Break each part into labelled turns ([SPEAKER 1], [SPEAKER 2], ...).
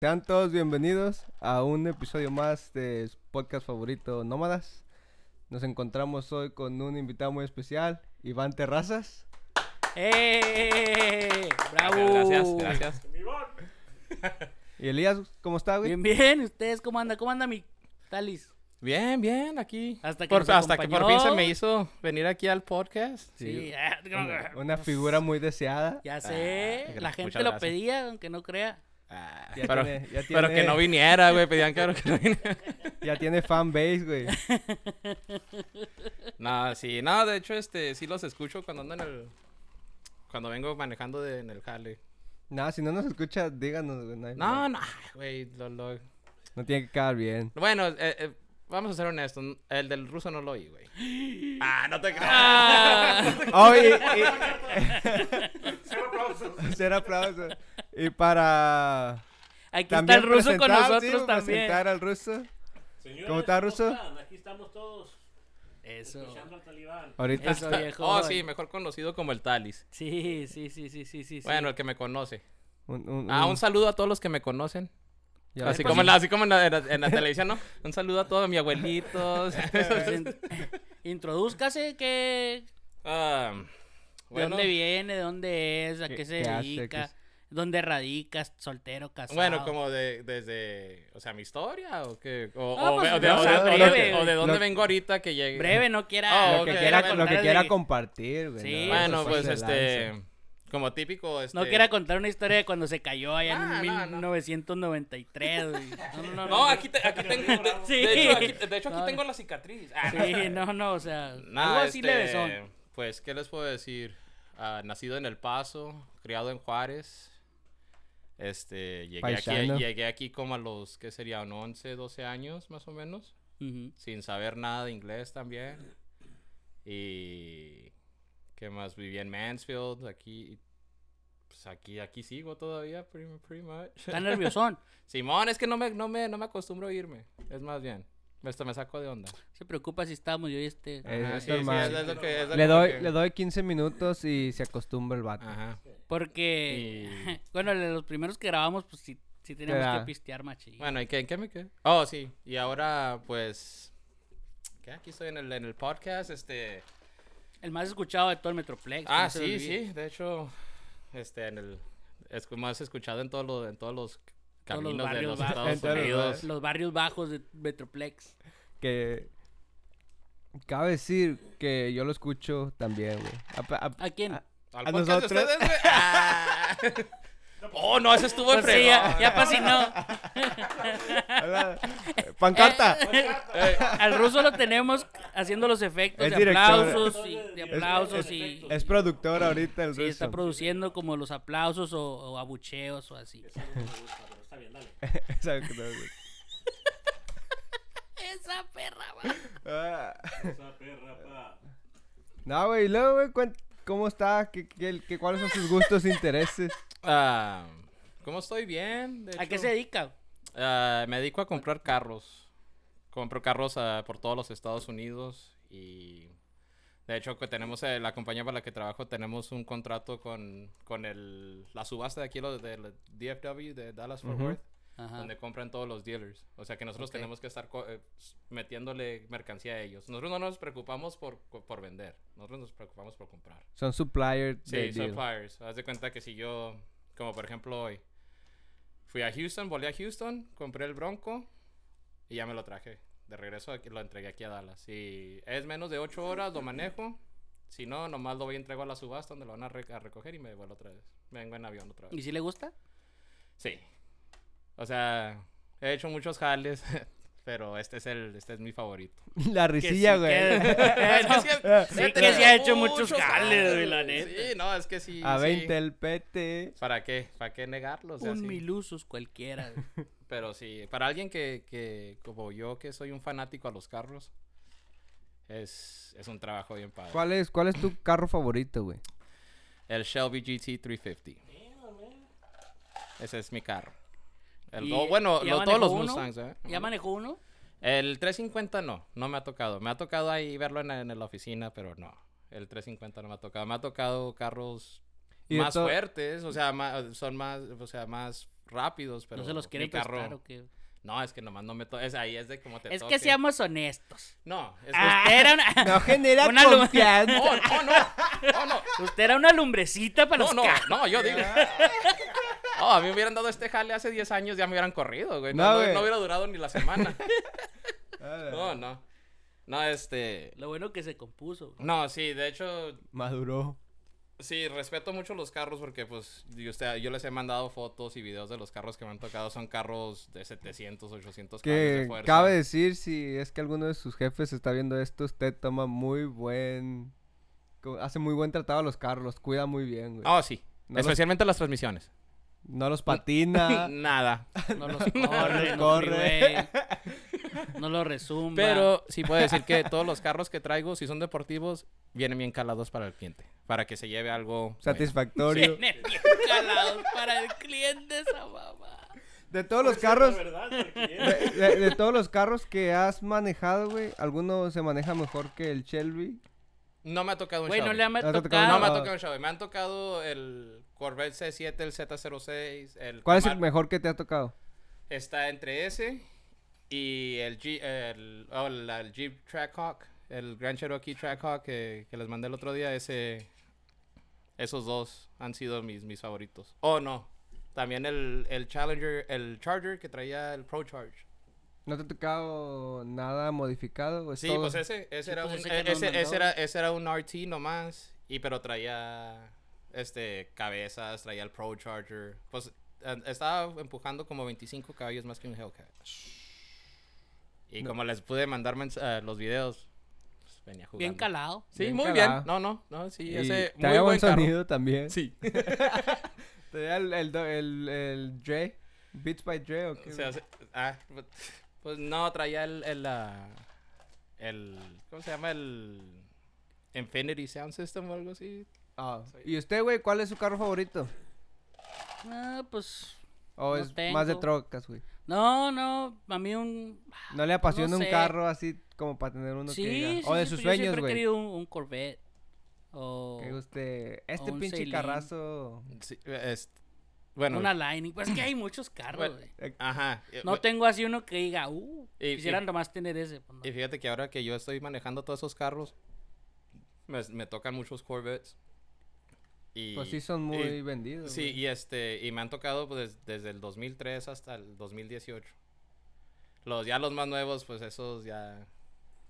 [SPEAKER 1] Sean todos bienvenidos a un episodio más de su podcast favorito Nómadas. Nos encontramos hoy con un invitado muy especial, Iván Terrazas.
[SPEAKER 2] ¡Eh! ¡Bravo!
[SPEAKER 3] Gracias, gracias.
[SPEAKER 1] Y Elías, ¿cómo está, güey?
[SPEAKER 2] Bien, bien. ¿Ustedes cómo anda? ¿Cómo anda mi Talis?
[SPEAKER 3] Bien, bien, aquí.
[SPEAKER 2] Hasta que
[SPEAKER 3] Por-
[SPEAKER 2] nos
[SPEAKER 3] hasta que por fin se me
[SPEAKER 2] acompañó.
[SPEAKER 3] hizo venir aquí al podcast.
[SPEAKER 2] Sí. ah,
[SPEAKER 1] Una, una figura muy deseada.
[SPEAKER 2] Ya sé.
[SPEAKER 3] Ah,
[SPEAKER 2] la
[SPEAKER 3] muchas
[SPEAKER 2] gente lo
[SPEAKER 3] gracias.
[SPEAKER 2] pedía, aunque no crea.
[SPEAKER 3] Ah,
[SPEAKER 1] Ya
[SPEAKER 3] pero,
[SPEAKER 1] tiene- ya
[SPEAKER 3] pero
[SPEAKER 1] tiene-
[SPEAKER 3] que no viniera, güey. Pedían que que no viniera.
[SPEAKER 1] Ya tiene fan base, güey.
[SPEAKER 3] No, sí, no, de hecho, este, sí los escucho cuando ando en el. Cuando vengo manejando de- en el jale.
[SPEAKER 1] Nada, si no nos escucha, díganos, güey. No, hay
[SPEAKER 3] No,
[SPEAKER 1] problema.
[SPEAKER 3] no, ay, güey. lo- lo-
[SPEAKER 1] No tiene que quedar bien.
[SPEAKER 3] Bueno, eh, eh, vamos a ser honestos. El del ruso no lo oí, güey. Ah, no te creas.
[SPEAKER 1] Oh, y- y- Cero aplausos. Y para
[SPEAKER 2] Aquí
[SPEAKER 1] también
[SPEAKER 2] está el ruso con
[SPEAKER 1] presentar, sí,
[SPEAKER 2] nosotros también.
[SPEAKER 1] presentar al ruso. ¿Cómo está, Ruso?
[SPEAKER 4] están? Aquí estamos todos
[SPEAKER 2] Eso.
[SPEAKER 4] escuchando al talibán.
[SPEAKER 1] Ahorita
[SPEAKER 2] Eso, viejo.
[SPEAKER 3] Oh, sí, mejor conocido como el Talis.
[SPEAKER 2] Sí, sí, sí, sí, sí, Mm. sí. sí.
[SPEAKER 3] Bueno, el que me conoce.
[SPEAKER 1] Un, un-
[SPEAKER 3] Ah,
[SPEAKER 1] un-
[SPEAKER 3] un saludo a todos los que me conocen.
[SPEAKER 1] ya-
[SPEAKER 3] Así
[SPEAKER 2] pues,
[SPEAKER 3] como, en la, así como en la, en la- en la televisión, ¿no? Un saludo a todos mis abuelitos.
[SPEAKER 2] Pues, in- Introdúzcase, que...
[SPEAKER 3] Ah,
[SPEAKER 2] ¿De
[SPEAKER 3] bueno,
[SPEAKER 2] dónde viene? ¿De dónde es? ¿A
[SPEAKER 1] ¿Qué-
[SPEAKER 2] qué, se
[SPEAKER 1] qué hace?
[SPEAKER 2] dedica?
[SPEAKER 1] ¿Qué
[SPEAKER 2] ¿Dónde radicas? ¿Soltero, casado?
[SPEAKER 3] bueno, como de, desde, o sea, mi historia o qué, o,
[SPEAKER 2] Ah,
[SPEAKER 3] o-
[SPEAKER 2] pues,
[SPEAKER 3] o de,
[SPEAKER 2] o
[SPEAKER 3] o
[SPEAKER 2] sea,
[SPEAKER 3] de- o de-
[SPEAKER 2] breve,
[SPEAKER 3] o de
[SPEAKER 2] güey.
[SPEAKER 3] dónde
[SPEAKER 1] Lo-
[SPEAKER 3] vengo ahorita que llegue.
[SPEAKER 2] Breve, no quiera...
[SPEAKER 3] Ah,
[SPEAKER 1] Lo
[SPEAKER 3] ok,
[SPEAKER 1] que
[SPEAKER 3] ya
[SPEAKER 1] quiera,
[SPEAKER 3] me
[SPEAKER 1] lo
[SPEAKER 2] contar
[SPEAKER 1] que
[SPEAKER 2] de-
[SPEAKER 1] quiera compartir, güey.
[SPEAKER 2] Sí,
[SPEAKER 1] no,
[SPEAKER 3] Bueno,
[SPEAKER 1] eso
[SPEAKER 3] pues
[SPEAKER 1] se
[SPEAKER 3] este,
[SPEAKER 1] lanza.
[SPEAKER 3] como típico, este.
[SPEAKER 2] No quiera contar una historia de cuando se cayó allá
[SPEAKER 3] Ah,
[SPEAKER 2] en
[SPEAKER 3] no, no.
[SPEAKER 2] 1993. güey. No, no, no,
[SPEAKER 3] No,
[SPEAKER 2] no.
[SPEAKER 3] aquí, te- aquí tengo, de,
[SPEAKER 2] Sí.
[SPEAKER 3] de hecho, aquí, de hecho, aquí
[SPEAKER 2] No,
[SPEAKER 3] tengo la cicatriz. Ah,
[SPEAKER 2] Sí, no, no, o sea,
[SPEAKER 3] Nada,
[SPEAKER 2] algo así
[SPEAKER 3] este,
[SPEAKER 2] levesón.
[SPEAKER 3] Pues, ¿qué les puedo decir? Ah, nacido en El Paso, criado en Juárez. Este, llegué
[SPEAKER 1] Paisano.
[SPEAKER 3] aquí, llegué aquí como a los, ¿qué serían? 11, 12 años más o menos.
[SPEAKER 2] Ujú.
[SPEAKER 3] Sin saber nada de inglés también. Y... ¿Qué más? Viví en Mansfield, aquí... Pues aquí, aquí sigo todavía, pretty, pretty much.
[SPEAKER 2] Está nerviosón.
[SPEAKER 3] Simón, es que no me, no me, no me acostumbro a irme. Es más bien. Esto me saco de onda.
[SPEAKER 2] Se preocupa si estamos yo y este.
[SPEAKER 1] Eh,
[SPEAKER 3] Ajá,
[SPEAKER 1] es
[SPEAKER 3] sí, sí,
[SPEAKER 1] normal.
[SPEAKER 3] es lo que- es lo
[SPEAKER 1] Le
[SPEAKER 3] como
[SPEAKER 1] doy,
[SPEAKER 3] que- Ah.
[SPEAKER 1] le doy 15 minutos y se acostumbra el vato.
[SPEAKER 3] Ajá.
[SPEAKER 2] Porque,
[SPEAKER 3] Y-
[SPEAKER 2] bueno, de los primeros que grabamos, pues sí, sí teníamos
[SPEAKER 1] Era-
[SPEAKER 2] que pistear machín.
[SPEAKER 3] Bueno, ¿y qué, en qué me quedé? Oh, sí. Y ahora, pues... ¿Qué? Aquí estoy en el, en el podcast, este...
[SPEAKER 2] El más escuchado de todo el Metroplex. que
[SPEAKER 3] Ah,
[SPEAKER 2] no se
[SPEAKER 3] sí,
[SPEAKER 2] olvide.
[SPEAKER 3] sí. De hecho, este, en el... Es como has escuchado en, todos los en todos los
[SPEAKER 2] Todos
[SPEAKER 3] caminos
[SPEAKER 2] los
[SPEAKER 3] de
[SPEAKER 2] barrios
[SPEAKER 3] los
[SPEAKER 2] bajos.
[SPEAKER 3] Estados
[SPEAKER 1] En todos los
[SPEAKER 3] Unidos.
[SPEAKER 1] barrios.
[SPEAKER 2] Los barrios bajos de Metroplex.
[SPEAKER 1] Que cabe decir que yo lo escucho también, güey. A- a-
[SPEAKER 2] ¿A quién?
[SPEAKER 1] Ah,
[SPEAKER 3] ¿Al
[SPEAKER 1] ¿A
[SPEAKER 3] podcast de
[SPEAKER 1] nosotros?
[SPEAKER 3] ustedes, güey? Ah. Oh, no, ese estuvo el
[SPEAKER 2] Pues sí, ya, ya pasó, no.
[SPEAKER 1] Hola.
[SPEAKER 3] Eh,
[SPEAKER 1] Pancarta.
[SPEAKER 2] Eh, Al ruso lo tenemos haciendo los efectos
[SPEAKER 1] Es
[SPEAKER 2] de
[SPEAKER 1] director.
[SPEAKER 2] aplausos y de aplausos
[SPEAKER 4] es-
[SPEAKER 2] y
[SPEAKER 1] Es productor ahorita el
[SPEAKER 2] Sí, está
[SPEAKER 1] ruso.
[SPEAKER 2] produciendo como los aplausos o, o abucheos o así.
[SPEAKER 4] No me gusta, pero está bien, dale.
[SPEAKER 1] Exacto, güey.
[SPEAKER 2] Esa perra,
[SPEAKER 1] Ah.
[SPEAKER 4] Esa perra, pa.
[SPEAKER 1] No, güey, y luego, güey, cuen- ¿cómo está? ¿Qué, qué- qué- cuáles son sus gustos e intereses?
[SPEAKER 3] Ah, ¿Cómo estoy? Bien. de
[SPEAKER 2] ¿A qué
[SPEAKER 3] hecho.
[SPEAKER 2] se dedica?
[SPEAKER 3] Ah, me dedico a comprar carros. Compro carros ah, por todos los Estados Unidos y de hecho que tenemos eh, la compañía para la que trabajo tenemos un contrato con, con el, la subasta de aquí lo del DFW de Dallas Fort
[SPEAKER 1] Ujú.
[SPEAKER 3] Worth
[SPEAKER 2] Ajá.
[SPEAKER 3] donde compran todos los dealers. O sea que nosotros
[SPEAKER 2] Ah. Ok.
[SPEAKER 3] tenemos que estar co- eh, s- metiéndole mercancía a ellos. Nosotros no nos preocupamos por, co- por vender, nosotros nos preocupamos por comprar.
[SPEAKER 1] Son supplier de
[SPEAKER 3] Sí,
[SPEAKER 1] deal.
[SPEAKER 3] suppliers. Haz de cuenta que si yo, como por ejemplo hoy, fui a Houston, volé a Houston, compré el Bronco y ya me lo traje. De regreso aquí- lo entregué aquí a Dallas. Si es menos de 8 horas, lo manejo. Si no, nomás lo voy y entrego a la subasta donde lo van a, re- a recoger y me devuelvo otra vez. Vengo en avión otra
[SPEAKER 2] ¿Y
[SPEAKER 3] vez.
[SPEAKER 2] si le gusta?
[SPEAKER 3] Sí. O sea, he hecho muchos jales, pero este es el, este es mi favorito.
[SPEAKER 1] La risilla,
[SPEAKER 2] sí
[SPEAKER 1] güey.
[SPEAKER 2] queda. No, sí que
[SPEAKER 3] he
[SPEAKER 2] sí ha
[SPEAKER 3] tenido
[SPEAKER 2] hecho muchos jales, güey, la neta.
[SPEAKER 3] Sí, no, es que sí.
[SPEAKER 1] A
[SPEAKER 3] sí.
[SPEAKER 1] 20 el pete.
[SPEAKER 3] ¿Para qué? ¿Para qué negarlo? O sea,
[SPEAKER 2] Un
[SPEAKER 3] sí.
[SPEAKER 2] milusos cualquiera. güey.
[SPEAKER 3] Pero sí, para alguien que, que, como yo, que soy un fanático a los carros, es, es un trabajo bien padre.
[SPEAKER 1] ¿Cuál es, ¿Cuál es tu carro favorito, güey?
[SPEAKER 3] El Shelby GT 350. Ese es mi carro. El
[SPEAKER 2] ¿Y-
[SPEAKER 3] do- bueno,
[SPEAKER 2] ya
[SPEAKER 3] lo- todos los
[SPEAKER 2] manejó uno?
[SPEAKER 3] Mustangs, ¿eh?
[SPEAKER 2] ¿Ya manejó uno?
[SPEAKER 3] El 350 no, no me ha tocado. Me ha tocado ahí verlo en, en la oficina, pero no. El 350 no me ha tocado. Me ha tocado carros
[SPEAKER 1] Y de
[SPEAKER 3] más
[SPEAKER 1] to-
[SPEAKER 3] fuertes, o sea, ma- son más, o sea, más rápidos, pero
[SPEAKER 2] no se los quiere
[SPEAKER 3] mi carro.
[SPEAKER 2] prestar o qué.
[SPEAKER 3] No, es que nomás no me to- es ahí es de como te
[SPEAKER 2] Es que
[SPEAKER 3] toque.
[SPEAKER 2] seamos honestos.
[SPEAKER 3] No, es
[SPEAKER 2] Ah, era una-
[SPEAKER 1] No genera
[SPEAKER 2] Una lu-
[SPEAKER 1] confianza.
[SPEAKER 3] No, no, no. No, no.
[SPEAKER 2] Usted era una lumbrecita para
[SPEAKER 3] No,
[SPEAKER 2] los
[SPEAKER 3] no,
[SPEAKER 2] carros.
[SPEAKER 3] no, yo digo. No, a mí me hubieran dado este jale hace 10 años, ya me hubieran corrido, güey. No,
[SPEAKER 1] No,
[SPEAKER 3] no-
[SPEAKER 1] güey.
[SPEAKER 3] no hubiera durado ni la semana.
[SPEAKER 1] Ah,
[SPEAKER 3] No, no. No, este.
[SPEAKER 2] Lo bueno que se compuso.
[SPEAKER 3] No, sí, de hecho,
[SPEAKER 1] Maduró.
[SPEAKER 3] sí, respeto mucho los carros porque, pues, yo, usted- yo les he mandado fotos y videos de los carros que me han tocado. Son carros de 700, 800 caballos de
[SPEAKER 1] Que
[SPEAKER 3] fuerza.
[SPEAKER 1] cabe decir, si es que alguno de sus jefes está viendo esto, usted toma muy buen... co- Hace muy buen tratado a los carros, los cuida muy bien, güey.
[SPEAKER 3] Oh, sí.
[SPEAKER 1] No los- Ah.
[SPEAKER 3] Especialmente las transmisiones.
[SPEAKER 1] No los patina.
[SPEAKER 3] Nada.
[SPEAKER 2] No los corre,
[SPEAKER 1] corre.
[SPEAKER 2] no corre. No lo resuma.
[SPEAKER 3] Pero sí puedo decir que todos los carros que traigo, si son deportivos, vienen bien calados para el cliente. Para que se lleve algo. bueno.
[SPEAKER 1] satisfactorio.
[SPEAKER 2] Tiene bien calados para el cliente esa mamá.
[SPEAKER 1] De todos los carros...
[SPEAKER 4] La verdad, porque-
[SPEAKER 1] De, de- de todos los carros que has manejado, güey, ¿alguno se maneja mejor que el Shelby?
[SPEAKER 3] No me ha tocado un
[SPEAKER 2] Güey, no
[SPEAKER 3] Shelby.
[SPEAKER 2] le ha
[SPEAKER 1] No te ha tocado
[SPEAKER 2] tocado.
[SPEAKER 3] No me ha
[SPEAKER 1] Ah.
[SPEAKER 3] tocado un Shelby. Me han tocado el Corvette C7, el Z06, el
[SPEAKER 1] ¿Cuál es el
[SPEAKER 3] Camaro.
[SPEAKER 1] mejor que te ha tocado?
[SPEAKER 3] Está entre ese y el, G- el, oh, la- el Jeep Trackhawk, el Grand Cherokee Trackhawk que, que les mandé el otro día. Ese, esos dos han sido mis, mis favoritos. Oh, no. También el, el Challenger, el Charger que traía el Pro Charge.
[SPEAKER 1] ¿No te ha tocado nada modificado? ¿Es
[SPEAKER 3] Sí,
[SPEAKER 1] todo?
[SPEAKER 3] pues ese, ese,
[SPEAKER 2] Sí,
[SPEAKER 3] era,
[SPEAKER 2] pues
[SPEAKER 3] un, e,
[SPEAKER 2] ese que nos
[SPEAKER 3] ese- ese
[SPEAKER 2] mandó.
[SPEAKER 3] era, ese era un RT nomás, y pero traía este cabezas, traía el Pro Charger. Pues eh, estaba empujando como 25 caballos más que un Hellcat. Y como les pude mandar mens- eh, los videos, pues, venía jugando.
[SPEAKER 2] Bien calado.
[SPEAKER 3] Sí,
[SPEAKER 1] Bien
[SPEAKER 3] muy
[SPEAKER 1] calado.
[SPEAKER 3] bien. No, no, no, sí,
[SPEAKER 1] Y
[SPEAKER 3] ese muy
[SPEAKER 1] traía buen
[SPEAKER 3] buen carro.
[SPEAKER 1] sonido también.
[SPEAKER 3] Sí.
[SPEAKER 1] ¿Traía el, el, do- el, el Dre? ¿Beats by Dre o qué?
[SPEAKER 3] O sea, se- ah, pues, pues no, traía el, el, ah, el- ¿cómo se llama? El Infinity Sound System o algo así.
[SPEAKER 1] Ah, ¿Y usted, güey, cuál es su carro favorito?
[SPEAKER 2] Ah, pues.
[SPEAKER 1] ¿O
[SPEAKER 2] No
[SPEAKER 1] es más de
[SPEAKER 2] tengo.
[SPEAKER 1] trocas, güey?
[SPEAKER 2] No, no. A mí un.
[SPEAKER 1] ¿No le apasiona un
[SPEAKER 2] sé.
[SPEAKER 1] carro así como para tener uno
[SPEAKER 2] Sí,
[SPEAKER 1] que diga?
[SPEAKER 2] sí,
[SPEAKER 1] O de
[SPEAKER 2] sí,
[SPEAKER 1] sus
[SPEAKER 2] pues yo
[SPEAKER 1] sueños,
[SPEAKER 2] siempre he
[SPEAKER 1] güey.
[SPEAKER 2] querido un, un Corvette. O
[SPEAKER 1] Que usted... Este
[SPEAKER 2] un
[SPEAKER 1] pinche
[SPEAKER 2] Ceylon.
[SPEAKER 1] carrazo...
[SPEAKER 3] Sí, es- bueno,
[SPEAKER 2] una Lightning. Pues es que hay muchos carros,
[SPEAKER 3] Bueno,
[SPEAKER 2] güey.
[SPEAKER 3] ajá. eh, y-
[SPEAKER 2] No tengo así uno que diga, uh,
[SPEAKER 3] Y-
[SPEAKER 2] quisiera
[SPEAKER 3] y-
[SPEAKER 2] nomás tener ese. pues, no.
[SPEAKER 3] Y fíjate que ahora que yo estoy manejando todos esos carros, me, me tocan muchos Corvettes. Y,
[SPEAKER 1] Pues sí son
[SPEAKER 3] y-
[SPEAKER 1] muy vendidos.
[SPEAKER 3] sí,
[SPEAKER 1] güey.
[SPEAKER 3] y este, y me han tocado pues, des- desde el 2003 hasta el 2018. Los, ya los más nuevos, pues esos ya,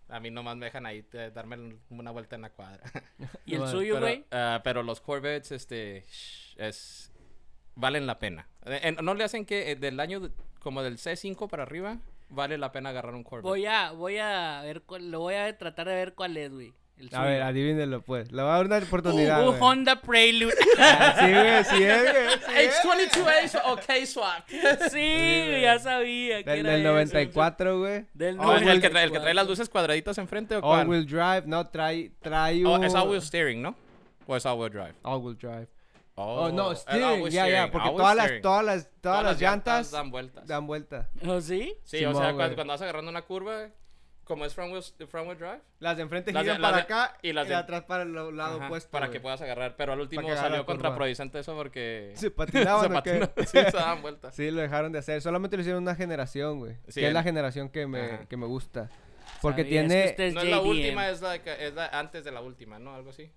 [SPEAKER 3] a mí nomás me dejan ahí eh, darme un- una vuelta en la cuadra.
[SPEAKER 2] Y el
[SPEAKER 1] Vale,
[SPEAKER 2] suyo,
[SPEAKER 3] pero,
[SPEAKER 2] güey.
[SPEAKER 3] ah, pero los Corvettes, este, sh- es, valen la pena. Eh, eh, no le hacen que eh, del año, de- como del C5 para arriba, vale la pena agarrar un Corvette.
[SPEAKER 2] Voy a, voy a ver, cuál- lo voy a tratar de ver cuál es, güey. El
[SPEAKER 1] A ver,
[SPEAKER 2] suyo.
[SPEAKER 1] adivínelo, pues. Le va a dar una
[SPEAKER 2] Uh,
[SPEAKER 1] oportunidad,
[SPEAKER 2] un
[SPEAKER 1] güey.
[SPEAKER 2] Honda Prelude.
[SPEAKER 1] Ah, Sí, güey, sí es, güey. sí es.
[SPEAKER 3] H22H o K-Swap.
[SPEAKER 2] sí, güey, ya sabía. que
[SPEAKER 1] Del,
[SPEAKER 2] era
[SPEAKER 1] del
[SPEAKER 2] ese.
[SPEAKER 1] 94, güey. Ah,
[SPEAKER 2] Del
[SPEAKER 3] No, es Ah, el que,
[SPEAKER 2] 94.
[SPEAKER 3] trae, el que trae las luces cuadraditas enfrente o cuál?
[SPEAKER 1] All-wheel drive. No, trae, trae
[SPEAKER 3] Oh,
[SPEAKER 1] un...
[SPEAKER 3] es all-wheel steering, ¿no? ¿O es all-wheel drive?
[SPEAKER 1] All-wheel drive.
[SPEAKER 3] Oh,
[SPEAKER 1] Oh, no,
[SPEAKER 3] el
[SPEAKER 1] steering,
[SPEAKER 3] all-wheel
[SPEAKER 1] ya, ya,
[SPEAKER 3] steering,
[SPEAKER 1] porque
[SPEAKER 3] all-wheel
[SPEAKER 1] todas las,
[SPEAKER 3] steering.
[SPEAKER 1] todas las, todas, las llantas,
[SPEAKER 3] dan vueltas.
[SPEAKER 1] dan vuelta.
[SPEAKER 2] ¿Oh, sí?
[SPEAKER 3] sí,
[SPEAKER 1] Simón,
[SPEAKER 3] o sea,
[SPEAKER 1] güey.
[SPEAKER 3] cuando, cuando vas agarrando una curva, como es front-wheel front wheel drive,
[SPEAKER 1] Las de enfrente
[SPEAKER 3] Las de-
[SPEAKER 1] giran
[SPEAKER 3] las
[SPEAKER 1] para
[SPEAKER 3] de-
[SPEAKER 1] acá y
[SPEAKER 3] y
[SPEAKER 1] las
[SPEAKER 3] las
[SPEAKER 1] de,
[SPEAKER 3] de-
[SPEAKER 1] atrás para el lo- lado
[SPEAKER 3] ajá,
[SPEAKER 1] opuesto.
[SPEAKER 3] para que
[SPEAKER 1] güey.
[SPEAKER 3] puedas agarrar. Pero al último
[SPEAKER 1] que agarre la
[SPEAKER 3] salió
[SPEAKER 1] curva.
[SPEAKER 3] contraproducente eso porque
[SPEAKER 1] ¿Se patinaban
[SPEAKER 3] se
[SPEAKER 1] o qué?
[SPEAKER 3] patinó. Sí, se dan vueltas.
[SPEAKER 1] Sí, lo dejaron de hacer. Solamente lo hicieron una generación, güey.
[SPEAKER 3] Sí,
[SPEAKER 1] que es la
[SPEAKER 3] el-
[SPEAKER 1] generación que me,
[SPEAKER 3] Ajá.
[SPEAKER 1] que me gusta. Porque
[SPEAKER 2] Sabía, es que
[SPEAKER 1] tiene...
[SPEAKER 2] usted es
[SPEAKER 3] No es la
[SPEAKER 2] JDM.
[SPEAKER 3] última, es la, que- es la antes de la última, ¿no? Algo así.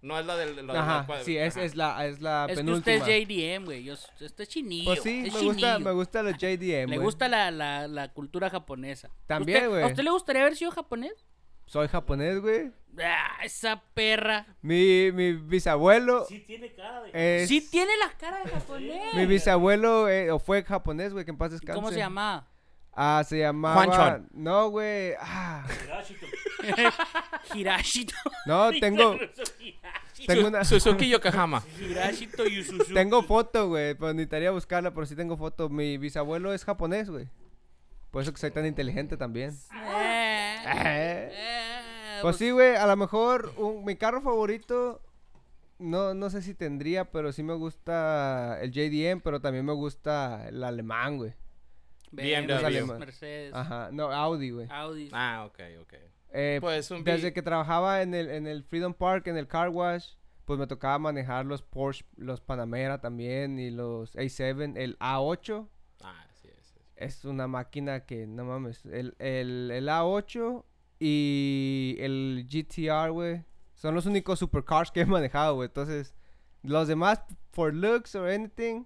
[SPEAKER 3] No es la del... la del
[SPEAKER 1] Ajá,
[SPEAKER 3] cuadro.
[SPEAKER 1] sí, es,
[SPEAKER 3] Ajá.
[SPEAKER 1] es la, es la
[SPEAKER 2] Es que
[SPEAKER 1] penúltima.
[SPEAKER 2] usted es JDM, güey. Yo, esto es chinillo.
[SPEAKER 1] Pues sí,
[SPEAKER 2] es
[SPEAKER 1] me gusta,
[SPEAKER 2] chinillo.
[SPEAKER 1] me gusta los JDM,
[SPEAKER 2] Le
[SPEAKER 1] güey.
[SPEAKER 2] gusta la, la, la cultura japonesa.
[SPEAKER 1] También,
[SPEAKER 2] ¿Usted-
[SPEAKER 1] güey.
[SPEAKER 2] ¿A usted le gustaría haber sido japonés?
[SPEAKER 1] Soy japonés, güey.
[SPEAKER 2] Ah, esa perra.
[SPEAKER 1] Mi, mi bisabuelo
[SPEAKER 4] Sí tiene cara de...
[SPEAKER 1] es...
[SPEAKER 2] Sí tiene la cara de japonés.
[SPEAKER 1] Mi bisabuelo eh, o fue japonés, güey, que en paz
[SPEAKER 2] ¿Y
[SPEAKER 1] descanse.
[SPEAKER 2] ¿Cómo se llamaba?
[SPEAKER 1] Ah, se llamaba...
[SPEAKER 3] Juanchon.
[SPEAKER 1] No, güey. Ah,
[SPEAKER 4] Hirashito.
[SPEAKER 2] Hirashito.
[SPEAKER 1] no, tengo... Tengo una...
[SPEAKER 3] Suzuki Yokohama.
[SPEAKER 2] Hirashito Yusuzu.
[SPEAKER 1] Tengo foto, güey, pero necesitaría buscarla, pero sí tengo foto. Mi bisabuelo es japonés, güey. Por eso que soy tan inteligente también.
[SPEAKER 2] Eh,
[SPEAKER 1] Pues sí, güey, a lo mejor un- mi carro favorito, no, no sé si tendría, pero sí me gusta el JDM, pero también me gusta el alemán, güey.
[SPEAKER 3] BMW.
[SPEAKER 2] pues, Mercedes,
[SPEAKER 1] Ajá, no, Audi, güey.
[SPEAKER 2] Audi.
[SPEAKER 3] Ah, ok, ok.
[SPEAKER 1] Eh,
[SPEAKER 3] Pues un
[SPEAKER 1] desde
[SPEAKER 3] bi-
[SPEAKER 1] que trabajaba en el, en el Freedom Park, en el Car Wash, pues me tocaba manejar los Porsche, los Panamera también y los A7, el A8.
[SPEAKER 3] Ah, sí, sí. sí.
[SPEAKER 1] Es una máquina que, no mames, el, el, el A8 y el GTR, güey, son los únicos supercars que he manejado, güey. Entonces, los demás, for looks or anything,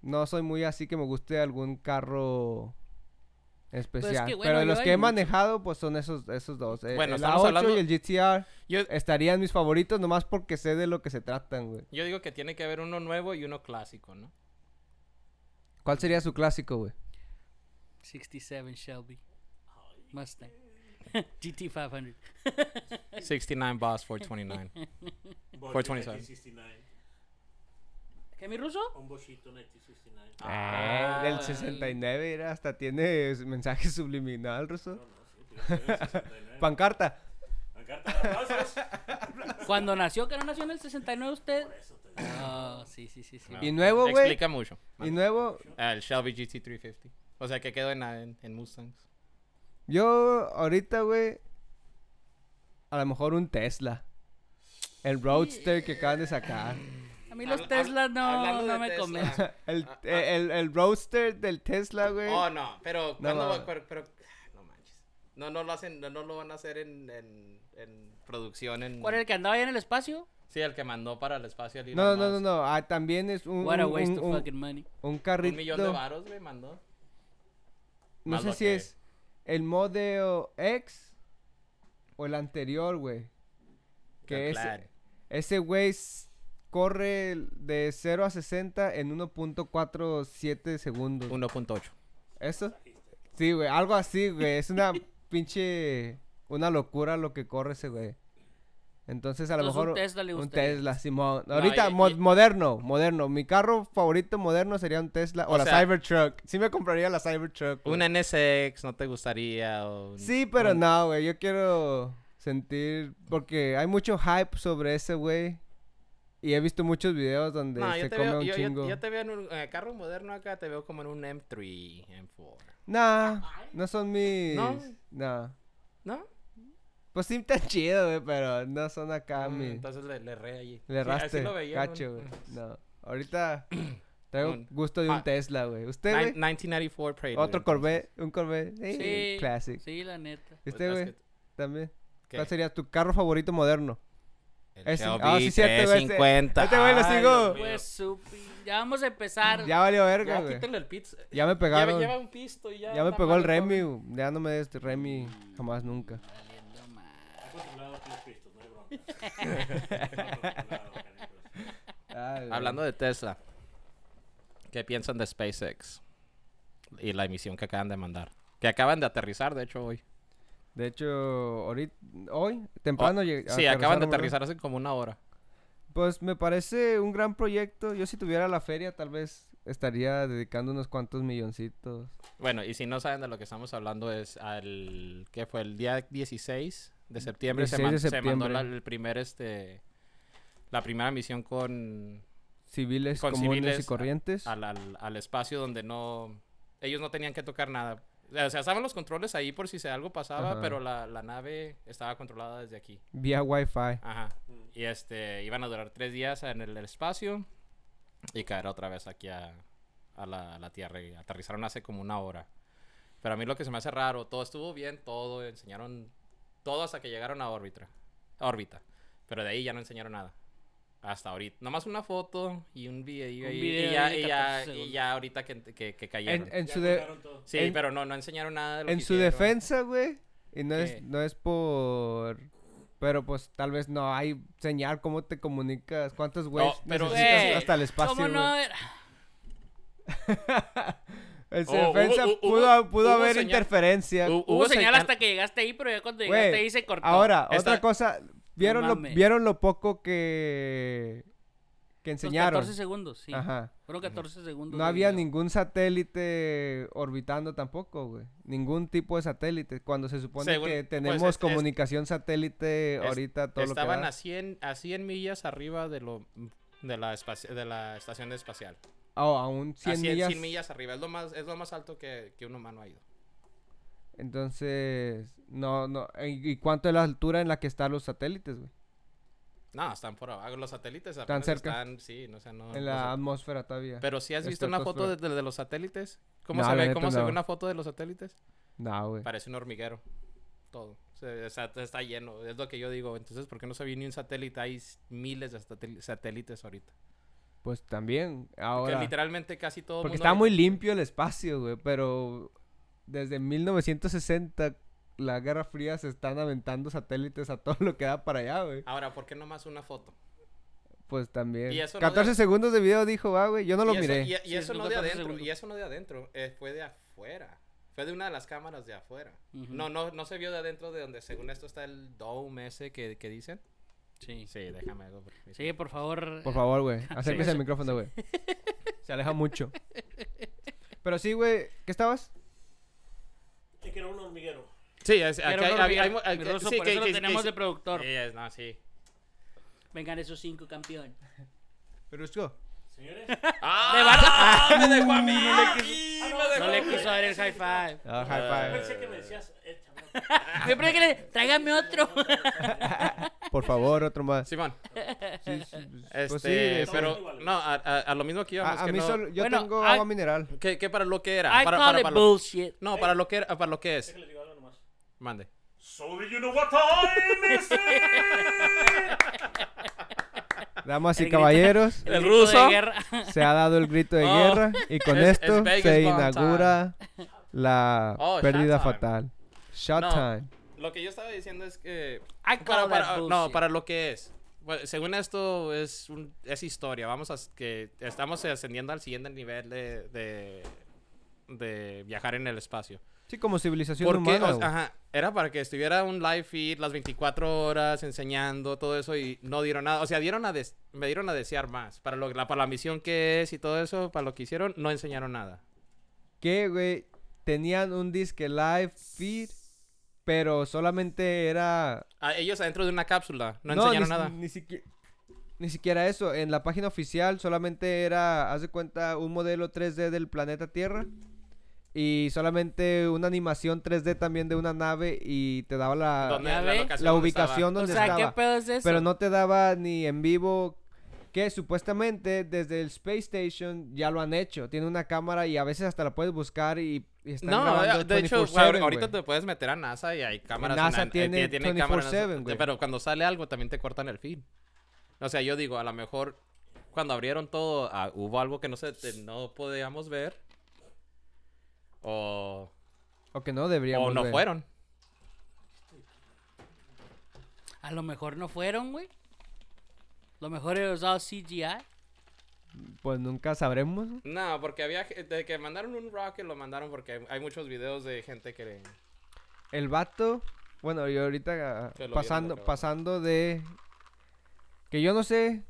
[SPEAKER 1] no soy muy así que me guste algún carro especial.
[SPEAKER 2] Pues bueno,
[SPEAKER 1] Pero de
[SPEAKER 2] yo
[SPEAKER 1] los que
[SPEAKER 2] hay
[SPEAKER 1] he
[SPEAKER 2] muchos.
[SPEAKER 1] manejado, pues son esos, esos dos. E, El, el
[SPEAKER 3] Bueno, estamos
[SPEAKER 1] A8
[SPEAKER 3] hablando-
[SPEAKER 1] y el GTR
[SPEAKER 3] Yo,
[SPEAKER 1] estarían mis favoritos nomás porque sé de lo que se tratan, güey.
[SPEAKER 3] yo digo que tiene que haber uno nuevo y uno clásico, ¿no?
[SPEAKER 1] ¿Cuál sería su clásico, güey?
[SPEAKER 2] 67 Shelby. Mustang. GT500.
[SPEAKER 3] 69 Boss
[SPEAKER 1] Eh,
[SPEAKER 3] 429. 427.
[SPEAKER 4] 1969.
[SPEAKER 2] ¿Qué, mi ruso?
[SPEAKER 4] Un bochito 1969.
[SPEAKER 1] Ah, del 69 era, hasta tiene s- mensaje subliminal, Ruso. Pancarta.
[SPEAKER 4] Pancarta de aplausos.
[SPEAKER 2] Cuando nació, que no nació en el 69 usted. Ah, sí, sí, sí, sí.
[SPEAKER 3] No,
[SPEAKER 1] Y nuevo, güey.
[SPEAKER 3] Explica mucho.
[SPEAKER 1] Y nuevo,
[SPEAKER 3] Ah, el Shelby GT350. O sea, que quedó en, en, en Mustangs.
[SPEAKER 1] yo ahorita, güey, a lo mejor un Tesla. El Roadster que acaban de sacar.
[SPEAKER 2] A mí los Teslas no, no me convencen.
[SPEAKER 1] El, eh, el, el Roadster del Tesla, güey.
[SPEAKER 3] Ah, Oh, no, pero cuando
[SPEAKER 1] mames.
[SPEAKER 3] pero, pero- ah, no manches. No, no lo hacen, no, no lo van a hacer en, en, en producción
[SPEAKER 1] Mm.
[SPEAKER 3] en
[SPEAKER 2] ¿Cuál era el que andaba ahí en el espacio?
[SPEAKER 3] Sí, el que mandó para el espacio el
[SPEAKER 1] No,
[SPEAKER 3] Elon
[SPEAKER 1] no, no,
[SPEAKER 3] Musk.
[SPEAKER 1] no. Ah, también es un,
[SPEAKER 2] What a
[SPEAKER 1] un-
[SPEAKER 2] waste
[SPEAKER 1] un-
[SPEAKER 2] of
[SPEAKER 1] un-
[SPEAKER 2] fucking money.
[SPEAKER 1] un
[SPEAKER 3] Un millón de
[SPEAKER 1] carrito.
[SPEAKER 3] varos, güey, mandó.
[SPEAKER 1] No
[SPEAKER 3] Más
[SPEAKER 1] sé
[SPEAKER 3] lo
[SPEAKER 1] si
[SPEAKER 3] que-
[SPEAKER 1] es el Model X o el anterior, güey. Que
[SPEAKER 3] El
[SPEAKER 1] es,
[SPEAKER 3] Plaid.
[SPEAKER 1] Ese güey s- corre de 0 a 60 en 1.47 segundos.
[SPEAKER 3] 1.8.
[SPEAKER 1] ¿Eso? Sí, güey, algo así, güey. Es una pinche. Una locura lo que corre ese güey. Entonces, a lo
[SPEAKER 2] Entonces, un
[SPEAKER 1] mejor.
[SPEAKER 2] Tesla le
[SPEAKER 1] Un
[SPEAKER 2] gustaría.
[SPEAKER 1] Tesla, Simón.
[SPEAKER 3] No,
[SPEAKER 1] Ahorita,
[SPEAKER 3] y-
[SPEAKER 1] mo-
[SPEAKER 3] y-
[SPEAKER 1] moderno, moderno. Mi carro favorito moderno sería un Tesla o,
[SPEAKER 3] O
[SPEAKER 1] la
[SPEAKER 3] sea-
[SPEAKER 1] Cybertruck. Sí, me compraría la Cybertruck. güey.
[SPEAKER 3] Un NSX no te gustaría o un-
[SPEAKER 1] Sí, pero
[SPEAKER 3] un-
[SPEAKER 1] no, güey. Yo quiero sentir. Porque hay mucho hype sobre ese güey. Y he visto muchos videos donde
[SPEAKER 3] No,
[SPEAKER 1] se
[SPEAKER 3] yo te,
[SPEAKER 1] come
[SPEAKER 3] veo,
[SPEAKER 1] un
[SPEAKER 3] yo, yo-
[SPEAKER 1] chingo.
[SPEAKER 3] yo te veo en un eh, carro moderno acá, te veo como en un M3, M4.
[SPEAKER 1] Nah, no son mis.
[SPEAKER 3] ¿No?
[SPEAKER 1] No.
[SPEAKER 3] ¿No?
[SPEAKER 1] Pues sí, está chido, güey, pero no son acá
[SPEAKER 3] Mm,
[SPEAKER 1] mis.
[SPEAKER 3] Entonces le, le re allí.
[SPEAKER 1] Ah, Le
[SPEAKER 3] Sí, así
[SPEAKER 1] raste,
[SPEAKER 3] lo veía,
[SPEAKER 1] cacho,
[SPEAKER 3] un-
[SPEAKER 1] güey. No. Ahorita traigo
[SPEAKER 3] Un-
[SPEAKER 1] gusto de un
[SPEAKER 3] ah,
[SPEAKER 1] Tesla, güey.
[SPEAKER 3] Nin-
[SPEAKER 1] ¿Usted, güey?
[SPEAKER 3] 1994 Prelude.
[SPEAKER 1] Otro Corvette, un Corvette.
[SPEAKER 2] Sí.
[SPEAKER 1] Sí. Classic.
[SPEAKER 2] Sí, la neta.
[SPEAKER 1] ¿Y usted,
[SPEAKER 3] Pues,
[SPEAKER 1] güey?
[SPEAKER 3] es que-
[SPEAKER 1] También.
[SPEAKER 3] ¿qué?
[SPEAKER 1] ¿Cuál sería tu carro favorito moderno?
[SPEAKER 3] El
[SPEAKER 1] Ese-
[SPEAKER 3] Shelby
[SPEAKER 1] ah, sí, cierto, güey, ese-
[SPEAKER 3] 350.
[SPEAKER 1] este güey lo
[SPEAKER 3] Ay,
[SPEAKER 1] sigo.
[SPEAKER 3] Dios mío.
[SPEAKER 2] Pues su pi- Ya vamos a empezar.
[SPEAKER 1] Ya valió verga,
[SPEAKER 3] Ya,
[SPEAKER 1] güey.
[SPEAKER 3] quítale el pizza.
[SPEAKER 1] Ya me
[SPEAKER 3] Ya
[SPEAKER 1] pegaron.
[SPEAKER 3] lleva un pisto y ya.
[SPEAKER 1] Ya me
[SPEAKER 3] está
[SPEAKER 1] pegó el
[SPEAKER 3] malo,
[SPEAKER 1] Remy,
[SPEAKER 3] joven.
[SPEAKER 1] güey. ya no me des Remy jamás nunca.
[SPEAKER 2] Valiendo madre.
[SPEAKER 4] Acostumbrado a los pistos, no hay bronca. Acostumbrado, canijo.
[SPEAKER 3] Hablando de Tesla, ¿qué piensan de SpaceX? Y la emisión que acaban de mandar. Que acaban de aterrizar, de hecho, hoy.
[SPEAKER 1] De hecho, ahorita, hoy, temprano
[SPEAKER 3] Oh,
[SPEAKER 1] lleg-
[SPEAKER 3] sí, acaban
[SPEAKER 1] aterrizaron,
[SPEAKER 3] de
[SPEAKER 1] ¿verdad?
[SPEAKER 3] aterrizar hace como una hora.
[SPEAKER 1] Pues me parece un gran proyecto. Yo si tuviera la feria, tal vez estaría dedicando unos cuantos milloncitos.
[SPEAKER 3] Bueno, y si no saben de lo que estamos hablando, es al. ¿Qué fue? El día 16 de septiembre, se,
[SPEAKER 1] 16 de
[SPEAKER 3] man- se mandó
[SPEAKER 1] septiembre.
[SPEAKER 3] la, el primer, este. La primera misión con.
[SPEAKER 1] Civiles
[SPEAKER 3] Con
[SPEAKER 1] comunes
[SPEAKER 3] civiles,
[SPEAKER 1] y
[SPEAKER 3] a-
[SPEAKER 1] corrientes.
[SPEAKER 3] al, al- al espacio donde no... Ellos no tenían que tocar nada. O sea, estaban los controles ahí por si se algo pasaba,
[SPEAKER 1] Ajá.
[SPEAKER 3] pero la, la nave estaba controlada desde aquí.
[SPEAKER 1] Vía Wi-Fi.
[SPEAKER 3] Ajá.
[SPEAKER 2] Mm.
[SPEAKER 3] Y este, iban a durar tres días en el espacio y caer otra vez aquí a, a la, a la Tierra. Y aterrizaron hace como una hora. Pero a mí lo que se me hace raro, todo estuvo bien, todo, enseñaron todo hasta que llegaron a órbita. órbita. Pero de ahí ya no enseñaron nada. Hasta ahorita. Nomás una foto y un video,
[SPEAKER 2] Un
[SPEAKER 3] ahí,
[SPEAKER 2] video
[SPEAKER 3] y, ya,
[SPEAKER 2] de
[SPEAKER 3] y
[SPEAKER 2] 14
[SPEAKER 3] ya,
[SPEAKER 2] segundos.
[SPEAKER 3] y ya ahorita que, que, que
[SPEAKER 1] En,
[SPEAKER 3] cayeron.
[SPEAKER 1] en
[SPEAKER 4] Ya
[SPEAKER 1] su, de-
[SPEAKER 4] cortaron todo.
[SPEAKER 3] sí,
[SPEAKER 1] en-
[SPEAKER 3] pero no, no enseñaron nada de lo
[SPEAKER 1] en
[SPEAKER 3] que
[SPEAKER 1] su
[SPEAKER 3] hicieron.
[SPEAKER 1] defensa, güey. Y no
[SPEAKER 3] ¿Qué?
[SPEAKER 1] es, no es por... Pero pues tal vez no hay señal. ¿Cómo te comunicas? ¿Cuántos güeyes
[SPEAKER 3] pero-
[SPEAKER 1] necesitas
[SPEAKER 2] Güey,
[SPEAKER 1] hasta el espacio,
[SPEAKER 2] ¿Cómo
[SPEAKER 1] güey?
[SPEAKER 2] no?
[SPEAKER 1] En su
[SPEAKER 3] Oh, hubo-
[SPEAKER 1] defensa
[SPEAKER 3] hubo-
[SPEAKER 1] pudo,
[SPEAKER 3] hubo-
[SPEAKER 1] pudo
[SPEAKER 3] hubo
[SPEAKER 1] haber
[SPEAKER 3] señal.
[SPEAKER 1] interferencia.
[SPEAKER 3] Hu-
[SPEAKER 2] Hubo señal
[SPEAKER 3] señal-
[SPEAKER 2] hasta que llegaste ahí, pero ya cuando
[SPEAKER 1] Güey,
[SPEAKER 2] llegaste ahí se cortó.
[SPEAKER 1] Ahora,
[SPEAKER 3] Esta-
[SPEAKER 1] otra cosa. ¿Vieron, lo,
[SPEAKER 2] mames.
[SPEAKER 1] ¿Vieron lo poco que, que
[SPEAKER 2] Los
[SPEAKER 1] enseñaron?
[SPEAKER 2] 14 segundos, sí.
[SPEAKER 1] Ajá.
[SPEAKER 2] Fueron 14 segundos.
[SPEAKER 1] No
[SPEAKER 2] de
[SPEAKER 1] había
[SPEAKER 2] video.
[SPEAKER 1] ningún satélite orbitando tampoco, güey. Ningún tipo de satélite. Cuando se supone
[SPEAKER 3] Según-
[SPEAKER 1] que
[SPEAKER 3] pues,
[SPEAKER 1] tenemos
[SPEAKER 3] es- es-
[SPEAKER 1] comunicación satélite
[SPEAKER 3] Es-
[SPEAKER 1] ahorita, todo lo que
[SPEAKER 3] Estaban
[SPEAKER 1] da.
[SPEAKER 3] a 100, a 100 millas arriba de lo de la, espaci- de la estación espacial.
[SPEAKER 1] Oh, aún
[SPEAKER 3] a
[SPEAKER 1] 100
[SPEAKER 3] 100,
[SPEAKER 1] millas.
[SPEAKER 3] 100 millas arriba. Es lo más, es lo más alto que, que un humano ha ido.
[SPEAKER 1] Entonces, no, no. ¿Y y cuánto es la altura en la que están los satélites, güey?
[SPEAKER 3] No, están por abajo. Los satélites
[SPEAKER 1] Están
[SPEAKER 3] apenas
[SPEAKER 1] cerca.
[SPEAKER 3] Están, sí, no, o sea, no.
[SPEAKER 1] en
[SPEAKER 3] no
[SPEAKER 1] la
[SPEAKER 3] sé.
[SPEAKER 1] atmósfera todavía.
[SPEAKER 3] Pero si has visto una foto de,
[SPEAKER 1] Estratosfera.
[SPEAKER 3] de- de los satélites. ¿Cómo,
[SPEAKER 1] No,
[SPEAKER 3] se,
[SPEAKER 1] la
[SPEAKER 3] ve,
[SPEAKER 1] neta
[SPEAKER 3] ¿cómo se
[SPEAKER 1] no.
[SPEAKER 3] ve una foto de los satélites?
[SPEAKER 1] No, güey.
[SPEAKER 3] Parece un hormiguero. Todo. Se- o sea, está lleno. Es lo que yo digo. Entonces, ¿por qué no se vio ni un satélite? Hay s- miles de satel- satélites ahorita.
[SPEAKER 1] Pues también,
[SPEAKER 3] Porque
[SPEAKER 1] ahora.
[SPEAKER 3] literalmente casi todo el
[SPEAKER 1] Porque
[SPEAKER 3] mundo
[SPEAKER 1] está
[SPEAKER 3] ahorita-
[SPEAKER 1] muy limpio el espacio, güey. Pero desde 1960, la Guerra Fría, se están aventando satélites a todo lo que da para allá, güey.
[SPEAKER 3] Ahora, ¿por qué nomás una foto?
[SPEAKER 1] Pues también.
[SPEAKER 3] Y eso no
[SPEAKER 1] 14
[SPEAKER 3] de-
[SPEAKER 1] segundos de video dijo, va, güey. Yo no lo
[SPEAKER 3] y eso-
[SPEAKER 1] miré.
[SPEAKER 3] y- e- y
[SPEAKER 2] Sí,
[SPEAKER 3] eso
[SPEAKER 2] son
[SPEAKER 3] no de
[SPEAKER 2] 14
[SPEAKER 3] adentro.
[SPEAKER 2] segundos.
[SPEAKER 3] Y eso no de adentro. eh, fue de afuera. Fue de una de las cámaras de afuera.
[SPEAKER 2] Ujú.
[SPEAKER 3] No, no, no se vio de adentro de donde, según esto, está el dome ese que, que dicen.
[SPEAKER 2] Sí.
[SPEAKER 3] Sí, déjame algo. por favor.
[SPEAKER 2] Sí, por favor. eh,
[SPEAKER 1] Por favor, güey. Acérquese
[SPEAKER 3] eso-
[SPEAKER 1] al micrófono, güey. Se aleja mucho. Pero sí, güey. ¿Qué estabas?
[SPEAKER 4] Te quiero Este un hormiguero.
[SPEAKER 3] Sí, es- aquí
[SPEAKER 2] Quiero
[SPEAKER 3] hay,
[SPEAKER 2] un
[SPEAKER 3] hay- hay-
[SPEAKER 2] hormiguero,
[SPEAKER 3] hay-
[SPEAKER 2] mi ruso,
[SPEAKER 3] sí,
[SPEAKER 2] por
[SPEAKER 3] que-
[SPEAKER 2] eso
[SPEAKER 3] que-
[SPEAKER 2] lo tenemos
[SPEAKER 3] que- eh.
[SPEAKER 2] de productor.
[SPEAKER 3] Sí, es- no, sí.
[SPEAKER 2] Vengan esos cinco, campeón.
[SPEAKER 1] Pero esto.
[SPEAKER 4] Señores,
[SPEAKER 2] ¡De Barça!
[SPEAKER 3] ¡Ah, me dejó a mí! ¡Sí, me
[SPEAKER 2] Ah, No
[SPEAKER 3] dejó a
[SPEAKER 2] le
[SPEAKER 3] mí!
[SPEAKER 2] quiso dar el high five.
[SPEAKER 1] Ah, high
[SPEAKER 4] pensé
[SPEAKER 1] five.
[SPEAKER 4] que me decías, eh, échame otro.
[SPEAKER 2] Siempre que le... Tráigame otro.
[SPEAKER 1] Por favor, otro más.
[SPEAKER 3] Simón,
[SPEAKER 1] Sí, sí,
[SPEAKER 3] este,
[SPEAKER 1] pues sí, es-
[SPEAKER 3] pero
[SPEAKER 4] iguales.
[SPEAKER 3] no, a, a- a lo mismo que íbamos,
[SPEAKER 1] A, a
[SPEAKER 3] que
[SPEAKER 1] mí
[SPEAKER 3] no-
[SPEAKER 1] solo, yo
[SPEAKER 2] Bueno,
[SPEAKER 1] tengo
[SPEAKER 2] ah-
[SPEAKER 1] agua mineral.
[SPEAKER 3] ¿Qué, qué para lo que era?
[SPEAKER 2] I
[SPEAKER 3] para,
[SPEAKER 2] call
[SPEAKER 3] para,
[SPEAKER 2] it
[SPEAKER 3] para lo-
[SPEAKER 2] bullshit.
[SPEAKER 3] no, para lo que era, para lo que es.
[SPEAKER 4] Déjale, digo algo nomás.
[SPEAKER 3] Mande.
[SPEAKER 4] So do you know what time is
[SPEAKER 1] Damas y
[SPEAKER 2] El grito-
[SPEAKER 1] caballeros,
[SPEAKER 3] El
[SPEAKER 2] grito de
[SPEAKER 3] ruso.
[SPEAKER 2] guerra.
[SPEAKER 1] se ha dado el grito de
[SPEAKER 3] Oh,
[SPEAKER 1] guerra y con
[SPEAKER 3] es-
[SPEAKER 1] esto
[SPEAKER 3] es Vegas
[SPEAKER 1] se
[SPEAKER 3] Bomb
[SPEAKER 1] inaugura la
[SPEAKER 3] Oh, shot
[SPEAKER 1] pérdida
[SPEAKER 3] time.
[SPEAKER 1] fatal. Shot
[SPEAKER 3] No.
[SPEAKER 1] time.
[SPEAKER 3] Lo que yo estaba diciendo es que
[SPEAKER 2] I
[SPEAKER 3] para,
[SPEAKER 2] call
[SPEAKER 3] para-
[SPEAKER 2] that
[SPEAKER 3] no,
[SPEAKER 2] bullshit.
[SPEAKER 3] para lo que es. Bueno, según esto es un- es historia. Vamos a s- que estamos ascendiendo al siguiente nivel de, de, de viajar en el espacio.
[SPEAKER 1] Sí, como civilización
[SPEAKER 3] ¿Por qué?
[SPEAKER 1] humana.
[SPEAKER 3] O-
[SPEAKER 1] güey.
[SPEAKER 3] ajá, era para que estuviera un live feed las 24 horas enseñando todo eso y no dieron nada. O sea, dieron a des- me dieron a desear más. Para, lo, la, para la misión que es y todo eso, para lo que hicieron, no enseñaron nada.
[SPEAKER 1] que, güey, tenían un disque live feed, pero solamente era...
[SPEAKER 3] A Ah, ellos adentro de una cápsula, no,
[SPEAKER 1] ni,
[SPEAKER 3] enseñaron nada.
[SPEAKER 1] Ni siquiera, ni siquiera eso. En la página oficial solamente era, haz de cuenta, un modelo 3D del planeta Tierra. Y solamente una animación 3D también de una nave y te daba
[SPEAKER 3] Donde
[SPEAKER 1] la,
[SPEAKER 2] Ya
[SPEAKER 3] la
[SPEAKER 1] la
[SPEAKER 2] ve.
[SPEAKER 3] locación donde estaba.
[SPEAKER 1] ubicación
[SPEAKER 2] O
[SPEAKER 1] donde
[SPEAKER 2] sea, ¿qué
[SPEAKER 1] estaba.
[SPEAKER 2] pedo es eso?
[SPEAKER 1] Pero no te daba ni en vivo que supuestamente desde el Space Station ya lo han hecho. Tiene una cámara y a veces hasta la puedes buscar y, y están
[SPEAKER 3] No,
[SPEAKER 1] grabando
[SPEAKER 3] eh, de hecho,
[SPEAKER 1] 24/7,
[SPEAKER 3] güey, ahor- ahorita
[SPEAKER 1] güey.
[SPEAKER 3] te puedes meter a NASA y hay cámaras. en-
[SPEAKER 1] NASA
[SPEAKER 3] en-
[SPEAKER 1] tiene
[SPEAKER 3] eh, tiene cámaras,
[SPEAKER 1] 24/7, güey.
[SPEAKER 3] Pero cuando sale algo también te cortan el feed. O sea, yo digo, a lo mejor cuando abrieron todo ah, hubo algo que no se te- no podíamos ver. O,
[SPEAKER 1] O que no
[SPEAKER 3] o
[SPEAKER 1] deberíamos
[SPEAKER 3] no
[SPEAKER 1] ver.
[SPEAKER 3] fueron.
[SPEAKER 2] A lo mejor no fueron, güey. Lo mejor era usado CGI.
[SPEAKER 1] Pues nunca sabremos. güey.
[SPEAKER 3] No, porque había ge- de que mandaron un rocket lo mandaron porque hay, hay muchos videos de gente que le-
[SPEAKER 1] El vato, bueno, yo ahorita ah,
[SPEAKER 3] Que lo vieron
[SPEAKER 1] pasando,
[SPEAKER 3] acá abajo.
[SPEAKER 1] pasando de... Que yo no sé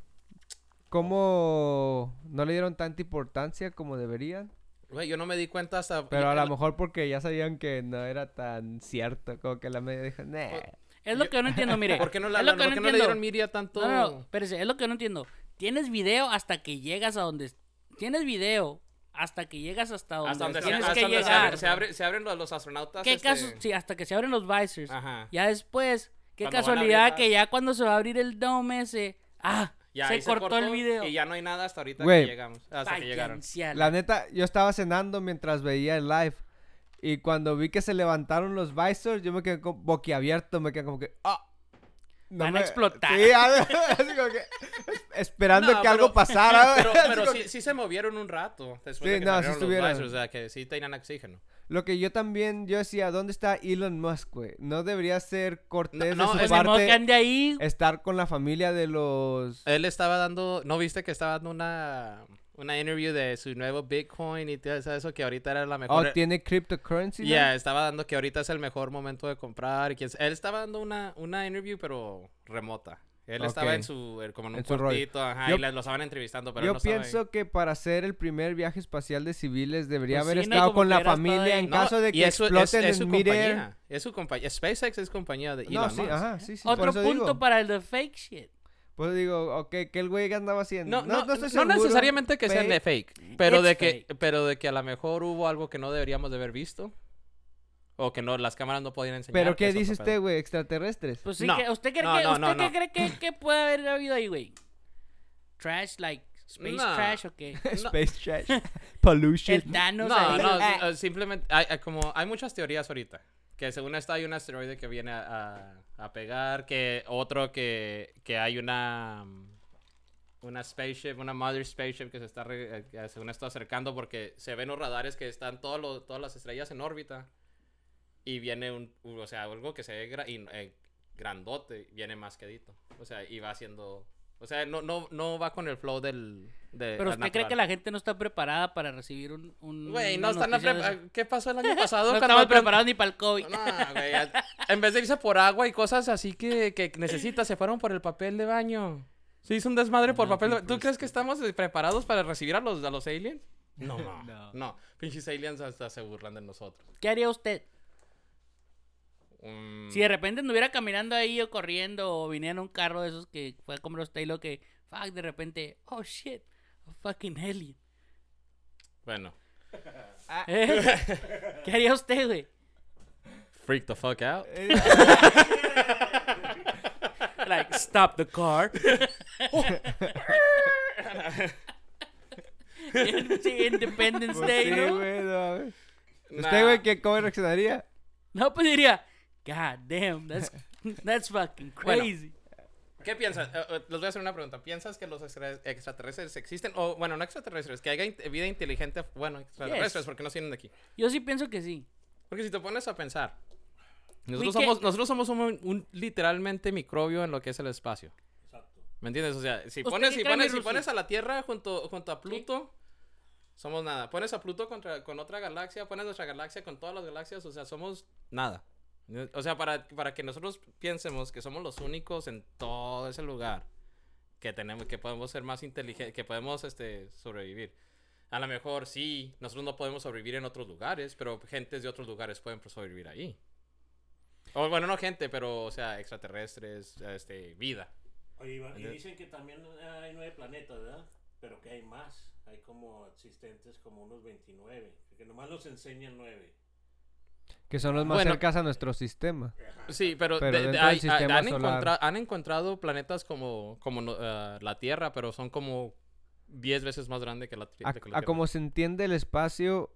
[SPEAKER 1] cómo no le dieron tanta importancia como deberían.
[SPEAKER 3] Güey, yo no me di cuenta hasta
[SPEAKER 1] Pero a
[SPEAKER 3] la
[SPEAKER 1] lo mejor porque ya sabían que no era tan cierto. Como que la media dijo, nah.
[SPEAKER 2] Es lo que yo no entiendo, mire.
[SPEAKER 3] ¿Por qué no, la,
[SPEAKER 2] Es lo que
[SPEAKER 3] por
[SPEAKER 2] no
[SPEAKER 3] qué no le
[SPEAKER 2] entiendo.
[SPEAKER 3] dieron media tanto?
[SPEAKER 2] No, no, no, espérese, es lo que no entiendo. Tienes video hasta que llegas a donde. Tienes video hasta que llegas hasta donde,
[SPEAKER 3] Hasta donde, se,
[SPEAKER 2] tienes
[SPEAKER 3] hasta
[SPEAKER 2] que
[SPEAKER 3] donde se
[SPEAKER 2] llegar.
[SPEAKER 3] abre- se, abre- se abren los, los astronautas.
[SPEAKER 2] ¿Qué
[SPEAKER 3] este,
[SPEAKER 2] caso? Sí, hasta que se abren los visors.
[SPEAKER 3] Ajá.
[SPEAKER 2] Ya después, qué
[SPEAKER 3] Cuando van a abrir
[SPEAKER 2] casualidad
[SPEAKER 3] la-
[SPEAKER 2] que ya cuando se va a abrir el dome ese. ¡Ah!
[SPEAKER 3] Ya,
[SPEAKER 2] se,
[SPEAKER 3] ahí
[SPEAKER 2] cortó el video.
[SPEAKER 3] Y ya no hay nada hasta ahorita
[SPEAKER 1] Güey.
[SPEAKER 3] que llegamos. Hasta que llegaron.
[SPEAKER 2] Vayancia,
[SPEAKER 1] La neta, yo estaba cenando mientras veía el live. Y cuando vi que se levantaron los visors, yo me quedé como boquiabierto, me quedé como que, ah, no
[SPEAKER 2] Van a
[SPEAKER 1] me-
[SPEAKER 2] explotar.
[SPEAKER 1] Sí, así como que, es- esperando
[SPEAKER 3] No,
[SPEAKER 1] que algo
[SPEAKER 3] pero-
[SPEAKER 1] pasara.
[SPEAKER 3] Pero,
[SPEAKER 1] así
[SPEAKER 3] pero
[SPEAKER 1] como
[SPEAKER 3] sí,
[SPEAKER 1] que-
[SPEAKER 3] sí se movieron un rato. Después
[SPEAKER 1] Sí,
[SPEAKER 3] de que
[SPEAKER 1] no,
[SPEAKER 3] se
[SPEAKER 1] sí
[SPEAKER 3] abrieron los
[SPEAKER 1] estuvieron.
[SPEAKER 3] visors, o sea, que sí tenían oxígeno.
[SPEAKER 1] Lo que yo también, yo decía, ¿dónde está Elon Musk, güey? No debería ser cortés
[SPEAKER 3] No, no,
[SPEAKER 1] de
[SPEAKER 2] Pues
[SPEAKER 1] su
[SPEAKER 2] ni modo que
[SPEAKER 1] parte
[SPEAKER 2] ande ahí.
[SPEAKER 1] estar con la familia de los...
[SPEAKER 3] Él estaba dando. ¿No viste que estaba dando una. Una interview de su nuevo Bitcoin y todo eso que ahorita era la
[SPEAKER 1] Oh,
[SPEAKER 3] mejor.
[SPEAKER 1] tiene cryptocurrency,
[SPEAKER 3] Ya,
[SPEAKER 1] no?
[SPEAKER 3] estaba dando que ahorita es el mejor momento de comprar. y quién sa- Él estaba dando una, una interview, pero remota. Él
[SPEAKER 1] Ok.
[SPEAKER 3] estaba en su, eh, como en un
[SPEAKER 1] En su rollo.
[SPEAKER 3] cuartito, ajá,
[SPEAKER 1] Yo-
[SPEAKER 3] y la- lo estaban entrevistando, pero él
[SPEAKER 1] Yo
[SPEAKER 3] no estaba ahí.
[SPEAKER 1] pienso que para hacer el primer viaje espacial de civiles debería
[SPEAKER 2] Pues
[SPEAKER 1] haber
[SPEAKER 2] sí, ¿no? Y
[SPEAKER 1] estado
[SPEAKER 2] como
[SPEAKER 1] con la
[SPEAKER 2] quiera estaba
[SPEAKER 1] familia
[SPEAKER 2] ahí.
[SPEAKER 1] en
[SPEAKER 3] No,
[SPEAKER 1] caso de
[SPEAKER 3] y
[SPEAKER 1] que
[SPEAKER 3] eso es-
[SPEAKER 1] exploten
[SPEAKER 3] es su
[SPEAKER 1] en midair.
[SPEAKER 3] compañía. Es su compañía. SpaceX es compañía de Elon
[SPEAKER 1] No, sí,
[SPEAKER 3] Musk.
[SPEAKER 1] ajá, sí, sí. por
[SPEAKER 2] Otro
[SPEAKER 1] eso
[SPEAKER 2] punto
[SPEAKER 1] digo.
[SPEAKER 2] para el de fake shit.
[SPEAKER 1] Pues digo, ok, que el güey que andaba haciendo.
[SPEAKER 3] No, no, no,
[SPEAKER 1] estoy seguro,
[SPEAKER 3] necesariamente que sean
[SPEAKER 1] pero-
[SPEAKER 3] de fake, pero
[SPEAKER 2] It's
[SPEAKER 3] de que
[SPEAKER 2] fake.
[SPEAKER 3] pero de que a lo mejor hubo algo que no deberíamos de haber visto O que no, las cámaras no podían enseñar.
[SPEAKER 1] ¿Pero qué
[SPEAKER 3] es otro
[SPEAKER 1] dice este
[SPEAKER 3] pedo.
[SPEAKER 1] usted, güey? ¿Extraterrestres?
[SPEAKER 2] Pues sí,
[SPEAKER 3] No,
[SPEAKER 2] que- ¿usted cree,
[SPEAKER 3] no,
[SPEAKER 2] que,
[SPEAKER 3] no,
[SPEAKER 2] usted
[SPEAKER 3] no,
[SPEAKER 2] qué
[SPEAKER 3] no.
[SPEAKER 2] cree que, que puede haber habido ahí, güey? ¿Trash, like, space
[SPEAKER 3] No.
[SPEAKER 2] trash o qué?
[SPEAKER 3] No.
[SPEAKER 1] Space trash. Pollution.
[SPEAKER 2] El Thanos
[SPEAKER 3] No,
[SPEAKER 2] ahí.
[SPEAKER 3] no,
[SPEAKER 2] Ah,
[SPEAKER 3] eh, simplemente hay, hay como hay muchas teorías ahorita. Que según esta hay un asteroide que viene a, a- a pegar, que otro que, que hay una mm, una spaceship, una mother spaceship que se está re- eh, que según esto acercando porque se ven los radares que están todos los- todas las estrellas en órbita y viene un, u- o sea, algo que se ve gra- y- eh, grandote, viene más quedito. O sea, y va haciendo, o sea, no no no va con el flow del de
[SPEAKER 2] Pero usted cree
[SPEAKER 3] natural.
[SPEAKER 2] que la gente no está preparada para recibir un... un
[SPEAKER 3] Güey,
[SPEAKER 2] una
[SPEAKER 3] no están
[SPEAKER 2] noticia de
[SPEAKER 3] prepa-
[SPEAKER 2] esas?
[SPEAKER 3] ¿Qué pasó el año pasado?
[SPEAKER 2] No
[SPEAKER 3] cuando
[SPEAKER 2] estamos
[SPEAKER 3] me pre-
[SPEAKER 2] preparados ni para el COVID.
[SPEAKER 3] No, güey, a- En vez de irse por agua y cosas así que, que necesitas, se fueron por el papel de baño. Se hizo un desmadre por
[SPEAKER 2] No,
[SPEAKER 3] papel de
[SPEAKER 2] qué
[SPEAKER 3] baño. ¿Tú crees que estamos eh, preparados para recibir a los, a los aliens? No, no.
[SPEAKER 1] No.
[SPEAKER 3] No, pinches aliens hasta se burlan de nosotros.
[SPEAKER 2] ¿Qué haría usted?
[SPEAKER 3] Mm,
[SPEAKER 2] Si de repente anduviera caminando ahí o corriendo o viniera en un carro de esos que fue a comer usted y lo que... Fuck, de repente... Oh, shit. a fucking alien.
[SPEAKER 3] Bueno, Ah.
[SPEAKER 2] ¿Eh? ¿Qué haría usted, güey?
[SPEAKER 3] freak the fuck out.
[SPEAKER 1] Eh,
[SPEAKER 2] Like, stop the car. Sí, Independence
[SPEAKER 1] Pues
[SPEAKER 2] Day,
[SPEAKER 1] sí,
[SPEAKER 2] ¿no?
[SPEAKER 1] güey, no, güey.
[SPEAKER 3] Nah.
[SPEAKER 1] ¿Usted, güey, qué- cómo reaccionaría?
[SPEAKER 2] No, pues diría, God damn, that's, that's fucking
[SPEAKER 3] Bueno.
[SPEAKER 2] crazy.
[SPEAKER 3] ¿Qué piensas? Eh, eh, les voy a hacer una pregunta. ¿Piensas que los extra- extraterrestres existen? O, bueno, no extraterrestres, que haya in- vida inteligente. Bueno, extraterrestres,
[SPEAKER 2] Yes.
[SPEAKER 3] porque no vienen de aquí.
[SPEAKER 2] Yo sí pienso que sí.
[SPEAKER 3] Porque si te pones a pensar, nosotros
[SPEAKER 2] que-
[SPEAKER 3] somos, nosotros somos un, un literalmente microbio en lo que es el espacio.
[SPEAKER 4] Exacto.
[SPEAKER 3] ¿Me entiendes? O sea, si
[SPEAKER 2] ¿Usted
[SPEAKER 3] pones,
[SPEAKER 2] qué
[SPEAKER 3] si
[SPEAKER 2] cree, mi
[SPEAKER 3] pones, si
[SPEAKER 2] Rusi?
[SPEAKER 3] pones a la Tierra junto, junto a Pluto, somos nada. Pones a Pluto contra, con otra galaxia, pones nuestra galaxia con todas las galaxias, o sea, somos nada. O sea, para, para que nosotros piensemos que somos los únicos en todo ese lugar que tenemos, que podemos ser más inteligentes, que podemos este, sobrevivir. A lo mejor sí, nosotros no podemos sobrevivir en otros lugares, pero gentes de otros lugares pueden sobrevivir ahí. O bueno, no gente, pero, o sea, extraterrestres, este, vida.
[SPEAKER 4] Oye, Iván, y
[SPEAKER 3] Entiendo.
[SPEAKER 4] dicen que también ah, hay nueve planetas, ¿verdad? Pero que hay más. Hay como existentes como unos 29. Que nomás los enseñan nueve.
[SPEAKER 1] Que son los más
[SPEAKER 3] Bueno.
[SPEAKER 1] cercanos a nuestro sistema.
[SPEAKER 3] Sí, pero,
[SPEAKER 1] Pero
[SPEAKER 3] de- de-
[SPEAKER 1] dentro del
[SPEAKER 3] hay- hay-
[SPEAKER 1] sistema
[SPEAKER 3] han,
[SPEAKER 1] solar.
[SPEAKER 3] encontra- han encontrado planetas como, como no- ah, la Tierra, pero son como 10 veces más grande que la, tri-
[SPEAKER 1] A,
[SPEAKER 3] que la
[SPEAKER 1] a
[SPEAKER 3] Tierra.
[SPEAKER 1] como se entiende el espacio,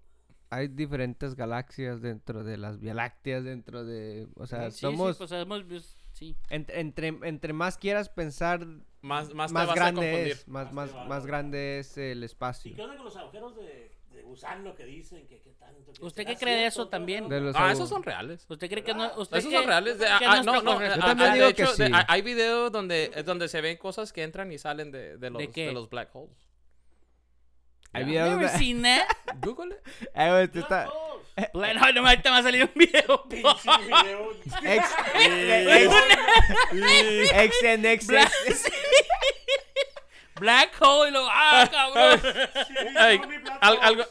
[SPEAKER 1] hay diferentes galaxias dentro de las Vía Lácteas, dentro de... O sea,
[SPEAKER 2] Sí,
[SPEAKER 1] somos...
[SPEAKER 2] Sí, pues, hemos visto- sí.
[SPEAKER 1] ent- entre, entre más quieras pensar,
[SPEAKER 3] Más,
[SPEAKER 1] más,
[SPEAKER 3] más, te vas a
[SPEAKER 1] grande
[SPEAKER 3] confundir.
[SPEAKER 1] es. Más,
[SPEAKER 4] Más
[SPEAKER 1] más,
[SPEAKER 4] te va a
[SPEAKER 1] más
[SPEAKER 4] confundir.
[SPEAKER 1] grande es el
[SPEAKER 4] ¿Y qué
[SPEAKER 1] espacio.
[SPEAKER 4] onda con los agujeros de, de gusano que dicen que qué tanto? que
[SPEAKER 2] ¿Usted
[SPEAKER 4] será
[SPEAKER 2] qué cree de
[SPEAKER 4] cierto,
[SPEAKER 2] eso también?
[SPEAKER 1] De los
[SPEAKER 3] Ah,
[SPEAKER 1] agu-
[SPEAKER 3] esos son reales.
[SPEAKER 2] ¿Usted cree que no? Usted
[SPEAKER 3] Ah, Esos
[SPEAKER 2] que-
[SPEAKER 3] son reales. de-
[SPEAKER 2] que
[SPEAKER 3] ah, ah,
[SPEAKER 2] nuestra
[SPEAKER 3] no, no,
[SPEAKER 2] corre-
[SPEAKER 3] ah,
[SPEAKER 1] Yo
[SPEAKER 3] ah,
[SPEAKER 1] también
[SPEAKER 3] de
[SPEAKER 1] digo que
[SPEAKER 3] hecho, de-
[SPEAKER 1] sí.
[SPEAKER 3] ah, hay videos donde, eh, donde se ven cosas que entran y salen de, de los,
[SPEAKER 2] ¿De qué?
[SPEAKER 3] de los black holes.
[SPEAKER 1] Hay
[SPEAKER 3] Ya.
[SPEAKER 1] videos
[SPEAKER 2] Never
[SPEAKER 1] donde-
[SPEAKER 2] seen that.
[SPEAKER 3] Google it.
[SPEAKER 1] Ay, güey, te
[SPEAKER 4] ¡Los
[SPEAKER 1] está-
[SPEAKER 4] dos!
[SPEAKER 2] Bueno, no, ahorita me va a salir un video.
[SPEAKER 4] Pinche video.
[SPEAKER 1] Ex- XNXX.
[SPEAKER 2] Black, Black hole y lo. ¡Ah, cabrón!
[SPEAKER 3] Ay,
[SPEAKER 4] Yo mi plato.
[SPEAKER 3] al- algo-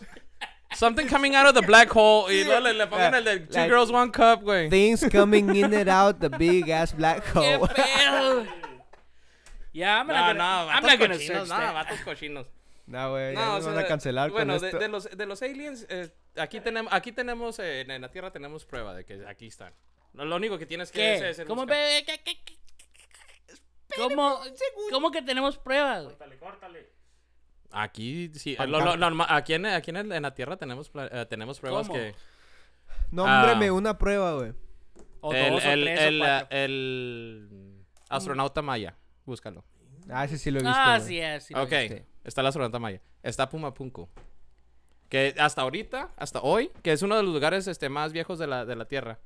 [SPEAKER 3] something coming out of the black hole. Y luego le, le pongan
[SPEAKER 1] Ah,
[SPEAKER 3] el de Two
[SPEAKER 1] like-
[SPEAKER 3] Girls, One Cup, güey.
[SPEAKER 1] Things coming in and out the big ass black
[SPEAKER 2] ¡Qué
[SPEAKER 1] hole.
[SPEAKER 2] pedo! Ya, I'm
[SPEAKER 3] Oh. Ah, No,
[SPEAKER 2] not
[SPEAKER 3] no,
[SPEAKER 2] gonna- I'm
[SPEAKER 3] vatos
[SPEAKER 2] not gonna search
[SPEAKER 3] cochinos, no,
[SPEAKER 1] eh.
[SPEAKER 2] that.
[SPEAKER 3] vatos cochinos.
[SPEAKER 1] No, güey, ya
[SPEAKER 3] No,
[SPEAKER 1] nos
[SPEAKER 3] o sea,
[SPEAKER 1] van a cancelar con
[SPEAKER 3] bueno, de-
[SPEAKER 1] esto.
[SPEAKER 3] De, los, de los aliens, eh, aquí tenemos, aquí tenemos eh, en, en la Tierra tenemos prueba de que aquí están. Lo, lo único que tienes que hacer
[SPEAKER 2] ¿Qué?
[SPEAKER 3] es... es
[SPEAKER 2] ¿Cómo,
[SPEAKER 3] buscar.
[SPEAKER 2] ve- qué- qué- qué- ¿Cómo, ¿Cómo que tenemos pruebas? güey?
[SPEAKER 4] Córtale, córtale.
[SPEAKER 3] Aquí, sí.
[SPEAKER 1] Pan-
[SPEAKER 3] lo- lo-
[SPEAKER 1] pan-
[SPEAKER 3] lo norma- aquí en, aquí en, el- en la Tierra tenemos, pla- eh, tenemos pruebas
[SPEAKER 2] ¿Cómo?
[SPEAKER 3] que...
[SPEAKER 1] Nómbreme
[SPEAKER 3] Ah.
[SPEAKER 1] una prueba, güey.
[SPEAKER 2] O
[SPEAKER 3] el,
[SPEAKER 2] dos, o
[SPEAKER 3] el-
[SPEAKER 2] tres, o
[SPEAKER 3] el,
[SPEAKER 2] cuatro. Mm.
[SPEAKER 3] eh, el astronauta maya, búscalo.
[SPEAKER 1] Ah, ese sí lo he visto.
[SPEAKER 2] ah,
[SPEAKER 1] güey.
[SPEAKER 2] sí, ah, sí. lo
[SPEAKER 3] ok,
[SPEAKER 2] viste.
[SPEAKER 3] está el astronauta maya. Está Pumapunku. Que hasta ahorita, hasta hoy, que es uno de los lugares este, más viejos de la, de la Tierra.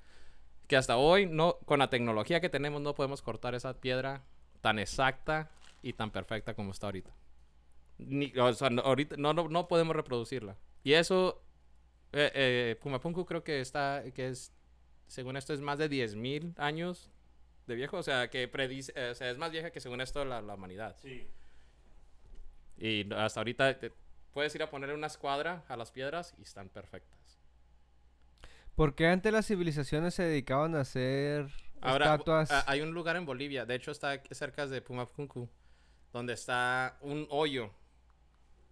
[SPEAKER 3] Que hasta hoy, no, con la tecnología que tenemos, no podemos cortar esa piedra tan exacta y tan perfecta como está ahorita. Ni- o sea, no, ahorita no, no, no podemos reproducirla. Y eso, eh, eh, Pumapunku creo que está, que es, según esto, es más de 10.000 años de viejo. O sea, que predice, eh, o sea, es más vieja que según esto la- la humanidad.
[SPEAKER 4] Sí.
[SPEAKER 3] Y no- hasta ahorita te- puedes ir a ponerle una escuadra a las piedras y están perfectas.
[SPEAKER 1] ¿Por qué antes las civilizaciones se dedicaban a hacer
[SPEAKER 3] Ahora,
[SPEAKER 1] estatuas?
[SPEAKER 3] a- hay un lugar en Bolivia, de hecho está aquí cerca de Pumapunku, donde está un hoyo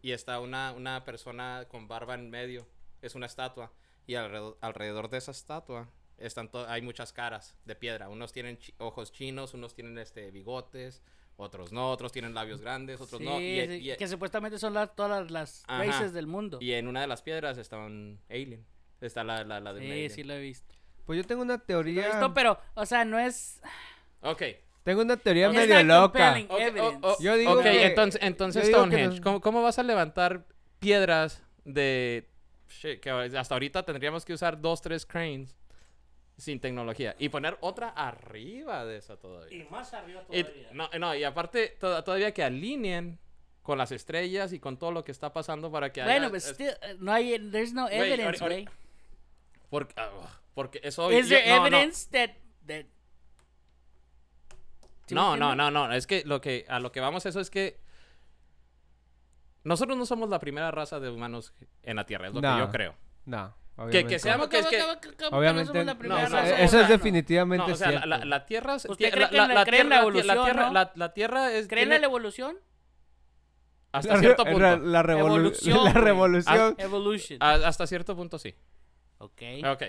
[SPEAKER 3] y está una, una persona con barba en medio. Es una estatua. Y alrededor, alrededor de esa estatua están to- hay muchas caras de piedra. Unos tienen chi- ojos chinos, unos tienen este bigotes, otros no, otros tienen labios grandes, otros no. Y, e,
[SPEAKER 2] Sí,
[SPEAKER 3] y-
[SPEAKER 2] sí, que supuestamente son las- todas las, las
[SPEAKER 3] Ajá.
[SPEAKER 2] races del mundo.
[SPEAKER 3] y en una de las piedras está un alien. Está la, la, la de un
[SPEAKER 2] Sí,
[SPEAKER 3] alien.
[SPEAKER 2] sí lo he visto.
[SPEAKER 1] Pues yo tengo una
[SPEAKER 2] Lo he
[SPEAKER 1] teoría.
[SPEAKER 2] visto, pero, o sea, no es...
[SPEAKER 3] Ok.
[SPEAKER 1] Tengo una teoría
[SPEAKER 2] no es
[SPEAKER 1] medio
[SPEAKER 2] tan
[SPEAKER 1] loca.
[SPEAKER 2] compelling
[SPEAKER 3] Ok, oh,
[SPEAKER 2] evidence.
[SPEAKER 3] oh,
[SPEAKER 1] Yo digo
[SPEAKER 3] ok,
[SPEAKER 1] que-
[SPEAKER 3] entonces, entonces
[SPEAKER 1] yo digo que
[SPEAKER 3] Stonehenge,
[SPEAKER 1] nos-
[SPEAKER 3] ¿cómo, cómo vas a levantar piedras de... shit, que hasta ahorita tendríamos que usar dos, tres cranes sin tecnología. Y poner otra arriba de esa todavía.
[SPEAKER 4] Y más arriba
[SPEAKER 3] Y-
[SPEAKER 4] todavía.
[SPEAKER 3] no, no, y aparte to- todavía que alineen con las estrellas y con todo lo que está pasando para que haya-
[SPEAKER 2] Bueno, but
[SPEAKER 3] es-
[SPEAKER 2] still, eh, no hay, there's no
[SPEAKER 3] Güey, ahori-
[SPEAKER 2] evidence,
[SPEAKER 3] ahori-
[SPEAKER 2] güey.
[SPEAKER 3] Porque, ah, ugh, porque es obvio.
[SPEAKER 2] Is
[SPEAKER 3] yo-
[SPEAKER 2] there
[SPEAKER 3] no, no.
[SPEAKER 2] evidence that, that... ¿Sí me
[SPEAKER 3] No, no,
[SPEAKER 2] entiendes?
[SPEAKER 3] no, no, es que lo que a lo que vamos eso es que nosotros no somos la primera raza de humanos en la Tierra, es lo
[SPEAKER 1] No,
[SPEAKER 3] que yo creo.
[SPEAKER 1] No,
[SPEAKER 3] Que,
[SPEAKER 1] obviamente.
[SPEAKER 2] ¿Cómo,
[SPEAKER 3] que seamos que, es
[SPEAKER 2] cómo,
[SPEAKER 3] que-
[SPEAKER 2] cómo, cómo que no
[SPEAKER 1] Obviamente.
[SPEAKER 2] somos la primera
[SPEAKER 3] no,
[SPEAKER 1] eso-
[SPEAKER 3] no,
[SPEAKER 2] raza
[SPEAKER 1] eso es
[SPEAKER 2] humana?
[SPEAKER 1] definitivamente
[SPEAKER 3] no, o sea, la,
[SPEAKER 1] cierto.
[SPEAKER 3] la- la Tierra es-
[SPEAKER 2] ¿Usted
[SPEAKER 3] tie-
[SPEAKER 2] cree que en la- cree en la
[SPEAKER 3] tierra-
[SPEAKER 2] evolución,
[SPEAKER 3] tierra-
[SPEAKER 2] no?
[SPEAKER 3] la- la Tierra es
[SPEAKER 2] ¿Creen
[SPEAKER 3] tiene-
[SPEAKER 2] en la evolución?
[SPEAKER 3] hasta
[SPEAKER 1] La re-
[SPEAKER 3] cierto punto.
[SPEAKER 1] la- la revolu-
[SPEAKER 2] Evolución,
[SPEAKER 1] la
[SPEAKER 2] güey.
[SPEAKER 3] Ah,
[SPEAKER 1] revolución.
[SPEAKER 2] Evolution.
[SPEAKER 3] a- hasta cierto punto sí.
[SPEAKER 2] ok.
[SPEAKER 3] Ah, Ok,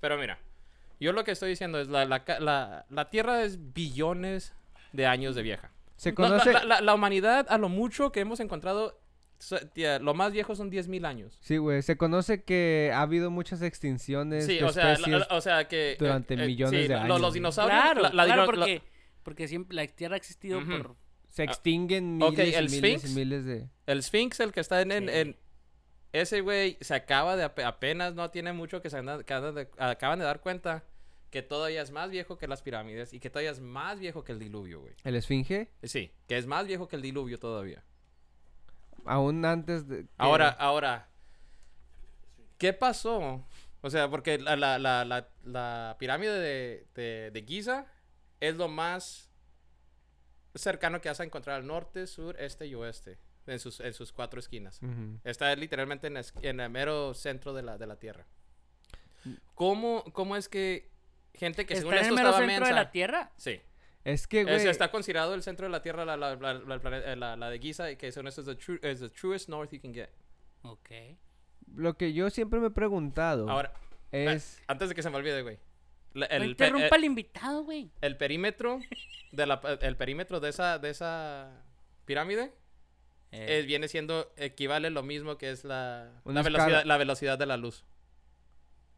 [SPEAKER 3] pero mira, yo lo que estoy diciendo es la, la, ca- la, la Tierra es billones de años de vieja.
[SPEAKER 1] Se
[SPEAKER 3] No, la-
[SPEAKER 1] conoce.
[SPEAKER 3] La, la- la humanidad a lo mucho que hemos encontrado, so- tía, lo más viejo son 10.000 años.
[SPEAKER 1] Sí, güey. Se conoce que ha habido muchas extinciones
[SPEAKER 3] Sí,
[SPEAKER 1] de
[SPEAKER 3] o sea, la-
[SPEAKER 1] especies.
[SPEAKER 3] la- o sea que... eh,
[SPEAKER 1] durante millones de
[SPEAKER 3] lo-
[SPEAKER 1] años,
[SPEAKER 3] Los
[SPEAKER 1] güey.
[SPEAKER 3] dinosaurios...
[SPEAKER 2] Claro,
[SPEAKER 3] Pues la- la
[SPEAKER 2] claro,
[SPEAKER 3] dino- la-
[SPEAKER 2] porque, porque siempre la Tierra ha existido
[SPEAKER 3] Ujú.
[SPEAKER 2] por...
[SPEAKER 1] se extinguen miles
[SPEAKER 3] ah, ok,
[SPEAKER 1] y
[SPEAKER 3] el
[SPEAKER 1] miles
[SPEAKER 3] Sphinx.
[SPEAKER 1] y miles de.
[SPEAKER 3] el Sphinx, el que está en... en-
[SPEAKER 2] Sí.
[SPEAKER 3] en- ese güey se acaba de... ape- Apenas no tiene mucho que se andan- que andan de- acaban de dar cuenta que todavía es más viejo que las pirámides y que todavía es más viejo que el diluvio, güey.
[SPEAKER 1] El esfinge.
[SPEAKER 3] Sí, que es más viejo que el diluvio todavía.
[SPEAKER 1] Aún antes de. que-
[SPEAKER 3] Ahora, ahora, ¿qué pasó? O sea, porque la, la- la- la- la pirámide de, de- de Giza es lo más cercano que vas a encontrar al norte, sur, este y oeste, en sus, en sus cuatro esquinas.
[SPEAKER 1] Ujú.
[SPEAKER 3] Está literalmente en, es- en el mero centro de la, de la Tierra. ¿Cómo, ¿Cómo es que gente que según
[SPEAKER 2] ¿Está en el
[SPEAKER 3] esto
[SPEAKER 2] mero
[SPEAKER 3] estaba
[SPEAKER 2] centro de
[SPEAKER 3] mensa...
[SPEAKER 2] la Tierra?
[SPEAKER 3] Sí.
[SPEAKER 1] Es que,
[SPEAKER 3] Es-
[SPEAKER 1] güey.
[SPEAKER 3] está considerado el centro de la Tierra, la, la, la, la- el plane- eh, la- la de Giza, que según esto es the, true- es the truest north you can get.
[SPEAKER 2] Ok.
[SPEAKER 1] Lo que yo siempre me he preguntado
[SPEAKER 2] Oh.
[SPEAKER 3] Ahora,
[SPEAKER 1] es.
[SPEAKER 3] Eh, antes de que se me olvide, güey. La-
[SPEAKER 2] no
[SPEAKER 3] El, pe-
[SPEAKER 2] interrumpa
[SPEAKER 3] eh,
[SPEAKER 2] al invitado, güey.
[SPEAKER 3] el perímetro de la el perímetro de esa de esa pirámide eh, viene siendo equivale lo mismo que es la,
[SPEAKER 1] Una
[SPEAKER 3] la
[SPEAKER 1] escala.
[SPEAKER 3] velocidad la velocidad de la luz.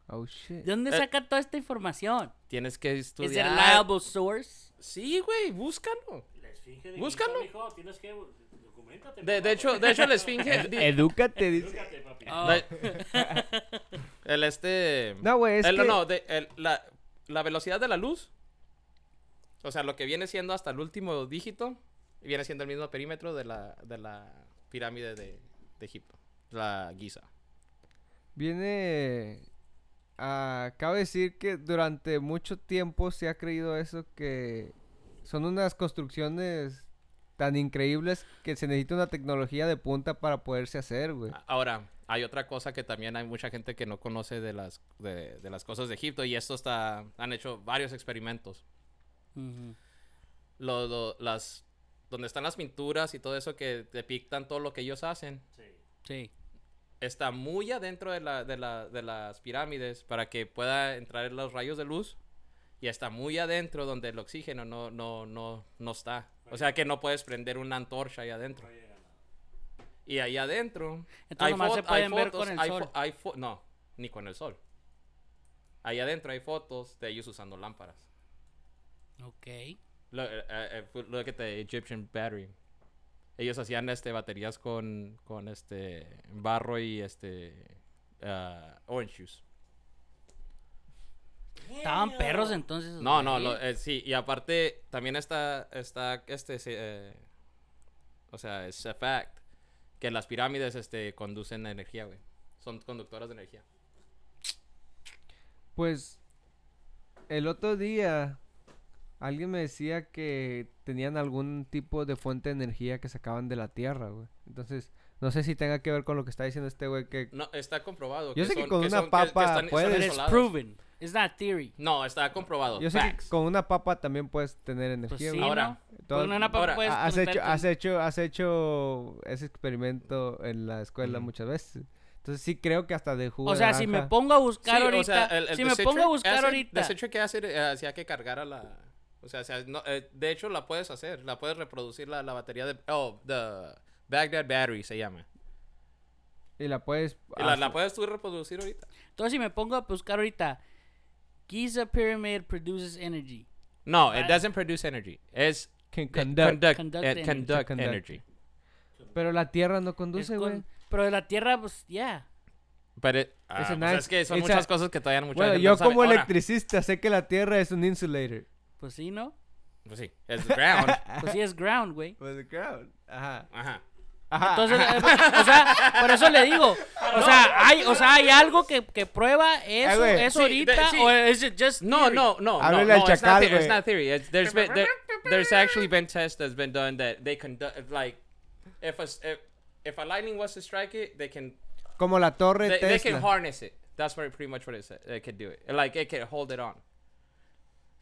[SPEAKER 1] Oh shit.
[SPEAKER 2] ¿De dónde
[SPEAKER 3] eh,
[SPEAKER 2] saca toda esta información?
[SPEAKER 3] Tienes que
[SPEAKER 2] ¿Es de
[SPEAKER 3] estudiar.
[SPEAKER 2] reliable source?
[SPEAKER 3] Sí, güey, búscalo.
[SPEAKER 4] La esfinge de
[SPEAKER 3] Búscalo.
[SPEAKER 4] Giza, mijo, tienes que... Documentate.
[SPEAKER 3] De, de hecho, Ah. de hecho el esfinge di-
[SPEAKER 1] Edúcate, dice.
[SPEAKER 4] Edúcate, papi.
[SPEAKER 2] Oh,
[SPEAKER 3] de- el este
[SPEAKER 1] No, güey, es
[SPEAKER 3] el-
[SPEAKER 1] que.
[SPEAKER 3] no, de- el- la, la velocidad de la luz. O sea, lo que viene siendo hasta el último dígito viene siendo el mismo perímetro de la, de la pirámide de, de Egipto, la Giza.
[SPEAKER 1] Viene. a- cabe decir que durante mucho tiempo se ha creído eso que son unas construcciones tan increíbles que se necesita una tecnología de punta para poderse hacer, güey.
[SPEAKER 3] Ahora, hay otra cosa que también hay mucha gente que no conoce de las, de, de las cosas de Egipto y esto está, han hecho varios experimentos.
[SPEAKER 2] ujú.
[SPEAKER 3] Lo- lo- las, donde están las pinturas y todo eso que depictan todo lo que ellos hacen,
[SPEAKER 4] Sí.
[SPEAKER 2] Sí.
[SPEAKER 3] está muy adentro de, la, de, la- de las pirámides para que pueda entrar los rayos de luz y está muy adentro donde el oxígeno no, no, no, no está. O sea que no puedes prender una antorcha ahí adentro. Y ahí adentro
[SPEAKER 2] Entonces nomás se
[SPEAKER 3] fot-
[SPEAKER 2] pueden ver con el
[SPEAKER 3] hay
[SPEAKER 2] sol.
[SPEAKER 3] fo- hay fo- no, ni con el sol. Ahí adentro hay fotos de ellos usando lámparas.
[SPEAKER 2] Ok.
[SPEAKER 3] Lo, eh, eh, eh, look at the Egyptian battery. Ellos hacían este baterías con, con este barro y este ah, orange juice.
[SPEAKER 2] Estaban perros entonces. esos
[SPEAKER 3] No, no,
[SPEAKER 2] güeyes.
[SPEAKER 3] lo- eh, sí, y aparte también está, está este, se- eh, o sea, es a fact que las pirámides este, conducen energía, güey. Son conductoras de energía.
[SPEAKER 1] Pues el otro día alguien me decía que tenían algún tipo de fuente de energía que sacaban de la tierra, güey. Entonces, no sé si tenga que ver con lo que está diciendo este güey que
[SPEAKER 3] No, está comprobado.
[SPEAKER 1] Yo sé que
[SPEAKER 3] son-
[SPEAKER 1] con una
[SPEAKER 3] son-
[SPEAKER 1] papa puedes-
[SPEAKER 2] But it's
[SPEAKER 3] isoladas.
[SPEAKER 2] proven. It's not theory.
[SPEAKER 3] No, está comprobado.
[SPEAKER 1] yo sé
[SPEAKER 3] Facts.
[SPEAKER 1] que con una papa también puedes tener
[SPEAKER 2] Pues
[SPEAKER 1] energía.
[SPEAKER 2] sí,
[SPEAKER 1] güey.
[SPEAKER 3] Ahora,
[SPEAKER 2] ¿no?
[SPEAKER 1] Todo-
[SPEAKER 2] Con una papa
[SPEAKER 3] ahora,
[SPEAKER 2] puedes
[SPEAKER 1] has hecho
[SPEAKER 2] conectarte.
[SPEAKER 1] has hecho has hecho ese experimento en la escuela
[SPEAKER 3] Ujú.
[SPEAKER 1] muchas veces. Entonces sí creo que hasta de jugo
[SPEAKER 2] O
[SPEAKER 1] de
[SPEAKER 2] sea, si me
[SPEAKER 1] naranja.
[SPEAKER 2] pongo a buscar
[SPEAKER 3] Sí,
[SPEAKER 2] ahorita.
[SPEAKER 3] o sea, el- el
[SPEAKER 2] si me
[SPEAKER 3] desecho
[SPEAKER 2] pongo a
[SPEAKER 3] que
[SPEAKER 2] buscar
[SPEAKER 3] hace-
[SPEAKER 2] ahorita.
[SPEAKER 3] desecho que hace, eh, hacía que cargara la... O sea, hacía- no, eh, de hecho la puedes hacer, la puedes reproducir la, la batería de... Oh, the Baghdad Battery se llama.
[SPEAKER 1] Y la puedes...
[SPEAKER 3] Y la,
[SPEAKER 1] ah,
[SPEAKER 3] la puedes tú reproducir ahorita.
[SPEAKER 2] Entonces, si me pongo a buscar ahorita. Giza Pyramid produces energy.
[SPEAKER 3] No, it
[SPEAKER 2] Ah.
[SPEAKER 3] doesn't produce energy. Es eh,
[SPEAKER 1] can
[SPEAKER 3] conduct,
[SPEAKER 1] conduct.
[SPEAKER 2] Conduct
[SPEAKER 3] eh,
[SPEAKER 2] energy.
[SPEAKER 3] conduct
[SPEAKER 1] Conduct.
[SPEAKER 3] energy.
[SPEAKER 1] Pero la tierra no
[SPEAKER 2] Es
[SPEAKER 1] conduce,
[SPEAKER 2] con-
[SPEAKER 1] güey.
[SPEAKER 2] Pero de la tierra, pues, ya.
[SPEAKER 3] But it- ah,
[SPEAKER 1] It's a
[SPEAKER 3] pues
[SPEAKER 1] nice-
[SPEAKER 3] es que son
[SPEAKER 1] it's
[SPEAKER 3] muchas
[SPEAKER 1] a-
[SPEAKER 3] cosas que todavía no mucha
[SPEAKER 1] Bueno,
[SPEAKER 3] gente
[SPEAKER 1] yo
[SPEAKER 3] no sabe.
[SPEAKER 1] como
[SPEAKER 3] Ahora,
[SPEAKER 1] electricista sé que la tierra es un insulator.
[SPEAKER 2] Pues sí, ¿no?
[SPEAKER 3] Pues sí, es ground.
[SPEAKER 2] Pues sí, es ground, güey.
[SPEAKER 1] Pues the ground. Ajá.
[SPEAKER 3] Ajá.
[SPEAKER 1] Ah.
[SPEAKER 2] Entonces, eh, o sea, por eso le digo. O sea, hay, o sea, hay algo que, que prueba
[SPEAKER 1] Eh,
[SPEAKER 2] eso,
[SPEAKER 1] güey.
[SPEAKER 2] eso
[SPEAKER 3] Sí,
[SPEAKER 2] ahorita.
[SPEAKER 3] de- sí.
[SPEAKER 2] O es it just.
[SPEAKER 3] No,
[SPEAKER 2] theory?
[SPEAKER 3] no, no, no,
[SPEAKER 1] Háblale
[SPEAKER 3] no.
[SPEAKER 1] al
[SPEAKER 3] It's not,
[SPEAKER 1] chacal,
[SPEAKER 3] the- it's
[SPEAKER 1] güey.
[SPEAKER 3] not theory. It's, there's been there, there's actually been tests that's been done that they conduct like if a s- if, if a lightning was to strike it, they can
[SPEAKER 1] Como la torre
[SPEAKER 3] they, they can
[SPEAKER 1] Tesla.
[SPEAKER 3] harness it. That's what, pretty much what it said. They could do it. Like it could hold it on.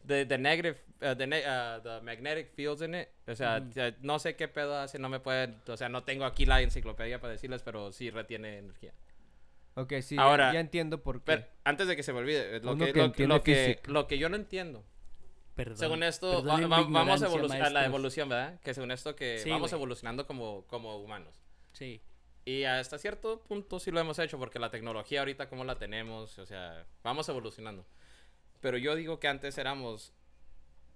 [SPEAKER 3] The the negative uh, the ne- uh, the magnetic fields in it. O sea,
[SPEAKER 1] Mm.
[SPEAKER 3] eh, no sé qué pedo hace. No me pueden. O sea, no tengo aquí la enciclopedia para decirles, pero sí retiene energía.
[SPEAKER 1] ok, sí,
[SPEAKER 3] Ahora-
[SPEAKER 1] ya, ya entiendo por qué.
[SPEAKER 3] Pero antes de que se me olvide, eh, lo
[SPEAKER 1] Uno
[SPEAKER 3] que,
[SPEAKER 1] que
[SPEAKER 3] lo, que- lo
[SPEAKER 1] entiende
[SPEAKER 3] que
[SPEAKER 1] física.
[SPEAKER 3] lo que yo no entiendo.
[SPEAKER 2] Perdón.
[SPEAKER 3] Según esto, va-
[SPEAKER 2] Perdonen
[SPEAKER 3] va-
[SPEAKER 2] mi
[SPEAKER 3] vamos a
[SPEAKER 2] ignorancia,
[SPEAKER 3] evolucionar la
[SPEAKER 2] maestros.
[SPEAKER 3] evolución, ¿verdad? Que según esto que
[SPEAKER 2] Sí,
[SPEAKER 3] vamos
[SPEAKER 2] güey.
[SPEAKER 3] evolucionando como, como humanos.
[SPEAKER 2] Sí.
[SPEAKER 3] Y hasta cierto punto sí lo hemos hecho, porque la tecnología ahorita como la tenemos, o sea, vamos evolucionando. Pero yo digo que antes éramos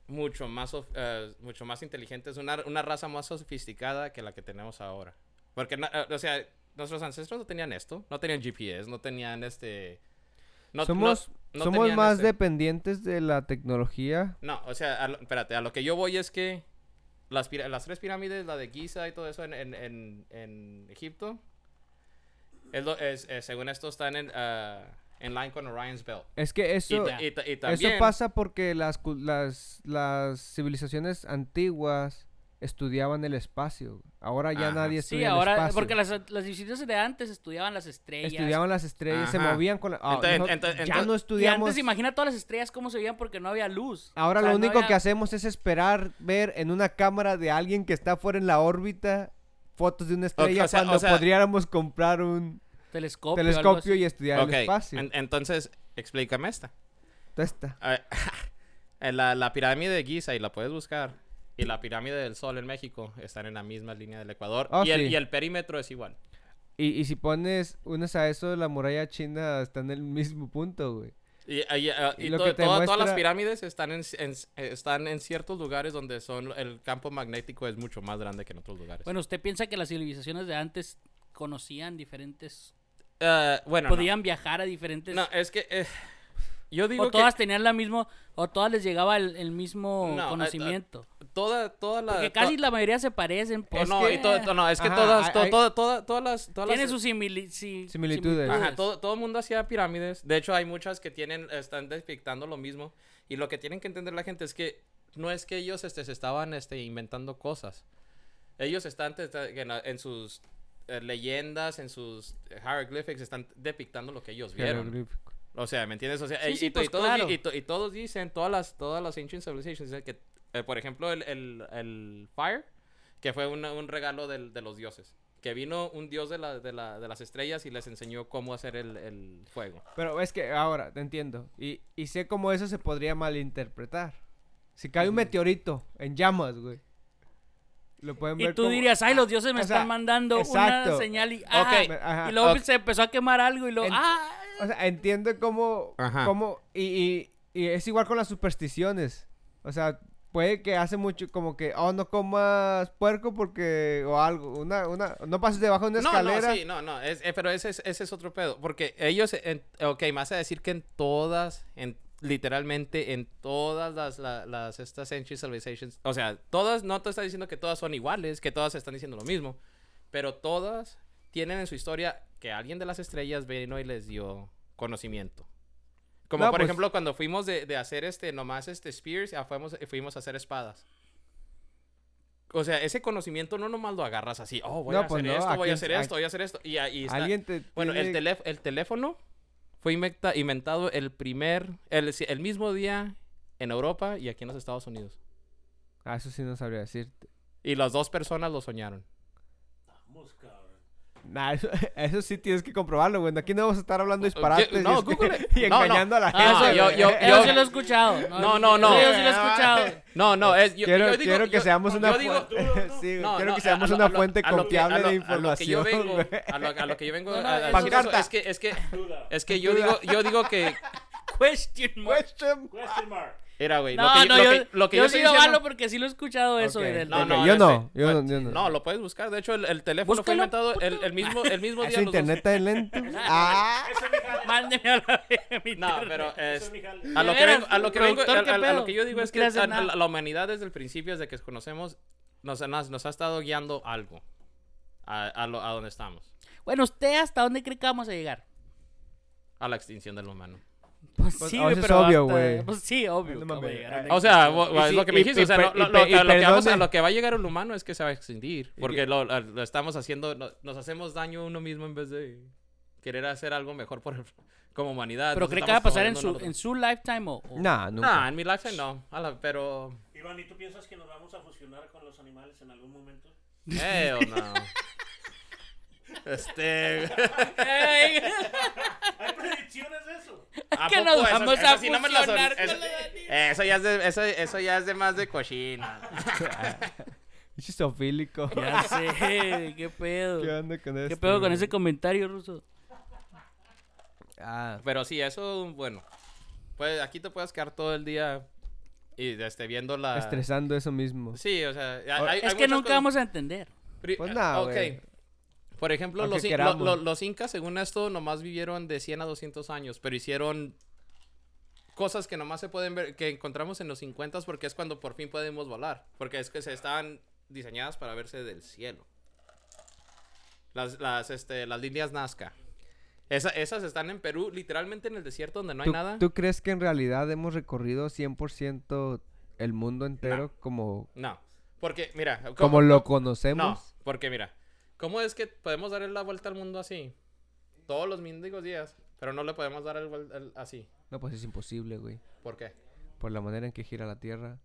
[SPEAKER 3] mucho más, sof- eh, mucho más inteligentes, una, una raza más sofisticada que la que tenemos ahora. Porque, no- eh, o sea, nuestros ancestros no tenían esto, no tenían GPS, no tenían este... no- no-
[SPEAKER 1] somos
[SPEAKER 3] no
[SPEAKER 1] somos
[SPEAKER 3] tenían
[SPEAKER 1] más
[SPEAKER 3] este-
[SPEAKER 1] dependientes de la tecnología.
[SPEAKER 3] no, o sea, a lo- espérate, a lo que yo voy es que las, pira- las tres pirámides, la de Giza y todo eso en, en- en- en Egipto, es lo- es- es- según esto están en, ah, en line con Orion's Belt.
[SPEAKER 1] Es que
[SPEAKER 3] Y,
[SPEAKER 1] eso...
[SPEAKER 3] ta- y ta- y
[SPEAKER 1] Eso
[SPEAKER 3] también,
[SPEAKER 1] pasa porque las, cul- las, las civilizaciones antiguas estudiaban el espacio. Ahora ya
[SPEAKER 3] Ajá.
[SPEAKER 1] nadie
[SPEAKER 2] Sí,
[SPEAKER 1] estudia el
[SPEAKER 2] ahora,
[SPEAKER 1] espacio.
[SPEAKER 2] porque las, las disciplinas de antes estudiaban las estrellas.
[SPEAKER 1] Estudiaban las estrellas, se
[SPEAKER 3] Ajá.
[SPEAKER 1] movían con la... ah,
[SPEAKER 3] Entonces-
[SPEAKER 1] nosotros
[SPEAKER 3] entonces-
[SPEAKER 1] ya
[SPEAKER 3] entonces-
[SPEAKER 1] no
[SPEAKER 2] Y
[SPEAKER 1] estudiamos...
[SPEAKER 2] antes imagina todas las estrellas cómo se veían porque no había luz.
[SPEAKER 1] Ahora
[SPEAKER 2] O sea,
[SPEAKER 1] lo
[SPEAKER 2] no
[SPEAKER 1] único que
[SPEAKER 2] había-
[SPEAKER 1] hacemos es esperar ver en una cámara de alguien que está fuera en la órbita fotos de una estrella
[SPEAKER 3] o sea-
[SPEAKER 1] cuando
[SPEAKER 3] o sea-
[SPEAKER 1] podríamos comprar un
[SPEAKER 2] Telescopio. algo
[SPEAKER 1] telescopio
[SPEAKER 2] así.
[SPEAKER 1] y estudiar
[SPEAKER 3] ok,
[SPEAKER 1] el espacio.
[SPEAKER 3] en- entonces, explícame esta.
[SPEAKER 1] Ahí está.
[SPEAKER 3] A ver, en la, la pirámide de Giza, y la puedes buscar, y la pirámide del Sol en México están en la misma línea del Ecuador,
[SPEAKER 1] Oh,
[SPEAKER 3] y, el,
[SPEAKER 1] sí.
[SPEAKER 3] y el perímetro es igual.
[SPEAKER 1] Y, y si pones unes a eso, la muralla china está en el mismo punto, güey.
[SPEAKER 3] Y, y- ah,
[SPEAKER 1] Y
[SPEAKER 3] y
[SPEAKER 1] lo
[SPEAKER 3] to-
[SPEAKER 1] que te
[SPEAKER 3] toda- todas las
[SPEAKER 1] muestra-
[SPEAKER 3] pirámides están en, en- eh, están en ciertos lugares donde son el campo magnético es mucho más grande que en otros lugares.
[SPEAKER 2] Bueno, ¿usted piensa que las civilizaciones de antes conocían diferentes...
[SPEAKER 3] Eh, bueno, no.
[SPEAKER 2] podían viajar a diferentes...
[SPEAKER 3] no. es que eh, yo digo
[SPEAKER 2] o
[SPEAKER 3] que
[SPEAKER 2] todas tenían la misma... O todas les llegaba el, el mismo
[SPEAKER 3] No, eh,
[SPEAKER 2] conocimiento.
[SPEAKER 3] toda toda la
[SPEAKER 2] porque
[SPEAKER 3] to-
[SPEAKER 2] casi la mayoría se parecen.
[SPEAKER 3] eh,
[SPEAKER 2] pues,
[SPEAKER 3] no,
[SPEAKER 2] eh,
[SPEAKER 3] y to- to- no, es que
[SPEAKER 1] Ajá,
[SPEAKER 3] todas
[SPEAKER 1] hay-
[SPEAKER 3] to-
[SPEAKER 1] hay-
[SPEAKER 3] toda- toda- todas las todas
[SPEAKER 2] Tiene
[SPEAKER 3] las-
[SPEAKER 2] sus simili- si-
[SPEAKER 1] Similitudes.
[SPEAKER 3] Ajá, todo, todo el mundo hacía pirámides. De hecho, hay muchas que tienen, están despictando lo mismo. Y lo que tienen que entender la gente es que no es que ellos este, se estaban este, inventando cosas. Ellos están te- te- en, la- en sus eh, leyendas, en sus hieroglyphics, están depictando lo que ellos vieron.
[SPEAKER 1] Jeroglífico.
[SPEAKER 3] O sea, ¿me entiendes? O sea, eh,
[SPEAKER 2] Sí,
[SPEAKER 3] y,
[SPEAKER 2] sí,
[SPEAKER 3] y- y
[SPEAKER 2] pues,
[SPEAKER 3] todos,
[SPEAKER 2] claro.
[SPEAKER 3] y to- y todos dicen, todas las, todas las ancient civilizations, dicen que, eh, por ejemplo, el, el- el fire, que fue una- un regalo del- de los dioses. Que vino un dios de, la- de la- de las estrellas y les enseñó cómo hacer el, el fuego.
[SPEAKER 1] Pero es que ahora, te entiendo. Y, y sé cómo eso se podría malinterpretar. Si cae un meteorito en llamas, güey. Lo pueden ver
[SPEAKER 2] Y tú
[SPEAKER 1] como-
[SPEAKER 2] dirías, ay, los dioses me
[SPEAKER 1] o sea,
[SPEAKER 2] están mandando una
[SPEAKER 1] exacto.
[SPEAKER 2] señal y... ah,
[SPEAKER 3] Ok,
[SPEAKER 1] ajá,
[SPEAKER 2] y luego
[SPEAKER 3] ok.
[SPEAKER 2] se empezó a quemar algo y luego...
[SPEAKER 1] En-
[SPEAKER 2] ah,
[SPEAKER 1] O sea, entiendo cómo...
[SPEAKER 3] Ajá.
[SPEAKER 1] cómo y, y, y es igual con las supersticiones. O sea, puede que hace mucho como que... Oh, no comas puerco porque... O algo. Una, una, no pases debajo de una
[SPEAKER 3] No,
[SPEAKER 1] escalera.
[SPEAKER 3] no, sí, no, no. es- eh, pero ese es, ese es otro pedo. Porque ellos, en- ok, más a decir que en todas, en, literalmente en todas las, la- las estas ancient civilizations, o sea, todas, no te está diciendo que todas son iguales, que todas están diciendo lo mismo, pero todas tienen en su historia que alguien de las estrellas vino y les dio conocimiento. Como
[SPEAKER 1] No,
[SPEAKER 3] por
[SPEAKER 1] pues-
[SPEAKER 3] ejemplo cuando fuimos de, de hacer este nomás este spears, a fuimos, fuimos a hacer espadas. O sea, ese conocimiento no nomás lo agarras así, oh, voy
[SPEAKER 1] No,
[SPEAKER 3] a
[SPEAKER 1] pues
[SPEAKER 3] hacer
[SPEAKER 1] no,
[SPEAKER 3] esto, voy
[SPEAKER 1] aquí-
[SPEAKER 3] a hacer
[SPEAKER 1] aquí-
[SPEAKER 3] esto, voy a hacer esto. Y ahí está.
[SPEAKER 1] Alguien te...
[SPEAKER 3] Bueno, el,
[SPEAKER 1] tiene-
[SPEAKER 3] telé- el teléfono fue inventa- inventado el primer, el, si- el mismo día en Europa y aquí en los Estados Unidos.
[SPEAKER 1] Ah, eso sí no sabría decirte.
[SPEAKER 3] Y las dos personas lo soñaron.
[SPEAKER 4] Vamos, cabrón.
[SPEAKER 1] Nah, eso, eso sí tienes que comprobarlo, güey. Aquí no vamos a estar hablando disparates y
[SPEAKER 3] no,
[SPEAKER 1] es que-
[SPEAKER 3] Google.
[SPEAKER 1] y
[SPEAKER 3] No, no.
[SPEAKER 1] engañando a la
[SPEAKER 3] Ah,
[SPEAKER 1] gente.
[SPEAKER 3] yo-
[SPEAKER 1] güey.
[SPEAKER 3] yo-
[SPEAKER 2] Eso sí lo he escuchado.
[SPEAKER 3] No, no, no.
[SPEAKER 2] Eso yo sí lo he escuchado.
[SPEAKER 3] No, no, es. Yo,
[SPEAKER 1] quiero
[SPEAKER 3] yo digo-
[SPEAKER 1] quiero que
[SPEAKER 3] yo-
[SPEAKER 1] seamos
[SPEAKER 3] yo
[SPEAKER 1] una
[SPEAKER 3] digo-
[SPEAKER 1] fuente. sí, güey,
[SPEAKER 3] no,
[SPEAKER 1] quiero
[SPEAKER 3] no,
[SPEAKER 1] que
[SPEAKER 3] a
[SPEAKER 1] seamos
[SPEAKER 3] lo-
[SPEAKER 1] una
[SPEAKER 3] a lo-
[SPEAKER 1] fuente
[SPEAKER 3] a lo que- a
[SPEAKER 1] confiable
[SPEAKER 3] lo-
[SPEAKER 1] de
[SPEAKER 3] A lo que yo
[SPEAKER 1] información.
[SPEAKER 3] vengo,
[SPEAKER 1] güey.
[SPEAKER 3] a lo, a lo que yo vengo
[SPEAKER 2] No, no,
[SPEAKER 3] a- a decir
[SPEAKER 1] Pancarta.
[SPEAKER 3] eso es que, es que,
[SPEAKER 4] Duda.
[SPEAKER 3] es que yo digo, yo digo que,
[SPEAKER 2] Question mark.
[SPEAKER 1] Question.
[SPEAKER 4] Question mark.
[SPEAKER 3] era, güey, lo
[SPEAKER 2] Pues, No,
[SPEAKER 3] que,
[SPEAKER 2] no,
[SPEAKER 3] lo
[SPEAKER 2] yo,
[SPEAKER 3] que, lo que yo,
[SPEAKER 2] yo
[SPEAKER 3] estoy
[SPEAKER 2] sí lo
[SPEAKER 3] diciendo-
[SPEAKER 2] avalo porque sí lo he escuchado eso.
[SPEAKER 1] Ok.
[SPEAKER 2] güey, del-
[SPEAKER 1] No,
[SPEAKER 2] del-
[SPEAKER 1] no, yo
[SPEAKER 3] le
[SPEAKER 1] no,
[SPEAKER 3] estoy-
[SPEAKER 1] yo no, yo no.
[SPEAKER 3] este, lo puedes buscar. De hecho, el, el teléfono fue
[SPEAKER 2] Búscalo,
[SPEAKER 3] inventado el,
[SPEAKER 2] puto.
[SPEAKER 3] el mismo, el mismo día.
[SPEAKER 1] Ese
[SPEAKER 3] los dos.
[SPEAKER 1] Ah, internet está lento. ah,
[SPEAKER 4] Eso es mi jale.
[SPEAKER 2] Mándeme a la verga mi
[SPEAKER 3] No,
[SPEAKER 2] internet.
[SPEAKER 3] pero
[SPEAKER 4] Eso
[SPEAKER 3] es,
[SPEAKER 4] es mi jale.
[SPEAKER 1] ah.
[SPEAKER 3] a lo
[SPEAKER 2] De
[SPEAKER 3] que
[SPEAKER 2] veras,
[SPEAKER 3] vengo, a lo que vengo,
[SPEAKER 2] productor,
[SPEAKER 3] a-
[SPEAKER 2] ¿qué
[SPEAKER 3] a- a lo
[SPEAKER 2] pedo?
[SPEAKER 3] que yo digo
[SPEAKER 2] No
[SPEAKER 3] es que
[SPEAKER 2] quiere hacer
[SPEAKER 3] a- a la,
[SPEAKER 2] nada.
[SPEAKER 3] la humanidad desde el principio, desde que conocemos, nos, nos, nos ha estado guiando algo a, a lo- a donde estamos,
[SPEAKER 2] Bueno, ¿usted hasta dónde cree que vamos a llegar?
[SPEAKER 3] a la extinción del humano.
[SPEAKER 2] Pues
[SPEAKER 1] Pues,
[SPEAKER 2] sí,
[SPEAKER 1] ah,
[SPEAKER 2] güey,
[SPEAKER 1] eso es
[SPEAKER 2] pero
[SPEAKER 1] obvio,
[SPEAKER 2] hasta-
[SPEAKER 1] güey.
[SPEAKER 2] Pues sí, obvio.
[SPEAKER 1] No eh,
[SPEAKER 2] que vamos a
[SPEAKER 1] mames,
[SPEAKER 2] llegar a
[SPEAKER 1] ay.
[SPEAKER 2] una
[SPEAKER 3] O sea,
[SPEAKER 1] Y
[SPEAKER 3] vo- vo- es
[SPEAKER 1] sí,
[SPEAKER 3] lo que
[SPEAKER 1] y
[SPEAKER 3] me dijiste. O sea,
[SPEAKER 1] pe-
[SPEAKER 3] lo, lo-
[SPEAKER 1] y
[SPEAKER 3] lo-
[SPEAKER 1] pe- y
[SPEAKER 3] a lo que vamos-
[SPEAKER 1] perdone.
[SPEAKER 3] a lo que va a llegar el humano es que se va a extinguir. Porque lo, a- lo estamos haciendo, lo, nos hacemos daño a uno mismo en vez de querer hacer algo mejor por el- como humanidad.
[SPEAKER 2] Pero
[SPEAKER 3] Nos
[SPEAKER 2] cree que va a
[SPEAKER 3] pues
[SPEAKER 2] pasar
[SPEAKER 3] estamos
[SPEAKER 2] en su,
[SPEAKER 3] jodiendo
[SPEAKER 2] en su lifetime o... o-
[SPEAKER 1] nah,
[SPEAKER 3] nosotros. Nah,
[SPEAKER 1] nunca.
[SPEAKER 3] en mi lifetime no. A la- pero.
[SPEAKER 4] Iván, ¿y tú piensas que nos vamos a fusionar con los animales en algún momento?
[SPEAKER 3] Hell eh, no. Este.
[SPEAKER 2] Ay,
[SPEAKER 4] ¿Hay predicciones de eso?
[SPEAKER 3] ¿a
[SPEAKER 2] que
[SPEAKER 3] poco?
[SPEAKER 2] nos
[SPEAKER 3] Esa-
[SPEAKER 2] vamos
[SPEAKER 3] esa
[SPEAKER 2] a
[SPEAKER 3] sí no me la sol-
[SPEAKER 2] fusionar
[SPEAKER 3] esa-
[SPEAKER 2] con la Dani.
[SPEAKER 3] Eso ya es de, eso, eso ya es de más de cochina.
[SPEAKER 1] Chisofílico.
[SPEAKER 2] Ya sé, qué pedo.
[SPEAKER 1] ¿Qué onda con eso?
[SPEAKER 2] ¿Qué pedo con ese comentario, Ruso?
[SPEAKER 1] Ah,
[SPEAKER 3] Pero sí, eso, bueno. Pues aquí te puedes quedar todo el día y este, viendo la.
[SPEAKER 1] estresando eso mismo.
[SPEAKER 3] Sí, o sea, hay-
[SPEAKER 1] O-
[SPEAKER 3] hay- hay
[SPEAKER 2] Es que
[SPEAKER 3] muchas
[SPEAKER 2] nunca
[SPEAKER 3] cosas-
[SPEAKER 2] vamos a entender.
[SPEAKER 3] Pri-
[SPEAKER 1] Pues nada,
[SPEAKER 3] ok.
[SPEAKER 1] güey.
[SPEAKER 3] Por ejemplo,
[SPEAKER 1] Aunque
[SPEAKER 3] los, in- lo-
[SPEAKER 1] queramos.
[SPEAKER 3] lo- los incas, según esto, nomás vivieron de 100 a 200 años, pero hicieron cosas que nomás se pueden ver, que encontramos en los 50 porque es cuando por fin podemos volar, porque es que se estaban diseñadas para verse del cielo. Las, las, este, las líneas Nazca. Esa- esas están en Perú, literalmente en el desierto donde no hay
[SPEAKER 1] ¿Tú,
[SPEAKER 3] nada.
[SPEAKER 1] tú crees que en realidad hemos recorrido 100% el mundo entero como,
[SPEAKER 3] No, porque mira, ¿cómo-
[SPEAKER 1] como lo
[SPEAKER 3] cómo- No,
[SPEAKER 1] conocemos?
[SPEAKER 3] porque mira, ¿cómo es que podemos darle la vuelta al mundo así? Todos los mendigos días, pero no le podemos dar el, vuel- el- así.
[SPEAKER 1] No. pues es imposible, güey.
[SPEAKER 3] ¿Por qué?
[SPEAKER 1] Por la manera en que gira la Tierra.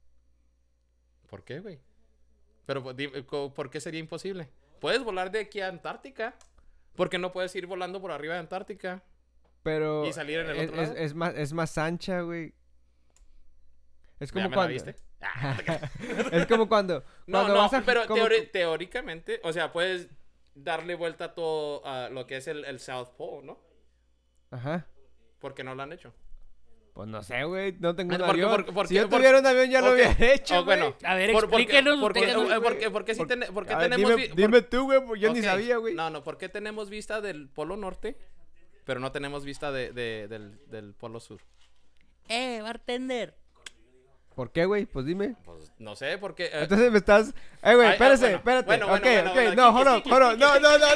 [SPEAKER 3] ¿Por qué, güey? Pero pues, dime, co- ¿por qué sería imposible? Puedes volar de aquí a Antártica, porque no puedes ir volando por arriba de Antártica.
[SPEAKER 1] Pero
[SPEAKER 3] ¿Y salir en el
[SPEAKER 1] es,
[SPEAKER 3] otro
[SPEAKER 1] es-
[SPEAKER 3] lado?
[SPEAKER 1] es más, es más ancha, güey. Es
[SPEAKER 3] ¿Ya
[SPEAKER 1] como
[SPEAKER 3] me la
[SPEAKER 1] cuando...
[SPEAKER 3] viste? Ah.
[SPEAKER 1] es como cuando...
[SPEAKER 3] No,
[SPEAKER 1] cuando
[SPEAKER 3] no,
[SPEAKER 1] vas a-
[SPEAKER 3] pero
[SPEAKER 1] como-
[SPEAKER 3] teori- teóricamente, o sea, puedes darle vuelta a todo a lo que es el, el South Pole, ¿no?
[SPEAKER 1] Ajá.
[SPEAKER 3] Porque no lo han hecho.
[SPEAKER 1] Pues no sé, güey. No tengo un
[SPEAKER 3] Porque-
[SPEAKER 1] avión.
[SPEAKER 3] porque- porque-
[SPEAKER 1] si yo
[SPEAKER 3] porque-
[SPEAKER 1] tuviera un avión ya lo
[SPEAKER 3] Ok.
[SPEAKER 1] hubiera hecho,
[SPEAKER 3] Oh, bueno,
[SPEAKER 2] A ver,
[SPEAKER 3] por- porque-
[SPEAKER 2] explíquenos
[SPEAKER 3] porque-
[SPEAKER 2] ustedes,
[SPEAKER 3] eh,
[SPEAKER 2] güey.
[SPEAKER 3] porque- porque sí
[SPEAKER 1] Por-
[SPEAKER 3] ten- porque
[SPEAKER 1] A ver,
[SPEAKER 3] tenemos
[SPEAKER 1] dime,
[SPEAKER 3] vi- por-
[SPEAKER 1] dime tú, güey. porque Yo ni
[SPEAKER 3] Ok.
[SPEAKER 1] sabía, güey.
[SPEAKER 3] No, no, porque tenemos vista del polo norte, pero no tenemos vista de- de- del, del polo sur.
[SPEAKER 2] Eh, bartender.
[SPEAKER 1] ¿Por qué, güey? Pues dime.
[SPEAKER 3] Pues, no sé, porque... eh,
[SPEAKER 1] Entonces me estás. Eh, güey,
[SPEAKER 3] Ay, ah,
[SPEAKER 1] espérese,
[SPEAKER 3] bueno,
[SPEAKER 1] espérate.
[SPEAKER 3] bueno, bueno,
[SPEAKER 1] ok,
[SPEAKER 3] bueno,
[SPEAKER 1] ok.
[SPEAKER 3] bueno,
[SPEAKER 1] no,
[SPEAKER 3] aquí
[SPEAKER 1] joro,
[SPEAKER 3] sí,
[SPEAKER 1] joro. No, no, no, no, no.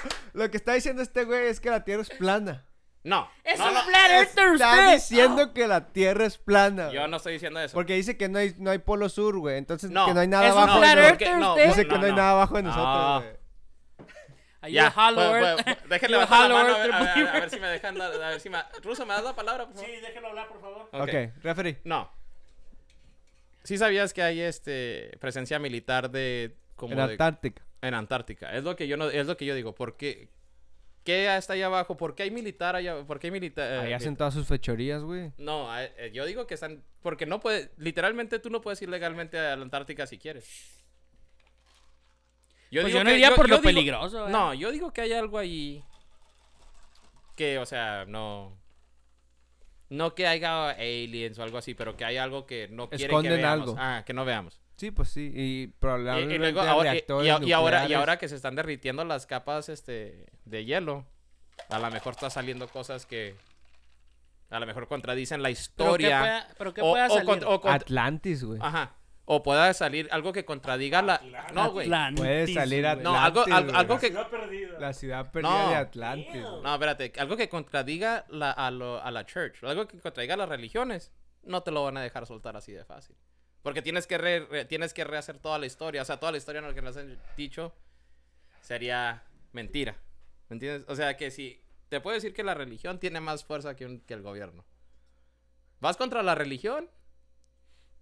[SPEAKER 1] no. Lo que está diciendo este güey es que la tierra es plana.
[SPEAKER 3] no,
[SPEAKER 2] Es
[SPEAKER 3] no,
[SPEAKER 2] un
[SPEAKER 3] no,
[SPEAKER 2] flat earther
[SPEAKER 1] Está
[SPEAKER 2] usted.
[SPEAKER 1] diciendo que la tierra es plana.
[SPEAKER 3] yo no estoy diciendo eso.
[SPEAKER 1] Porque dice que no hay, no hay polo sur, güey. Entonces
[SPEAKER 3] No,
[SPEAKER 1] que no hay nada
[SPEAKER 2] es un
[SPEAKER 1] abajo.
[SPEAKER 2] flat
[SPEAKER 1] de
[SPEAKER 2] earther
[SPEAKER 1] nosotros.
[SPEAKER 3] no, Ah,
[SPEAKER 2] usted.
[SPEAKER 1] Dice que no, hay nada abajo de nosotros, güey.
[SPEAKER 2] Are you
[SPEAKER 3] Ya,
[SPEAKER 2] a hollow
[SPEAKER 3] pues,
[SPEAKER 2] earth?
[SPEAKER 3] pues, déjenle
[SPEAKER 2] You a
[SPEAKER 3] bajar la
[SPEAKER 2] hollow
[SPEAKER 3] mano, a ver, a
[SPEAKER 2] earther
[SPEAKER 3] ver, a
[SPEAKER 2] believer?
[SPEAKER 3] ver si me dejan dar- a ver si me- Ruso, ¿me das la palabra, por
[SPEAKER 4] Sí,
[SPEAKER 3] favor?
[SPEAKER 4] déjelo hablar, por favor.
[SPEAKER 3] Ok.
[SPEAKER 1] ok, referee.
[SPEAKER 3] No. Sí sabías que hay este presencia militar de... Como
[SPEAKER 1] En
[SPEAKER 3] de-
[SPEAKER 1] Antártica.
[SPEAKER 3] En Antártica. Es lo que yo no, es lo que yo digo. ¿Por qué? ¿Qué está allá abajo? ¿Por qué hay militar allá? ¿Por qué hay eh, militar?
[SPEAKER 1] Ahí hacen todas sus fechorías, güey.
[SPEAKER 3] No, a- eh, yo digo que están porque no puede, literalmente tú no puedes ir legalmente a la Antártica si quieres.
[SPEAKER 2] Pues yo no iría por lo peligroso, eh.
[SPEAKER 3] No, yo digo que hay algo ahí que, o sea, no no que haya aliens o algo así, pero que hay algo que no quieren
[SPEAKER 1] Esconden
[SPEAKER 3] que veamos.
[SPEAKER 1] algo.
[SPEAKER 3] Ah, que no veamos.
[SPEAKER 1] Sí, pues sí. Y
[SPEAKER 3] Y- Eh, y
[SPEAKER 1] probablemente.
[SPEAKER 3] luego ahora- y-
[SPEAKER 1] reactores
[SPEAKER 3] y- y ahora, y
[SPEAKER 1] nucleares.
[SPEAKER 3] ahora que se están derritiendo las capas este, de hielo, a lo mejor está saliendo cosas que a lo mejor contradicen la
[SPEAKER 2] Pero que
[SPEAKER 3] historia.
[SPEAKER 2] pueda- Pero que
[SPEAKER 3] o,
[SPEAKER 2] pueda
[SPEAKER 3] o cont-
[SPEAKER 2] salir.
[SPEAKER 3] o cont-
[SPEAKER 1] Atlantis, güey.
[SPEAKER 3] ajá. O pueda salir algo que contradiga la. No, güey. No,
[SPEAKER 2] Atlantis,
[SPEAKER 1] Puede salir
[SPEAKER 2] güey.
[SPEAKER 1] Atlantis.
[SPEAKER 3] algo, algo, algo
[SPEAKER 1] güey.
[SPEAKER 3] que.
[SPEAKER 4] Ciudad perdida.
[SPEAKER 1] La ciudad perdida
[SPEAKER 3] No.
[SPEAKER 1] de Atlantis. güey.
[SPEAKER 3] No, espérate. Algo que contradiga la, a, lo- a la church. Algo que contradiga las religiones. No te lo van a dejar soltar así de fácil. Porque tienes que, re- re- tienes que rehacer toda la historia. O sea, toda la historia en la que nos han dicho sería mentira. ¿Me entiendes? O sea, que si. Te puedo decir que la religión tiene más fuerza que, un- que el gobierno. Vas contra la religión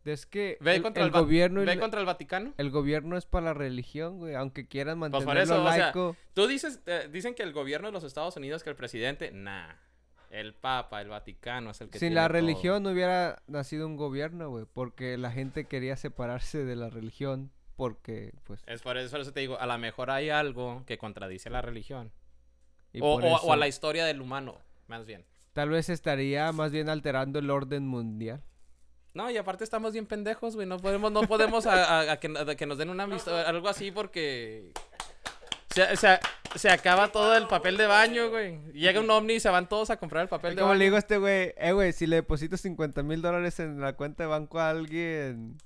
[SPEAKER 1] Es que
[SPEAKER 3] Ve,
[SPEAKER 1] el,
[SPEAKER 3] contra,
[SPEAKER 1] el
[SPEAKER 3] el Va-
[SPEAKER 1] gobierno y
[SPEAKER 3] ve
[SPEAKER 1] la-
[SPEAKER 3] contra el Vaticano.
[SPEAKER 1] el gobierno es para la religión, güey, aunque quieran
[SPEAKER 3] Pues por
[SPEAKER 1] mantenerlo
[SPEAKER 3] eso, o sea,
[SPEAKER 1] laico.
[SPEAKER 3] Tú dices, eh, dicen que el gobierno de los Estados Unidos, que el presidente, nah. El Papa, el Vaticano es el que
[SPEAKER 1] Sin
[SPEAKER 3] tiene
[SPEAKER 1] la
[SPEAKER 3] todo.
[SPEAKER 1] religión no hubiera nacido un gobierno, güey, porque la gente quería separarse de la religión porque pues
[SPEAKER 3] Es por eso, por eso te digo, a lo mejor hay algo que contradice la religión.
[SPEAKER 1] y
[SPEAKER 3] O,
[SPEAKER 1] por
[SPEAKER 3] o- o
[SPEAKER 1] eso
[SPEAKER 3] a la historia del humano, más bien.
[SPEAKER 1] tal vez estaría más bien alterando el orden mundial.
[SPEAKER 3] No, y aparte estamos bien pendejos, güey. No podemos, no podemos a, a- a que, a que nos den una visto- algo así porque se, se- se acaba todo el papel de baño, güey. Llega un ovni y se van todos a comprar el papel de
[SPEAKER 1] Como
[SPEAKER 3] baño.
[SPEAKER 1] le digo a este güey, eh, güey, si le deposito 50 mil dólares en la cuenta de banco a alguien,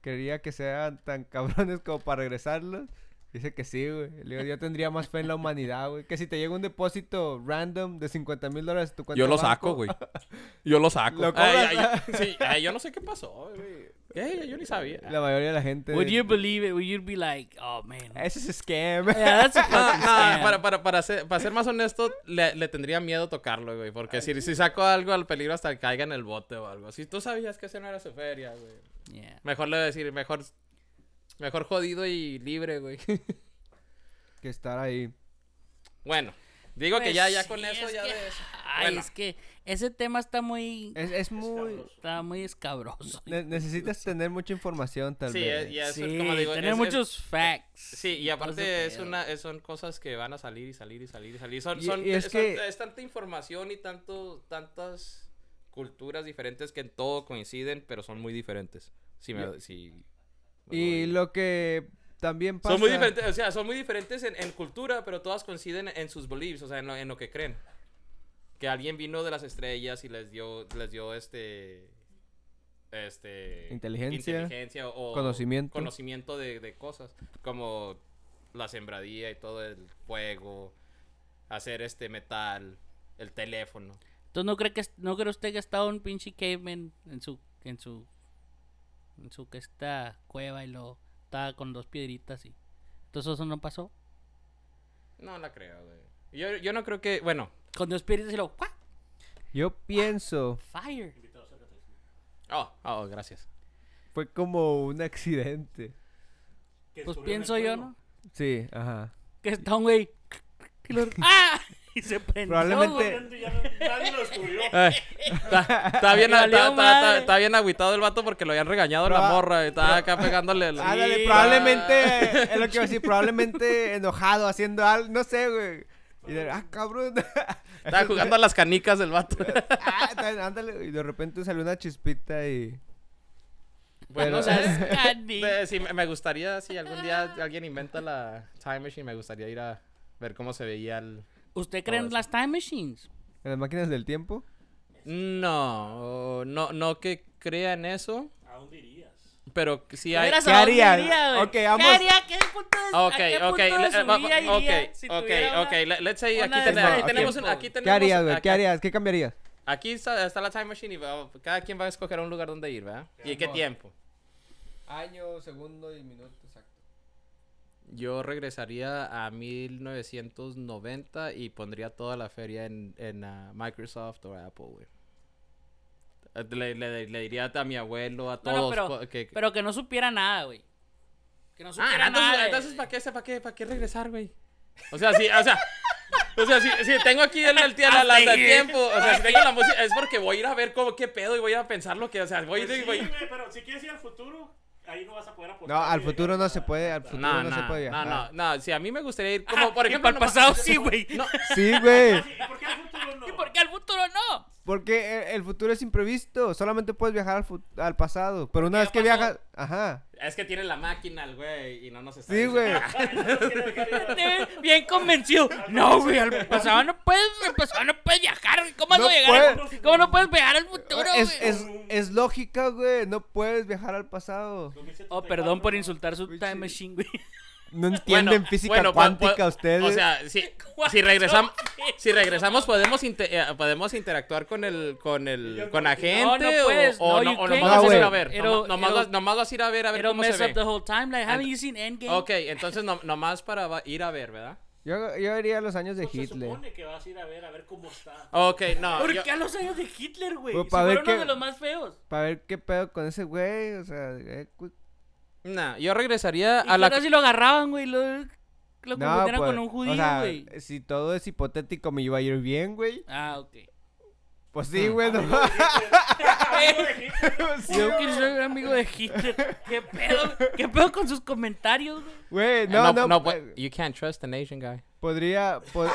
[SPEAKER 1] quería que sean tan cabrones como para regresarlos. Dice que sí, güey. Le digo, yo tendría más fe en la humanidad, güey. Que si te llega un depósito random de 50 mil dólares en tu cuenta
[SPEAKER 3] Yo
[SPEAKER 1] de
[SPEAKER 3] lo
[SPEAKER 1] banco,
[SPEAKER 3] saco, güey. Yo lo saco.
[SPEAKER 1] Lo
[SPEAKER 3] Ay,
[SPEAKER 1] cobras,
[SPEAKER 3] ay, sí, ay, yo no sé qué pasó, güey. ¿Qué? Yo ni sabía.
[SPEAKER 1] La mayoría de la gente.
[SPEAKER 2] Would you believe it? Would you be like, oh man.
[SPEAKER 1] Ese es scam.
[SPEAKER 2] Yeah, that's a
[SPEAKER 3] No,
[SPEAKER 2] fucking
[SPEAKER 3] no,
[SPEAKER 2] scam.
[SPEAKER 3] para, para, para, ser, para ser más honesto, le, le tendría miedo tocarlo, güey. Porque si, si saco algo al peligro hasta que caiga en el bote o algo. Si tú sabías que ese no era su feria, güey.
[SPEAKER 2] Yeah.
[SPEAKER 3] Mejor le voy a decir, mejor, mejor jodido y libre, güey.
[SPEAKER 1] que estar ahí.
[SPEAKER 3] bueno, digo que
[SPEAKER 2] Pues
[SPEAKER 3] ya, ya
[SPEAKER 2] sí,
[SPEAKER 3] con eso,
[SPEAKER 2] es
[SPEAKER 3] ya
[SPEAKER 2] que-
[SPEAKER 3] de eso.
[SPEAKER 2] Ay,
[SPEAKER 3] Bueno.
[SPEAKER 2] es que ese tema está muy...
[SPEAKER 1] Es, es muy.
[SPEAKER 2] Está muy escabroso.
[SPEAKER 1] ne- necesitas tener mucha información, tal
[SPEAKER 3] Sí,
[SPEAKER 1] vez.
[SPEAKER 3] es- ya es
[SPEAKER 2] Sí,
[SPEAKER 3] como digo.
[SPEAKER 2] tener
[SPEAKER 3] es- es-
[SPEAKER 2] muchos facts.
[SPEAKER 3] Sí, y aparte
[SPEAKER 2] Entonces,
[SPEAKER 3] es
[SPEAKER 2] pedo.
[SPEAKER 3] una, es- son cosas que van a salir y salir y salir y salir. Son,
[SPEAKER 1] Y-
[SPEAKER 3] son,
[SPEAKER 1] y es
[SPEAKER 3] son-
[SPEAKER 1] que-
[SPEAKER 3] es tanta información y tanto, tantas culturas diferentes que en todo coinciden, pero son muy diferentes. Si me- si-
[SPEAKER 1] Y lo que también pasa.
[SPEAKER 3] Son muy diferentes, o sea, son muy diferentes en, en cultura, pero todas coinciden en sus beliefs, o sea, en lo, en lo que creen. Que alguien vino de las estrellas y les dio, les dio este, este,
[SPEAKER 1] Inteligencia,
[SPEAKER 3] inteligencia o
[SPEAKER 1] conocimiento.
[SPEAKER 3] conocimiento de, de cosas, como la sembradía y todo el fuego, hacer este metal, el teléfono.
[SPEAKER 2] Entonces, ¿no cree, que, ¿no cree usted que está un pinche caveman en su... En su... En su que está cueva y lo... Está con dos piedritas y... Entonces, ¿eso no pasó?
[SPEAKER 3] No la creo, güey. Yo, yo no creo que, bueno,
[SPEAKER 2] Con dos piedritas y lo... ¡cuac!
[SPEAKER 1] Yo pienso.
[SPEAKER 2] ¡Fire!
[SPEAKER 3] oh, oh, gracias.
[SPEAKER 1] Fue como un accidente.
[SPEAKER 4] Que
[SPEAKER 2] Pues
[SPEAKER 4] estuvieron en
[SPEAKER 2] pienso yo,
[SPEAKER 4] fuego.
[SPEAKER 2] ¿no?
[SPEAKER 1] Sí, ajá.
[SPEAKER 2] Que está un güey... y lo- ¡Ah! Y se prendió,
[SPEAKER 1] Probablemente-
[SPEAKER 2] güey.
[SPEAKER 4] Realmente ya no- nadie lo descubrió.
[SPEAKER 1] Ah.
[SPEAKER 3] Ay, Está está bien,
[SPEAKER 2] Le
[SPEAKER 3] está,
[SPEAKER 2] valió
[SPEAKER 3] está-
[SPEAKER 2] madre.
[SPEAKER 3] está- está bien agüitado el vato porque lo habían regañado la
[SPEAKER 1] Proba-
[SPEAKER 3] morra. y Estaba acá pegándole el...
[SPEAKER 1] Ándale,
[SPEAKER 3] Sí,
[SPEAKER 1] probablemente. Es lo que iba a decir. Probablemente enojado, haciendo algo. No sé, güey. Y de, ah, cabrón.
[SPEAKER 3] Estaba jugando a las canicas del vato.
[SPEAKER 1] Ah, tá- ándale. Y de repente salió una chispita y.
[SPEAKER 3] Pues no
[SPEAKER 1] Pero-
[SPEAKER 3] sé.
[SPEAKER 2] Las cani-
[SPEAKER 3] eh, sí, me me gustaría, si algún día alguien inventa la Time Machine, me gustaría ir a ver cómo se veía el...
[SPEAKER 2] ¿Usted cree en
[SPEAKER 3] eso.
[SPEAKER 2] las time machines?
[SPEAKER 1] En las máquinas del tiempo.
[SPEAKER 3] No, no, no que crean eso,
[SPEAKER 4] Aún dirías.
[SPEAKER 3] pero sí hay...
[SPEAKER 2] Verás
[SPEAKER 1] ¿Qué
[SPEAKER 2] a dónde
[SPEAKER 1] haría?
[SPEAKER 2] iría, güey.
[SPEAKER 1] Ok, vamos-
[SPEAKER 2] ¿Qué haría? ¿Qué punto de,
[SPEAKER 3] Ok,
[SPEAKER 2] a qué
[SPEAKER 3] ok,
[SPEAKER 2] punto de
[SPEAKER 3] le- eh,
[SPEAKER 2] su
[SPEAKER 3] va-
[SPEAKER 2] vida
[SPEAKER 3] va- ok,
[SPEAKER 2] iría si
[SPEAKER 3] ok,
[SPEAKER 2] tuviera
[SPEAKER 3] ok,
[SPEAKER 2] una-
[SPEAKER 3] le- let's say,
[SPEAKER 2] una
[SPEAKER 3] aquí,
[SPEAKER 2] de
[SPEAKER 3] ten-
[SPEAKER 1] esas
[SPEAKER 3] aquí
[SPEAKER 1] de
[SPEAKER 3] tenemos,
[SPEAKER 2] tiempo?
[SPEAKER 3] un- aquí
[SPEAKER 1] ¿Qué
[SPEAKER 3] tenemos-
[SPEAKER 1] harías, güey?
[SPEAKER 3] acá-
[SPEAKER 1] ¿Qué harías? ¿Qué cambiarías?
[SPEAKER 3] Aquí está, está la Time Machine y va- cada quien va a escoger un lugar donde ir, ¿verdad? ¿Y qué
[SPEAKER 1] amor.
[SPEAKER 3] tiempo?
[SPEAKER 1] Año, segundo y minuto, exacto.
[SPEAKER 3] Yo regresaría a 1990 y pondría toda la feria en, en, ah, Microsoft o Apple, güey. Eh, Le, le- le diría a mi abuelo, a
[SPEAKER 2] No,
[SPEAKER 3] todos.
[SPEAKER 2] no, pero-
[SPEAKER 3] po- que-
[SPEAKER 2] Pero que no supiera nada, güey. Que no
[SPEAKER 3] Ah,
[SPEAKER 2] supiera
[SPEAKER 3] entonces,
[SPEAKER 2] nada.
[SPEAKER 3] entonces ¿para qué, para qué, para qué regresar, güey? O sea, sí, o sea... O sea, si, si tengo aquí el, el, la- la- la tiempo, o sea, si tengo la música, es porque voy a ir a ver cómo, qué pedo y voy a pensar lo que, o sea, voy,
[SPEAKER 4] Pues sí,
[SPEAKER 3] voy,
[SPEAKER 4] güey, pero si quieres ir al futuro, ahí no vas a poder Ah, aportar.
[SPEAKER 1] No, al
[SPEAKER 4] ni
[SPEAKER 1] futuro no
[SPEAKER 4] nada,
[SPEAKER 1] se puede. Al
[SPEAKER 4] nada.
[SPEAKER 1] futuro
[SPEAKER 3] No,
[SPEAKER 1] no,
[SPEAKER 3] no,
[SPEAKER 1] se puede.
[SPEAKER 3] no, no,
[SPEAKER 1] viajar.
[SPEAKER 3] no, sí, a mí me gustaría ir como, por
[SPEAKER 2] Y
[SPEAKER 3] ejemplo,
[SPEAKER 2] para el
[SPEAKER 3] nomás-
[SPEAKER 2] pasado sí, güey.
[SPEAKER 1] Sí, güey.
[SPEAKER 4] Ah, sí, ¿y ¿Por qué al futuro no?
[SPEAKER 2] ¿Y por qué al futuro no?
[SPEAKER 1] Porque e, el- el futuro es imprevisto. Solamente puedes viajar al, fu- al pasado. Pero una
[SPEAKER 3] ya
[SPEAKER 1] vez que
[SPEAKER 3] pasó.
[SPEAKER 1] viajas. Ajá.
[SPEAKER 3] Es que tiene la máquina el güey y no nos está
[SPEAKER 1] Sí,
[SPEAKER 3] diciendo-
[SPEAKER 1] güey.
[SPEAKER 4] Ah,
[SPEAKER 2] Bien convencido. No, güey, al pasado no puedes, al pasado no puedes viajar. güey. ¿Cómo no,
[SPEAKER 1] No
[SPEAKER 2] llegar al-
[SPEAKER 4] puede.
[SPEAKER 2] ¿Cómo no puedes viajar al futuro,
[SPEAKER 1] Es,
[SPEAKER 2] güey?
[SPEAKER 1] es, es lógica, güey. No puedes viajar al pasado.
[SPEAKER 2] Oh, perdón por insultar su
[SPEAKER 1] Pinche-
[SPEAKER 2] time machine, güey.
[SPEAKER 1] No entienden
[SPEAKER 3] Bueno,
[SPEAKER 1] física
[SPEAKER 3] bueno, pues,
[SPEAKER 1] cuántica
[SPEAKER 3] pues,
[SPEAKER 1] ustedes.
[SPEAKER 3] O sea, si, si regresamos, si regresamos podemos inte- eh, podemos interactuar con el con el con la gente
[SPEAKER 2] No, no puedes,
[SPEAKER 3] o, o
[SPEAKER 2] no,
[SPEAKER 3] no,
[SPEAKER 2] you
[SPEAKER 3] o
[SPEAKER 2] can't.
[SPEAKER 3] nomás vas a ir
[SPEAKER 1] No,
[SPEAKER 3] a
[SPEAKER 1] güey.
[SPEAKER 3] ver,
[SPEAKER 2] It'll-
[SPEAKER 3] nomás, nomás
[SPEAKER 2] it'll-
[SPEAKER 3] vas- nomás vas a ir a ver a ver
[SPEAKER 2] It'll
[SPEAKER 3] cómo
[SPEAKER 2] mess
[SPEAKER 3] se
[SPEAKER 2] up the
[SPEAKER 3] ve.
[SPEAKER 2] whole timeline. Haven't you seen Endgame?
[SPEAKER 3] Ok, entonces no- nomás para va- ir a ver, ¿verdad?
[SPEAKER 1] Yo, yo iría a los años de
[SPEAKER 4] Pues se
[SPEAKER 1] Hitler.
[SPEAKER 4] supone que vas a ir a ver, a ver cómo está.
[SPEAKER 3] Ok, no.
[SPEAKER 2] ¿Por
[SPEAKER 3] yo-
[SPEAKER 2] qué a los años de Hitler, güey?
[SPEAKER 1] Pues,
[SPEAKER 2] Si
[SPEAKER 1] pa' ver
[SPEAKER 2] fueron uno
[SPEAKER 1] qué-
[SPEAKER 2] de los más feos.
[SPEAKER 1] Para ver qué pedo con ese güey. O sea, eh, cu-
[SPEAKER 3] nah, yo regresaría
[SPEAKER 2] A
[SPEAKER 3] a la.
[SPEAKER 2] si lo agarraban, güey. Lo, lo confundieron
[SPEAKER 1] pues,
[SPEAKER 2] con un judío,
[SPEAKER 1] o sea,
[SPEAKER 2] güey.
[SPEAKER 1] si todo es hipotético, me iba a ir bien, güey.
[SPEAKER 2] Ah, ok.
[SPEAKER 1] Pues sí,
[SPEAKER 3] Ah.
[SPEAKER 1] güey. No,
[SPEAKER 4] Amigo de Hitler,
[SPEAKER 1] sí,
[SPEAKER 2] Yo que soy amigo de Hitler. ¿Qué pedo? ¿Qué pedo con sus comentarios, güey?
[SPEAKER 1] güey,
[SPEAKER 3] No,
[SPEAKER 1] no, no.
[SPEAKER 3] no,
[SPEAKER 1] pues,
[SPEAKER 3] but you can't trust an Asian guy.
[SPEAKER 1] Podría. pod-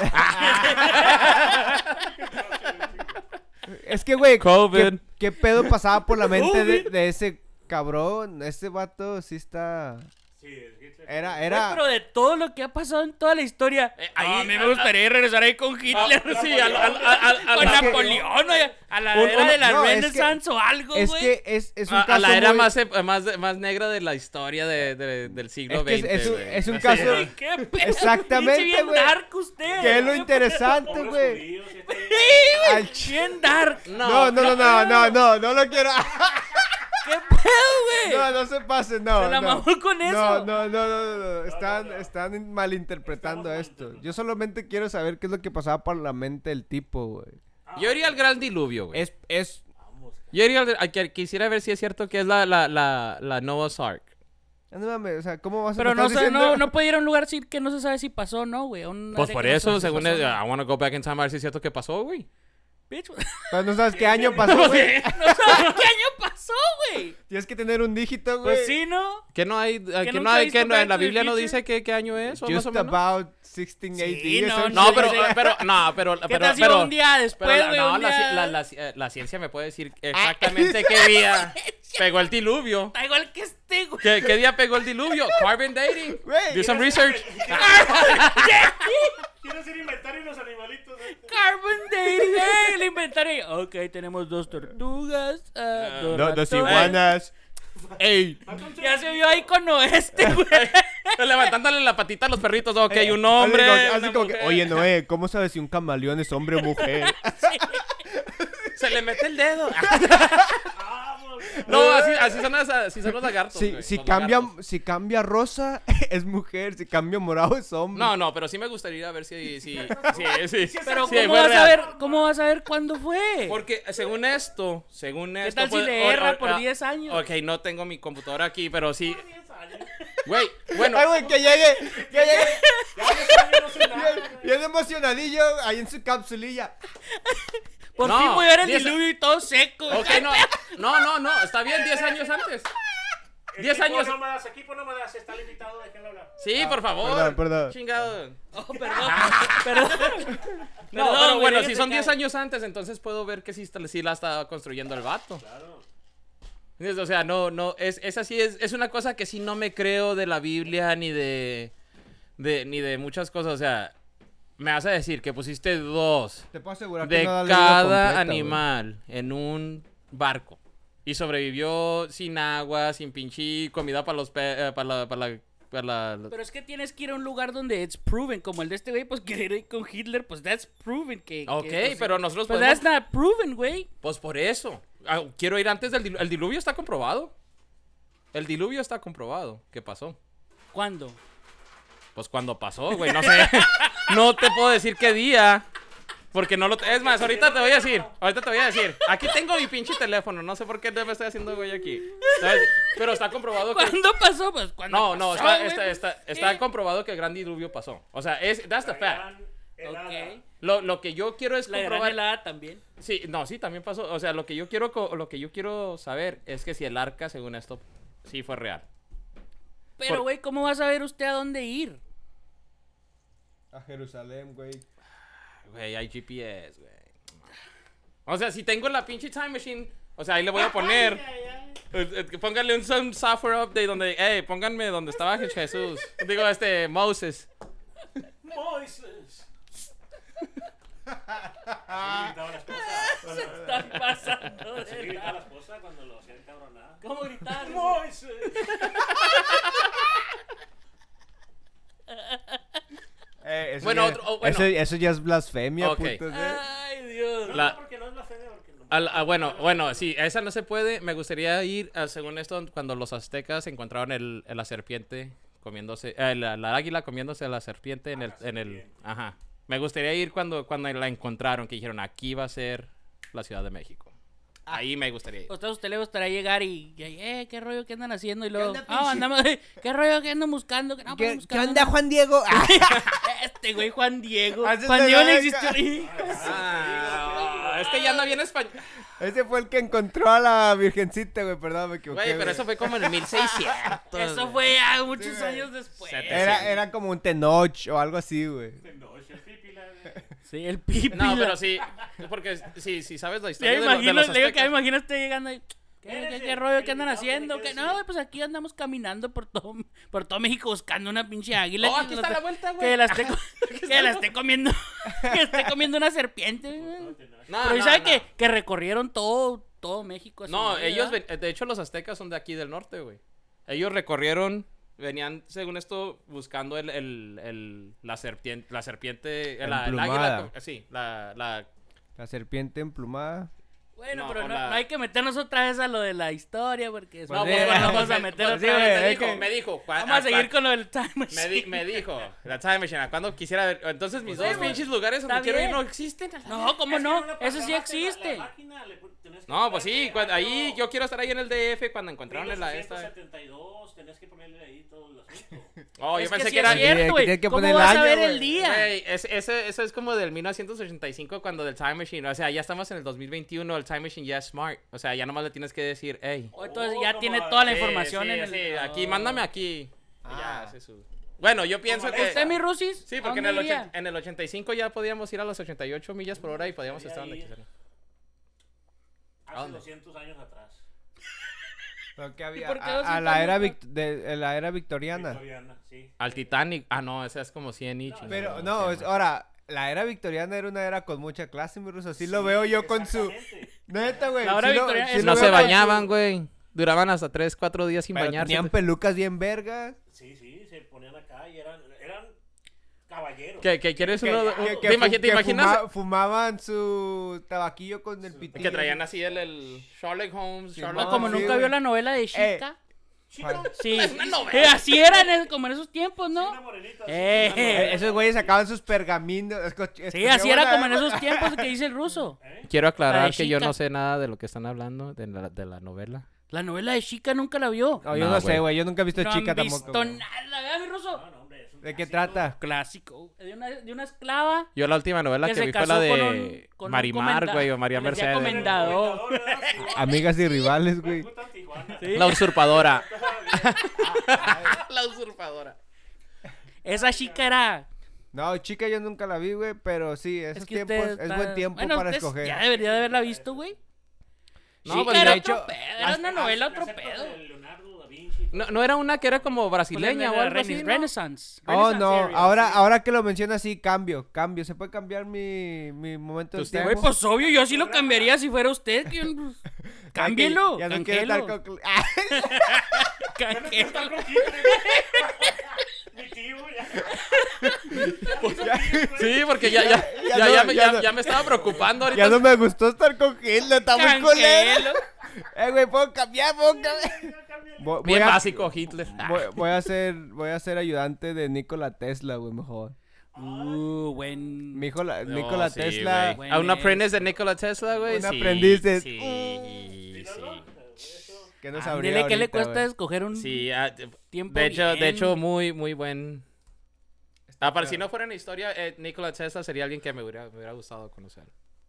[SPEAKER 1] es que, güey. ¿qué-
[SPEAKER 3] COVID.
[SPEAKER 1] ¿Qué pedo pasaba por la mente de, de ese cabrón? Ese vato sí está.
[SPEAKER 4] Sí, el Hitler.
[SPEAKER 1] Era,
[SPEAKER 2] Güey,
[SPEAKER 1] era.
[SPEAKER 2] Pero de todo lo que ha pasado en toda la historia. Ah,
[SPEAKER 3] ahí-
[SPEAKER 2] a mí Eh, me gustaría regresar ahí con Hitler.
[SPEAKER 4] Ah,
[SPEAKER 2] sí,
[SPEAKER 4] Napoleón.
[SPEAKER 2] al- al- al- al- con
[SPEAKER 1] Es que-
[SPEAKER 2] Napoleón. oye, a la
[SPEAKER 1] Un-
[SPEAKER 2] era
[SPEAKER 1] un-
[SPEAKER 2] de la
[SPEAKER 1] no, es que-
[SPEAKER 2] Renaissance o algo, güey.
[SPEAKER 1] Es que es, es un
[SPEAKER 3] A,
[SPEAKER 1] caso.
[SPEAKER 3] a la era
[SPEAKER 1] muy-
[SPEAKER 3] más, eh, más, más negra de la historia de, de- del siglo
[SPEAKER 1] Es que es-
[SPEAKER 3] XX.
[SPEAKER 1] es un-
[SPEAKER 3] güey.
[SPEAKER 1] es un
[SPEAKER 3] Así
[SPEAKER 1] caso-
[SPEAKER 3] es.
[SPEAKER 2] ¿Qué pedo?
[SPEAKER 1] Exactamente,
[SPEAKER 2] Pinche bien
[SPEAKER 1] güey.
[SPEAKER 2] dark usted.
[SPEAKER 1] Que es lo
[SPEAKER 2] ¿Qué
[SPEAKER 1] interesante,
[SPEAKER 4] Pobres
[SPEAKER 1] güey.
[SPEAKER 4] judíos, este-
[SPEAKER 2] pedo?
[SPEAKER 1] Al ch-
[SPEAKER 2] Bien dark.
[SPEAKER 1] No, no, no, no, no, no, no lo quiero.
[SPEAKER 2] ¿Qué pedo, güey?
[SPEAKER 1] No, no se pase, no.
[SPEAKER 2] Se la
[SPEAKER 1] no.
[SPEAKER 2] mamó con
[SPEAKER 1] No,
[SPEAKER 2] eso.
[SPEAKER 1] no, no, no, no, no, Están,
[SPEAKER 4] no, no.
[SPEAKER 1] están malinterpretando
[SPEAKER 4] Estamos
[SPEAKER 1] esto. Yo solamente quiero saber qué es lo que pasaba por la mente del tipo, güey.
[SPEAKER 3] Yo iría al gran diluvio, güey.
[SPEAKER 1] Es, es.
[SPEAKER 4] Vamos,
[SPEAKER 3] Yo iría al- a que- quisiera ver si es cierto que es la, la, la, la Noah's Ark.
[SPEAKER 1] Ah, No mames, o sea, ¿cómo vas a
[SPEAKER 2] Pero
[SPEAKER 1] me
[SPEAKER 2] no,
[SPEAKER 1] estás
[SPEAKER 2] sé, no,
[SPEAKER 1] diciendo-
[SPEAKER 2] no puede ir a un lugar sí que no se sabe si pasó o no, güey. a un
[SPEAKER 3] Pues
[SPEAKER 2] área
[SPEAKER 3] por
[SPEAKER 2] que no
[SPEAKER 3] eso,
[SPEAKER 2] se sabe si
[SPEAKER 3] según
[SPEAKER 2] pasó
[SPEAKER 3] el,
[SPEAKER 2] o
[SPEAKER 3] I wanna go back in time a ver si es cierto que pasó, güey.
[SPEAKER 2] no. Bitch,
[SPEAKER 1] Pero no sabes qué año pasó, güey.
[SPEAKER 2] No sabes qué año pasó, güey.
[SPEAKER 1] Tienes que tener un dígito, güey.
[SPEAKER 2] Pues sí, ¿no?
[SPEAKER 3] Que no hay, eh, que no
[SPEAKER 2] nunca
[SPEAKER 3] hay,
[SPEAKER 2] he
[SPEAKER 3] que
[SPEAKER 2] visto
[SPEAKER 3] no- en la
[SPEAKER 2] Back to the
[SPEAKER 3] Biblia no
[SPEAKER 2] Future?
[SPEAKER 3] dice qué, qué año es o más
[SPEAKER 1] Just
[SPEAKER 3] o menos.
[SPEAKER 1] about 1680.
[SPEAKER 2] Sí,
[SPEAKER 1] or
[SPEAKER 2] no,
[SPEAKER 1] something.
[SPEAKER 3] No, pero,
[SPEAKER 2] Sí, sí.
[SPEAKER 3] pero, no, pero, Ah, pero,
[SPEAKER 2] ¿Qué tal si
[SPEAKER 3] pero-
[SPEAKER 2] un día
[SPEAKER 3] pero
[SPEAKER 2] después,
[SPEAKER 3] la-
[SPEAKER 2] güey?
[SPEAKER 3] no,
[SPEAKER 2] un
[SPEAKER 3] la, ci-
[SPEAKER 2] día-
[SPEAKER 3] la- la ci- eh, la ciencia me puede decir exactamente qué día pegó el diluvio.
[SPEAKER 2] Está igual que este, güey.
[SPEAKER 3] ¿Qué, qué día pegó el diluvio? Carbon dating.
[SPEAKER 1] Güey,
[SPEAKER 3] Do some research.
[SPEAKER 4] Quiero hacer inventario de los animalitos. eh.
[SPEAKER 2] Carbon dating, eh, el inventario. Ok, tenemos dos tortugas, ah, dos,
[SPEAKER 1] No, dos
[SPEAKER 2] ratones.
[SPEAKER 1] iguanas.
[SPEAKER 3] Ey.
[SPEAKER 2] Ya se vio ahí con oeste, güey.
[SPEAKER 3] Levantándole la patita a los perritos. Ok,
[SPEAKER 1] Eh,
[SPEAKER 3] un hombre.
[SPEAKER 1] así como- así
[SPEAKER 3] una
[SPEAKER 1] como que,
[SPEAKER 3] mujer.
[SPEAKER 1] Oye, Noé, ¿cómo sabes si un camaleón es hombre o mujer?
[SPEAKER 3] Se le mete el dedo.
[SPEAKER 4] Vamos.
[SPEAKER 3] No, así, así son, las, así son los lagartos.
[SPEAKER 1] si,
[SPEAKER 3] güey,
[SPEAKER 1] si
[SPEAKER 3] los
[SPEAKER 1] cambia,
[SPEAKER 3] lagartos.
[SPEAKER 1] si cambia rosa, es mujer. Si cambia morado, es hombre.
[SPEAKER 3] No, no, pero sí me gustaría ir a ver si. si, si, si-
[SPEAKER 2] Pero
[SPEAKER 3] si
[SPEAKER 2] ¿cómo,
[SPEAKER 3] fue
[SPEAKER 2] vas a
[SPEAKER 3] real.
[SPEAKER 2] ver, ¿cómo vas a ver cuándo fue?
[SPEAKER 3] Porque según esto, según
[SPEAKER 2] ¿Qué
[SPEAKER 3] esto.
[SPEAKER 2] tal si
[SPEAKER 3] puede-
[SPEAKER 2] le
[SPEAKER 3] o-
[SPEAKER 2] erra
[SPEAKER 3] o-
[SPEAKER 2] por
[SPEAKER 3] ah,
[SPEAKER 2] 10 años?
[SPEAKER 3] Ok, no tengo mi computadora aquí, pero sí.
[SPEAKER 4] 10 años.
[SPEAKER 3] Güey, bueno.
[SPEAKER 1] Ay, güey, que llegue, que llegue.
[SPEAKER 4] Ya 10 años no sé nada. ¿eh?
[SPEAKER 1] Bien, bien emocionadillo ahí en su capsulilla.
[SPEAKER 2] Por
[SPEAKER 3] no,
[SPEAKER 2] fin voy a ver el
[SPEAKER 3] 10
[SPEAKER 2] diluvio y todo seco.
[SPEAKER 3] Ok, no. No, no, no. Está bien, 10 años antes. 10
[SPEAKER 4] Equipo
[SPEAKER 3] años.
[SPEAKER 4] nómadas, equipo nómadas, está limitado, déjenlo hablar.
[SPEAKER 3] Sí, por favor.
[SPEAKER 1] perdón, perdón.
[SPEAKER 3] Chingado.
[SPEAKER 2] Oh, perdón, perdón.
[SPEAKER 3] No,
[SPEAKER 2] Perdón,
[SPEAKER 3] pero
[SPEAKER 2] güey,
[SPEAKER 3] bueno,
[SPEAKER 2] ya se
[SPEAKER 3] si son 10
[SPEAKER 2] cae.
[SPEAKER 3] años antes, entonces puedo ver que sí, está- sí la estaba construyendo el vato. ¿Entiendes? O sea, no, no, es, es así, es, es una cosa que sí no me creo de la Biblia ni de, de- ni de muchas cosas. O sea, me vas a decir que pusiste dos
[SPEAKER 1] Te puedo asegurar que
[SPEAKER 3] de
[SPEAKER 1] no la leo completa,
[SPEAKER 3] cada
[SPEAKER 1] güey.
[SPEAKER 3] animal en un barco y sobrevivió sin agua, sin pinche comida para los pe- eh, para la, para la- para la-
[SPEAKER 2] Pero es que tienes que ir a un lugar donde it's proven, como el de este güey, pues querer ir con Hitler, pues that's proven que... que
[SPEAKER 3] Ok,
[SPEAKER 2] esto sí.
[SPEAKER 3] pero nosotros
[SPEAKER 2] Pues
[SPEAKER 3] podemos-
[SPEAKER 2] that's not proven, güey.
[SPEAKER 3] Pues por eso. Ah, Quiero ir antes del diluvio. El diluvio está comprobado. El diluvio está comprobado. ¿Qué pasó?
[SPEAKER 2] ¿Cuándo?
[SPEAKER 3] Pues cuando pasó, güey. No sé. no te puedo decir qué día. Porque no lo... Es más, ahorita te voy a decir. Ahorita te voy a decir. Aquí tengo mi pinche teléfono. No sé por qué me estoy haciendo, güey, aquí. ¿Sabes? Pero está comprobado que...
[SPEAKER 2] ¿Cuándo pasó? Pues cuando
[SPEAKER 3] No, no,
[SPEAKER 2] pasó,
[SPEAKER 3] está,
[SPEAKER 2] güey,
[SPEAKER 3] está,
[SPEAKER 2] pues,
[SPEAKER 3] está,
[SPEAKER 2] ¿qué?
[SPEAKER 3] está comprobado que el gran diluvio pasó. O sea, es, that's the fact.
[SPEAKER 4] Gran helada.
[SPEAKER 2] Ok.
[SPEAKER 3] Lo, lo que yo quiero es
[SPEAKER 2] La gran
[SPEAKER 3] comprobar.
[SPEAKER 2] helada también.
[SPEAKER 3] Sí, no, sí, también pasó. O sea, lo que yo quiero, co- lo que yo quiero saber es que si el arca, según esto, sí fue real.
[SPEAKER 2] Pero,
[SPEAKER 3] Por-
[SPEAKER 2] güey, ¿cómo va a saber usted a dónde ir?
[SPEAKER 1] A Jerusalén, güey.
[SPEAKER 3] Güey, hay GPS, güey. O sea, si tengo la pinche time machine, o sea, ahí le voy a poner. eh, eh, Pónganle un, un software update donde, hey, pónganme donde estaba Jesús. Digo, este, Moses.
[SPEAKER 4] Moises. Invitaba a la esposa. Cuando-
[SPEAKER 2] Está pasando
[SPEAKER 4] se
[SPEAKER 2] de
[SPEAKER 4] gritaba a la
[SPEAKER 2] la-
[SPEAKER 4] esposa cuando lo hacían cabronada.
[SPEAKER 2] ¿Cómo gritar?
[SPEAKER 4] Moises.
[SPEAKER 3] Bueno, otro- oh, bueno.
[SPEAKER 1] Eh, Eso, eso ya es blasfemia,
[SPEAKER 3] Ok.
[SPEAKER 1] putos, eh.
[SPEAKER 2] Ay, Dios.
[SPEAKER 3] La-
[SPEAKER 4] No, porque no es la fe de porque no.
[SPEAKER 3] Al- ah, bueno, bueno, sí, esa no se puede. Me gustaría ir, ah, según esto, cuando los aztecas encontraron el, la serpiente comiéndose, eh, la, la águila comiéndose a la serpiente en el,
[SPEAKER 2] Ah,
[SPEAKER 3] en el, ajá. Me gustaría ir cuando, cuando la encontraron, que dijeron, aquí va a ser la Ciudad de México. Ahí me gustaría ir.
[SPEAKER 2] O sea, usted le gustaría llegar y, y ahí, eh, qué rollo que andan haciendo y luego,
[SPEAKER 1] onda,
[SPEAKER 2] ah,
[SPEAKER 1] pinche?
[SPEAKER 2] andamos, qué rollo que andan buscando, que no, pues,
[SPEAKER 1] ¿Qué, qué
[SPEAKER 2] buscando,
[SPEAKER 1] onda,
[SPEAKER 2] no".
[SPEAKER 1] Juan Diego? Ah,
[SPEAKER 2] Este güey Juan Diego.
[SPEAKER 1] Haces
[SPEAKER 2] Juan
[SPEAKER 1] la
[SPEAKER 2] Diego no
[SPEAKER 1] verga.
[SPEAKER 2] existió. Hijo de su-
[SPEAKER 3] Ah, este ya anda bien español.
[SPEAKER 1] ese fue el que encontró a la virgencita, güey. Perdón, me equivoqué.
[SPEAKER 3] Güey, pero
[SPEAKER 1] güey.
[SPEAKER 3] eso fue como en el 1600.
[SPEAKER 2] Eso
[SPEAKER 3] güey.
[SPEAKER 2] fue ah, muchos años después.
[SPEAKER 3] Setenta.
[SPEAKER 1] Era, era como un Tenoch o algo así, güey.
[SPEAKER 4] No, es el pipi, la de-
[SPEAKER 2] Sí, el pipi.
[SPEAKER 3] No, pero sí, porque si sabes la
[SPEAKER 2] Ya
[SPEAKER 3] historia
[SPEAKER 2] me
[SPEAKER 3] de, lo- de
[SPEAKER 2] imagino,
[SPEAKER 3] los
[SPEAKER 2] le digo que me
[SPEAKER 3] aztecas.
[SPEAKER 2] imagino usted llegando ahí. ¿Qué, qué, qué rollo que andan
[SPEAKER 4] Espérate,
[SPEAKER 2] haciendo?
[SPEAKER 4] espérate,
[SPEAKER 2] ¿Qué? No, güey, pues aquí andamos caminando por todo, por todo México buscando una pinche águila.
[SPEAKER 3] Oh,
[SPEAKER 2] que
[SPEAKER 3] aquí
[SPEAKER 2] nos
[SPEAKER 3] está
[SPEAKER 2] la-
[SPEAKER 3] la vuelta, güey.
[SPEAKER 2] Que la esté, co- que la esté comiendo. que esté comiendo una serpiente. güey.
[SPEAKER 3] No,
[SPEAKER 2] Pero ¿y
[SPEAKER 3] no,
[SPEAKER 2] sabe
[SPEAKER 3] no.
[SPEAKER 2] que, que recorrieron todo, todo México? "Ah, a su
[SPEAKER 3] No,
[SPEAKER 2] madre,
[SPEAKER 3] ellos,
[SPEAKER 2] ¿verdad?
[SPEAKER 3] ven- de hecho los aztecas son de aquí del norte, güey. Ellos recorrieron, venían, según esto, buscando el, el, el- la serpiente, la serpiente, eh, la, el águila.
[SPEAKER 1] Emplumada.
[SPEAKER 3] co- Sí, la, la...
[SPEAKER 1] La serpiente emplumada.
[SPEAKER 2] Bueno,
[SPEAKER 3] no,
[SPEAKER 2] pero no,
[SPEAKER 3] la-
[SPEAKER 2] no hay que meternos otra vez a lo de la historia porque después
[SPEAKER 1] No,
[SPEAKER 2] no,
[SPEAKER 1] pues, bueno,
[SPEAKER 2] vamos a
[SPEAKER 3] me-
[SPEAKER 2] meter
[SPEAKER 3] pues,
[SPEAKER 2] otra
[SPEAKER 3] sí,
[SPEAKER 2] vez.
[SPEAKER 3] güey,
[SPEAKER 1] es
[SPEAKER 3] Me dijo,
[SPEAKER 1] que-
[SPEAKER 3] me dijo. cua-
[SPEAKER 2] Vamos a
[SPEAKER 3] hasta-
[SPEAKER 2] seguir con lo del time machine.
[SPEAKER 3] Me, di- me dijo, la time machine, ah, ¿cuándo quisiera ver? Entonces mis
[SPEAKER 2] Pues,
[SPEAKER 3] dos
[SPEAKER 2] güey,
[SPEAKER 3] pinches lugares
[SPEAKER 2] está
[SPEAKER 3] donde quiero ir
[SPEAKER 2] bien.
[SPEAKER 3] no existen. a la
[SPEAKER 2] No, ¿cómo
[SPEAKER 4] Es que
[SPEAKER 2] no?
[SPEAKER 4] la-
[SPEAKER 2] Eso sí
[SPEAKER 4] la- la
[SPEAKER 2] existe.
[SPEAKER 4] máquina, le pu- tenés que
[SPEAKER 3] No, pues sí,
[SPEAKER 4] ponerle
[SPEAKER 3] cuando-
[SPEAKER 4] año
[SPEAKER 3] ahí yo quiero estar ahí en el DF cuando encontraron la
[SPEAKER 2] pues,
[SPEAKER 3] esta.
[SPEAKER 4] 1972, tenés que ponerle ahí todo el asunto.
[SPEAKER 3] Oh, yo
[SPEAKER 2] Es que
[SPEAKER 3] pensé
[SPEAKER 2] sí
[SPEAKER 3] que era
[SPEAKER 2] es
[SPEAKER 1] bien.
[SPEAKER 2] cierto, güey.
[SPEAKER 1] Tiene que
[SPEAKER 2] ¿Cómo
[SPEAKER 1] poner el
[SPEAKER 2] vas a
[SPEAKER 1] año,
[SPEAKER 2] ver el
[SPEAKER 1] güey.
[SPEAKER 2] día?
[SPEAKER 3] Güey, es- ese, eso es como del 1985 cuando del Time Machine. O sea, ya estamos en el 2021, el Time Machine ya es smart. O sea, ya nomás le tienes que decir, hey.
[SPEAKER 2] O Entonces
[SPEAKER 4] Oh,
[SPEAKER 2] ya
[SPEAKER 4] no
[SPEAKER 2] tiene
[SPEAKER 4] mames.
[SPEAKER 2] toda la
[SPEAKER 3] Sí,
[SPEAKER 2] información
[SPEAKER 3] sí,
[SPEAKER 2] en el...
[SPEAKER 3] sí, aquí,
[SPEAKER 2] Oh.
[SPEAKER 3] mándame aquí. Y
[SPEAKER 1] Ah.
[SPEAKER 3] Ya, hace su... Bueno, yo pienso que...
[SPEAKER 2] ¿Usted, mi Rusis?
[SPEAKER 3] Sí,
[SPEAKER 2] ¿A
[SPEAKER 3] porque en
[SPEAKER 2] dónde
[SPEAKER 3] el,
[SPEAKER 2] iría?
[SPEAKER 3] ochen- en el 85 ya podíamos ir a las 88 millas por hora y podíamos
[SPEAKER 4] Ahí,
[SPEAKER 3] estar donde
[SPEAKER 4] ahí.
[SPEAKER 3] quisiera. ¿A
[SPEAKER 4] Hace
[SPEAKER 3] dónde?
[SPEAKER 4] 200 años atrás.
[SPEAKER 1] Pero que había-
[SPEAKER 2] por qué
[SPEAKER 1] a- A,
[SPEAKER 2] 200
[SPEAKER 1] la era,
[SPEAKER 2] metros?
[SPEAKER 1] vict- de, de la era victoriana.
[SPEAKER 4] Victoriana, sí.
[SPEAKER 3] Al Titanic. Ah, no, esa es como 100 y chingada,
[SPEAKER 1] Pero
[SPEAKER 3] se
[SPEAKER 1] no, es-
[SPEAKER 3] llama.
[SPEAKER 1] ahora, la era victoriana era una era con mucha clase, mi ruso. Así lo veo yo con su.
[SPEAKER 4] Exactamente.
[SPEAKER 1] Neta, güey.
[SPEAKER 2] La era
[SPEAKER 1] sí lo-
[SPEAKER 2] victoriana
[SPEAKER 1] sí
[SPEAKER 2] es-
[SPEAKER 1] lo
[SPEAKER 3] No
[SPEAKER 1] veo
[SPEAKER 3] se
[SPEAKER 1] con su-
[SPEAKER 3] bañaban, güey. Duraban hasta 3, 4 días sin
[SPEAKER 1] Pero
[SPEAKER 3] bañarse.
[SPEAKER 1] tenían pelucas bien vergas.
[SPEAKER 4] Sí, sí, se ponían acá y eran, eran caballeros.
[SPEAKER 3] Que, que quieres
[SPEAKER 1] Que,
[SPEAKER 3] uno...
[SPEAKER 1] que-
[SPEAKER 3] un-
[SPEAKER 1] que
[SPEAKER 3] ¿Te,
[SPEAKER 1] fu-
[SPEAKER 3] imagi- te
[SPEAKER 1] que
[SPEAKER 3] imaginas?
[SPEAKER 1] fuma- fumaban su tabaquillo con el pitillo.
[SPEAKER 3] Que traían así el, el Sherlock Holmes,
[SPEAKER 1] Sí,
[SPEAKER 3] Sherlock
[SPEAKER 2] No, Ah, como
[SPEAKER 1] sí,
[SPEAKER 3] Holmes.
[SPEAKER 2] nunca
[SPEAKER 1] güey.
[SPEAKER 2] vio la novela de Chica.
[SPEAKER 1] ¿Cuál?
[SPEAKER 2] Sí.
[SPEAKER 3] Eh. Es una novela.
[SPEAKER 2] Eh, así era en el- como en esos tiempos,
[SPEAKER 4] Una
[SPEAKER 2] ¿no?
[SPEAKER 4] morenita.
[SPEAKER 2] Eh.
[SPEAKER 4] así,
[SPEAKER 1] Eh, Esos güeyes sacaban sus pergaminos.
[SPEAKER 2] Sí, así era como en esos tiempos que dice el ruso.
[SPEAKER 3] Quiero
[SPEAKER 2] La
[SPEAKER 3] aclarar
[SPEAKER 2] de
[SPEAKER 3] que yo
[SPEAKER 2] Chica.
[SPEAKER 3] no sé nada de lo que están hablando de la, de la novela.
[SPEAKER 2] La novela de Chica nunca la vio.
[SPEAKER 1] No, yo no,
[SPEAKER 3] No,
[SPEAKER 1] sé,
[SPEAKER 3] güey.
[SPEAKER 1] güey. Yo nunca he visto
[SPEAKER 2] No
[SPEAKER 1] chica
[SPEAKER 2] han visto
[SPEAKER 1] tampoco. güey.
[SPEAKER 2] nada, ¿verdad, mi ruso?
[SPEAKER 4] No, no, hombre, es un
[SPEAKER 1] ¿De qué
[SPEAKER 4] clásico.
[SPEAKER 1] trata?
[SPEAKER 2] Clásico. De una, de una esclava.
[SPEAKER 3] Yo la última novela
[SPEAKER 2] Que
[SPEAKER 3] que,
[SPEAKER 2] se
[SPEAKER 3] vi fue
[SPEAKER 2] casó
[SPEAKER 3] la
[SPEAKER 2] con un-
[SPEAKER 3] de
[SPEAKER 2] con un
[SPEAKER 3] Marimar,
[SPEAKER 2] comenda-
[SPEAKER 3] güey, o María
[SPEAKER 2] que les decía
[SPEAKER 3] Mercedes.
[SPEAKER 2] comenda- Comendador.
[SPEAKER 4] ¿verdad? Sí,
[SPEAKER 1] Amigas y rivales,
[SPEAKER 4] güey,
[SPEAKER 1] güey.
[SPEAKER 4] puta Tijuana.
[SPEAKER 2] Sí.
[SPEAKER 3] La usurpadora.
[SPEAKER 2] La usurpadora. Esa chica era.
[SPEAKER 1] No, chica yo nunca la vi, güey. Pero sí, esos
[SPEAKER 2] Es que
[SPEAKER 1] tiempos
[SPEAKER 2] usted
[SPEAKER 1] es
[SPEAKER 2] está-
[SPEAKER 1] buen tiempo
[SPEAKER 2] Bueno,
[SPEAKER 1] para
[SPEAKER 2] usted
[SPEAKER 1] escoger.
[SPEAKER 2] Ya debería de haberla visto, güey.
[SPEAKER 3] No,
[SPEAKER 2] Chica
[SPEAKER 3] pues,
[SPEAKER 2] era
[SPEAKER 3] de
[SPEAKER 2] otro
[SPEAKER 3] hecho,
[SPEAKER 2] pedo, Era una novela otro pedo.
[SPEAKER 4] De Leonardo da Vinci.
[SPEAKER 3] No, no era una que era como brasileña o
[SPEAKER 2] Leña
[SPEAKER 3] algo así, ¿no?
[SPEAKER 2] Renaissance.
[SPEAKER 1] Oh,
[SPEAKER 3] Renaissance
[SPEAKER 1] no.
[SPEAKER 3] Area,
[SPEAKER 1] Ahora,
[SPEAKER 3] sí.
[SPEAKER 1] ahora que lo mencionas, sí, cambio, cambio. ¿Se puede cambiar mi, mi momento del
[SPEAKER 3] Tus tiempos.
[SPEAKER 1] tiempo?
[SPEAKER 2] Güey, pues obvio, yo sí lo cambiaría si fuera usted. que- Cámbielo.
[SPEAKER 1] Ya no quiero
[SPEAKER 2] canjelo,
[SPEAKER 1] estar con... Ah,
[SPEAKER 2] canjelo.
[SPEAKER 4] Mi tío, ya.
[SPEAKER 3] Sí, porque ya, ya,
[SPEAKER 1] Ya
[SPEAKER 3] ya,
[SPEAKER 1] no,
[SPEAKER 3] ya me,
[SPEAKER 1] ya
[SPEAKER 3] ya-
[SPEAKER 1] no.
[SPEAKER 3] ya me estaba preocupando ahorita.
[SPEAKER 1] ya no me gustó estar con Hitler, está muy
[SPEAKER 2] Canjelo.
[SPEAKER 1] culero. Eh, güey, puedo cambiar, puedo cambiar. Voy, voy
[SPEAKER 3] Bien
[SPEAKER 1] a,
[SPEAKER 3] básico, Hitler.
[SPEAKER 1] voy, voy a ser, voy a ser ayudante de Nikola Tesla, güey, mejor.
[SPEAKER 2] Uh, buen.
[SPEAKER 1] Mi hijo, la-
[SPEAKER 3] No,
[SPEAKER 1] Nikola
[SPEAKER 3] sí,
[SPEAKER 1] Tesla.
[SPEAKER 3] güey.
[SPEAKER 2] Buen
[SPEAKER 3] A un
[SPEAKER 2] es.
[SPEAKER 3] aprendiz de Nikola Tesla, güey.
[SPEAKER 1] Un
[SPEAKER 3] sí,
[SPEAKER 1] aprendiz de-
[SPEAKER 3] Sí, sí.
[SPEAKER 1] Que no sabría
[SPEAKER 2] Ándele, ¿qué le
[SPEAKER 1] ahorita,
[SPEAKER 2] cuesta
[SPEAKER 1] güey.
[SPEAKER 2] escoger un
[SPEAKER 3] Sí, ah, de-
[SPEAKER 2] tiempo?
[SPEAKER 3] de hecho, de
[SPEAKER 2] bien?
[SPEAKER 3] hecho, muy, muy buen. Ah, para si no fuera en historia, eh, Nikola Tesla sería alguien que me hubiera, me hubiera gustado conocer.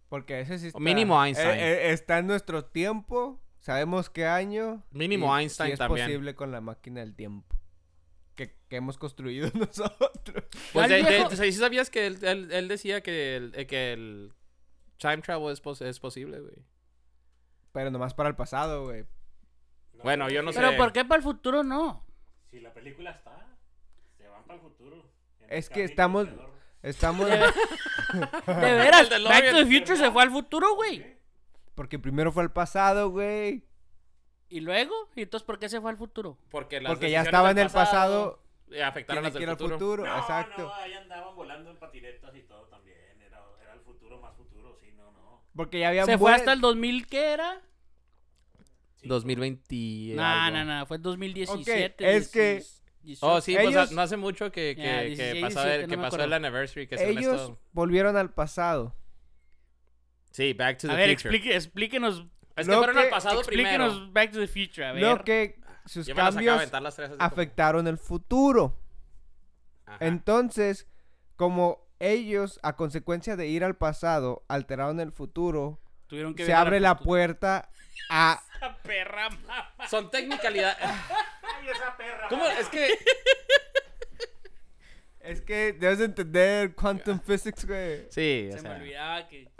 [SPEAKER 1] Porque ese sí está...
[SPEAKER 3] O mínimo Einstein.
[SPEAKER 1] eh, eh, está en nuestro tiempo, sabemos qué año.
[SPEAKER 3] Mínimo
[SPEAKER 1] y
[SPEAKER 3] Einstein
[SPEAKER 1] si es
[SPEAKER 3] también.
[SPEAKER 1] posible con la máquina del tiempo. Que, que hemos construido nosotros.
[SPEAKER 3] Pues
[SPEAKER 2] Al
[SPEAKER 3] de, de-
[SPEAKER 2] viejo-
[SPEAKER 3] ¿sí sabías que él, él- él decía que el, eh, que el time travel es, pos- es posible, güey.
[SPEAKER 1] Pero nomás para el pasado, güey.
[SPEAKER 3] Bueno, yo no sé.
[SPEAKER 2] Pero ¿por qué para el futuro no?
[SPEAKER 4] Si la película está, se van para el futuro. En
[SPEAKER 1] Es
[SPEAKER 4] el
[SPEAKER 1] que
[SPEAKER 4] camino
[SPEAKER 1] estamos-
[SPEAKER 4] alrededor.
[SPEAKER 1] Estamos...
[SPEAKER 2] De veras,
[SPEAKER 3] DeLorean.
[SPEAKER 2] Back to the Future se fue al futuro, güey.
[SPEAKER 1] Porque primero fue el pasado, güey.
[SPEAKER 2] ¿Y luego? ¿Y entonces por qué se fue al futuro?
[SPEAKER 3] Porque, las
[SPEAKER 1] Porque ya
[SPEAKER 3] decisiones
[SPEAKER 1] estaba en
[SPEAKER 3] del
[SPEAKER 1] el pasado.
[SPEAKER 3] eh, afectaron
[SPEAKER 1] Tiene
[SPEAKER 3] las
[SPEAKER 1] que
[SPEAKER 3] del
[SPEAKER 1] ir al
[SPEAKER 3] futuro.
[SPEAKER 1] futuro.
[SPEAKER 4] No,
[SPEAKER 1] Exacto.
[SPEAKER 4] no, ahí andaban volando en patinetas y todo también. Era, era el futuro más futuro, sí, no, no.
[SPEAKER 1] Porque ya habían
[SPEAKER 2] ¿Se fue
[SPEAKER 1] vuel-
[SPEAKER 2] hasta el 2000 qué era?
[SPEAKER 4] Sí,
[SPEAKER 3] 2020.
[SPEAKER 2] No,
[SPEAKER 3] algo.
[SPEAKER 2] no, no, fue el 2017.
[SPEAKER 1] Ok, es que-
[SPEAKER 2] 16, You
[SPEAKER 3] Oh,
[SPEAKER 2] shook.
[SPEAKER 3] sí, pues,
[SPEAKER 1] Ellos-
[SPEAKER 3] no hace mucho que, que,
[SPEAKER 2] Ya,
[SPEAKER 3] que
[SPEAKER 2] 16,
[SPEAKER 3] pasaba el,
[SPEAKER 2] 17,
[SPEAKER 3] que
[SPEAKER 2] no me
[SPEAKER 3] pasó el
[SPEAKER 2] acuerdo.
[SPEAKER 3] anniversary. Que según
[SPEAKER 1] Ellos
[SPEAKER 3] esto-
[SPEAKER 1] volvieron al pasado.
[SPEAKER 3] Sí, Back to the
[SPEAKER 2] A ver,
[SPEAKER 3] Future.
[SPEAKER 2] explique, explíquenos,
[SPEAKER 3] Es que
[SPEAKER 1] Lo
[SPEAKER 3] fueron
[SPEAKER 1] que-
[SPEAKER 3] al pasado
[SPEAKER 2] explíquenos
[SPEAKER 3] primero.
[SPEAKER 2] Back to the Future, a ver.
[SPEAKER 1] Lo que sus
[SPEAKER 3] Yo me las acabo de
[SPEAKER 1] cambios
[SPEAKER 3] aventar las tres así como-
[SPEAKER 1] afectaron el futuro.
[SPEAKER 3] Ajá.
[SPEAKER 1] Entonces, como ellos, a consecuencia de ir al pasado, alteraron el futuro,
[SPEAKER 2] Tuvieron que
[SPEAKER 1] se
[SPEAKER 2] viajar al
[SPEAKER 1] abre la
[SPEAKER 2] futuro.
[SPEAKER 1] puerta a...
[SPEAKER 2] Esa perra, ma-
[SPEAKER 3] Son technicalidad.
[SPEAKER 4] ¡Ay, esa perra!
[SPEAKER 3] ¿Cómo? Es que
[SPEAKER 1] Es que debes de entender quantum physics, güey.
[SPEAKER 3] Sí, o
[SPEAKER 2] Se me
[SPEAKER 3] sea.
[SPEAKER 2] olvidaba que...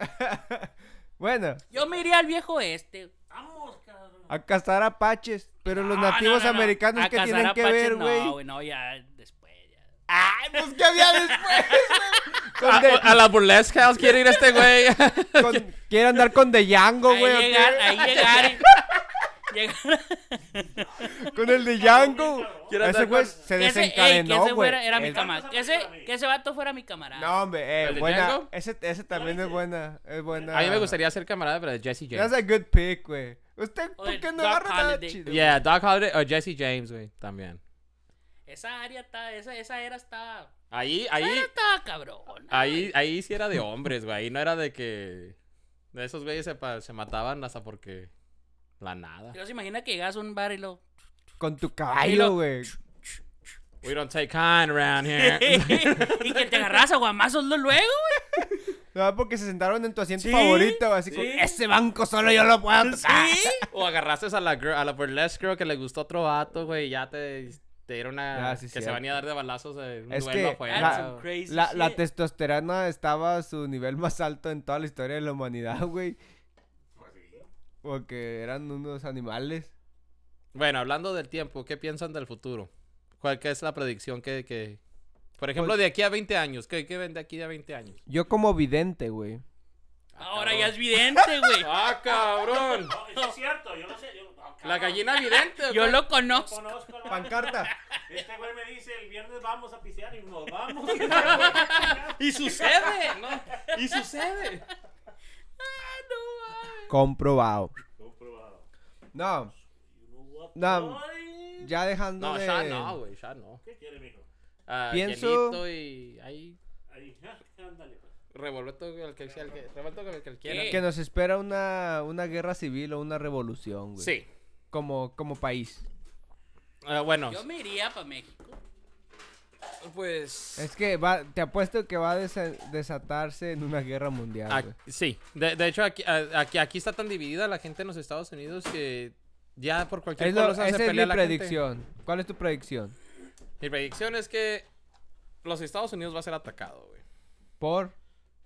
[SPEAKER 1] Bueno,
[SPEAKER 2] Yo me iría al viejo este.
[SPEAKER 4] ¡Vamos, cabrón!
[SPEAKER 1] a cazar apaches, pero los
[SPEAKER 2] No,
[SPEAKER 1] nativos
[SPEAKER 2] no, no, no.
[SPEAKER 1] americanos
[SPEAKER 2] A
[SPEAKER 1] que
[SPEAKER 2] cazar
[SPEAKER 1] tienen que
[SPEAKER 2] apaches,
[SPEAKER 1] ver, güey.
[SPEAKER 2] No, güey, no, ya después. ya.
[SPEAKER 1] Ay, pues qué había después, güey.
[SPEAKER 3] A,
[SPEAKER 1] Con de-
[SPEAKER 3] Ah, a la burlesque house quiere ir este güey. ah,
[SPEAKER 1] con- quiere andar con The Django,
[SPEAKER 2] ahí
[SPEAKER 1] güey. ¿o qué?
[SPEAKER 2] llegar, ahí llegar. y- llegar-
[SPEAKER 1] Con el de Django.
[SPEAKER 3] Quiere
[SPEAKER 1] Ese
[SPEAKER 3] andar
[SPEAKER 1] güey
[SPEAKER 3] con-
[SPEAKER 1] se
[SPEAKER 2] que ese, ey, que
[SPEAKER 1] desencadenó,
[SPEAKER 2] ese
[SPEAKER 1] güey.
[SPEAKER 2] fuera- era mi
[SPEAKER 1] El-
[SPEAKER 2] camarada. Que ese, que ese vato fuera mi camarada.
[SPEAKER 1] No, hombre, eh,
[SPEAKER 3] ¿El de
[SPEAKER 1] buena.
[SPEAKER 3] Django?
[SPEAKER 1] Ese, ese también es buena. Es buena.
[SPEAKER 3] A mí me gustaría ser camarada, pero de Jesse
[SPEAKER 1] That's
[SPEAKER 3] James.
[SPEAKER 1] a good pick, güey. ¿Usted
[SPEAKER 2] O
[SPEAKER 1] por
[SPEAKER 2] el
[SPEAKER 1] qué no
[SPEAKER 2] Doc
[SPEAKER 1] agarra nada
[SPEAKER 2] Holliday.
[SPEAKER 1] chido?
[SPEAKER 3] Yeah, Doc Holliday o Jesse James, güey, también.
[SPEAKER 2] Esa área está, esa, esa era está.
[SPEAKER 3] Ahí, ahí,
[SPEAKER 2] Esa estaba cabrón.
[SPEAKER 3] ahí, ahí sí era de hombres, güey. Ahí no era de que. De esos güeyes se, pa- se mataban hasta porque. La nada.
[SPEAKER 2] Yo se imagina que llegas a un bar y lo.
[SPEAKER 1] Con tu
[SPEAKER 2] Y lo-
[SPEAKER 1] caballo, güey.
[SPEAKER 3] We don't take kind around here.
[SPEAKER 2] y que te agarras a guamazos lo- luego, güey.
[SPEAKER 1] No, porque se sentaron en tu asiento favorito, güey, así como,
[SPEAKER 4] sí.
[SPEAKER 1] ese banco solo yo lo puedo tocar.
[SPEAKER 3] Ah. o agarraste a la, girl- a la burlesque girl que le gustó otro vato, güey. Y ya te, te dieron una.
[SPEAKER 1] Ah, sí,
[SPEAKER 3] que se
[SPEAKER 1] cierto.
[SPEAKER 3] van a dar de balazos de un
[SPEAKER 1] Es
[SPEAKER 3] duelo
[SPEAKER 1] que
[SPEAKER 3] afuera.
[SPEAKER 1] la-
[SPEAKER 3] o-
[SPEAKER 2] crazy
[SPEAKER 1] La, la
[SPEAKER 2] shit.
[SPEAKER 1] testosterona estaba a su nivel más alto en toda la historia de la humanidad, güey. Porque eran unos animales.
[SPEAKER 3] Bueno, hablando del tiempo, ¿qué piensan del futuro? ¿Cuál que es la predicción que... que- Por ejemplo,
[SPEAKER 1] Pues
[SPEAKER 3] de aquí a 20 años. ¿Qué, qué ven de aquí a 20 años?
[SPEAKER 1] Yo como vidente, güey.
[SPEAKER 2] Ah, Ahora ya es vidente, güey.
[SPEAKER 3] ¡Ah, cabrón!
[SPEAKER 4] No, eso es cierto, yo lo sé. Yo, Ah,
[SPEAKER 3] La
[SPEAKER 4] cabrón,
[SPEAKER 3] gallina vidente,
[SPEAKER 2] Yo
[SPEAKER 3] güey.
[SPEAKER 2] lo
[SPEAKER 4] yo
[SPEAKER 2] conozco.
[SPEAKER 4] Conozco, la-
[SPEAKER 1] Pancarta.
[SPEAKER 4] Este güey me dice, el viernes vamos a pisear y nos vamos.
[SPEAKER 3] ¡Y sucede! ¿no? ¡Y sucede!
[SPEAKER 1] Comprobado.
[SPEAKER 4] Comprobado.
[SPEAKER 1] No,
[SPEAKER 4] You know what,
[SPEAKER 1] No.
[SPEAKER 4] boy?
[SPEAKER 1] ya dejando
[SPEAKER 3] No,
[SPEAKER 1] de...
[SPEAKER 3] ya no, güey. Ya no.
[SPEAKER 4] ¿Qué quiere, mijo?
[SPEAKER 3] Ah,
[SPEAKER 1] eh, Pienso-
[SPEAKER 3] hielito y ahí...
[SPEAKER 4] Ahí, ah, ándale, pues.
[SPEAKER 3] Revuelto con el que, el que- revuelto con el que quiera.
[SPEAKER 2] ¿Qué?
[SPEAKER 1] que nos espera una, una guerra civil o una revolución, güey.
[SPEAKER 3] Sí.
[SPEAKER 1] Como, como país.
[SPEAKER 3] Ah, bueno.
[SPEAKER 2] Yo me iría para México.
[SPEAKER 3] Pues...
[SPEAKER 1] Es que va, te apuesto que va a desa- desatarse en una guerra mundial,
[SPEAKER 3] Ah,
[SPEAKER 1] güey.
[SPEAKER 3] sí, de, de hecho aquí, a- aquí, aquí está tan dividida la gente en los Estados Unidos que ya por cualquier
[SPEAKER 1] Es lo-
[SPEAKER 3] cosa se
[SPEAKER 1] esa es
[SPEAKER 3] pelea
[SPEAKER 1] mi
[SPEAKER 3] la gente.
[SPEAKER 1] predicción. ¿Cuál es tu predicción?
[SPEAKER 3] Mi predicción es que los Estados Unidos va a ser atacado, güey.
[SPEAKER 1] Por.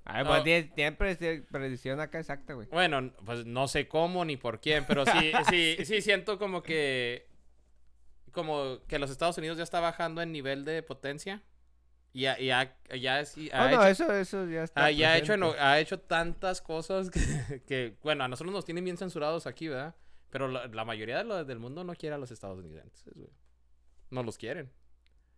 [SPEAKER 1] Ah, Ay,
[SPEAKER 3] pues,
[SPEAKER 1] siempre predicción acá exacta, güey.
[SPEAKER 3] Bueno, pues no sé cómo ni por quién, pero sí, sí, sí siento como que como que los Estados Unidos ya está bajando en nivel de potencia y ya, ya, ya es- y ha
[SPEAKER 1] Ah, no,
[SPEAKER 3] Ah, hecho-
[SPEAKER 1] eso, eso ya está.
[SPEAKER 3] Ah, ya ha hecho,
[SPEAKER 1] presente.
[SPEAKER 3] eno- ha hecho tantas cosas que, que, bueno, a nosotros nos tienen bien censurados aquí, ¿verdad? Pero la, la mayoría de lo- del mundo no quiere a los estadounidenses, güey. No los quieren.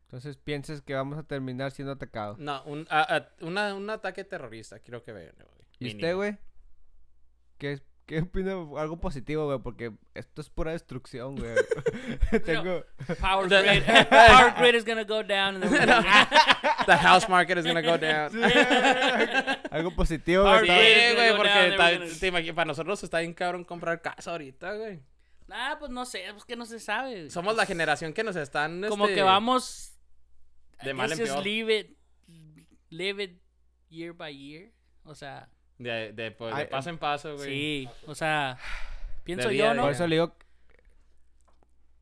[SPEAKER 1] Entonces piensas que vamos a terminar siendo atacados.
[SPEAKER 3] No, un, a- a- una- un ataque terrorista, creo que vean, güey.
[SPEAKER 1] ¿Y
[SPEAKER 3] Mínimo.
[SPEAKER 1] usted, güey? ¿Qué, es- ¿Qué opina? Algo positivo, güey, porque esto es pura destrucción, güey. Tengo.
[SPEAKER 2] Power grid. Power grid is gonna go down. and then we're gonna-
[SPEAKER 3] The house market is gonna go down.
[SPEAKER 1] Algo positivo,
[SPEAKER 3] Sí,
[SPEAKER 1] güey.
[SPEAKER 2] Ahorita- It's gonna
[SPEAKER 3] güey,
[SPEAKER 2] go
[SPEAKER 3] porque
[SPEAKER 2] down,
[SPEAKER 3] ta-
[SPEAKER 2] everybody's-
[SPEAKER 3] te imagi- para nosotros está bien cabrón comprar casa ahorita, güey.
[SPEAKER 2] Ah, pues no sé, pues que no se sabe. güey.
[SPEAKER 3] Somos la generación que nos están,
[SPEAKER 2] Como
[SPEAKER 3] este,
[SPEAKER 2] que vamos.
[SPEAKER 3] De mal en
[SPEAKER 2] Let's just
[SPEAKER 3] peor.
[SPEAKER 2] Live it, live it year by year. O sea,
[SPEAKER 3] De, de, pues, de
[SPEAKER 1] Ay,
[SPEAKER 3] paso en paso, güey.
[SPEAKER 2] sí. O sea, pienso
[SPEAKER 3] día
[SPEAKER 2] yo,
[SPEAKER 3] a
[SPEAKER 2] ¿no?
[SPEAKER 1] Por
[SPEAKER 3] día.
[SPEAKER 1] eso le digo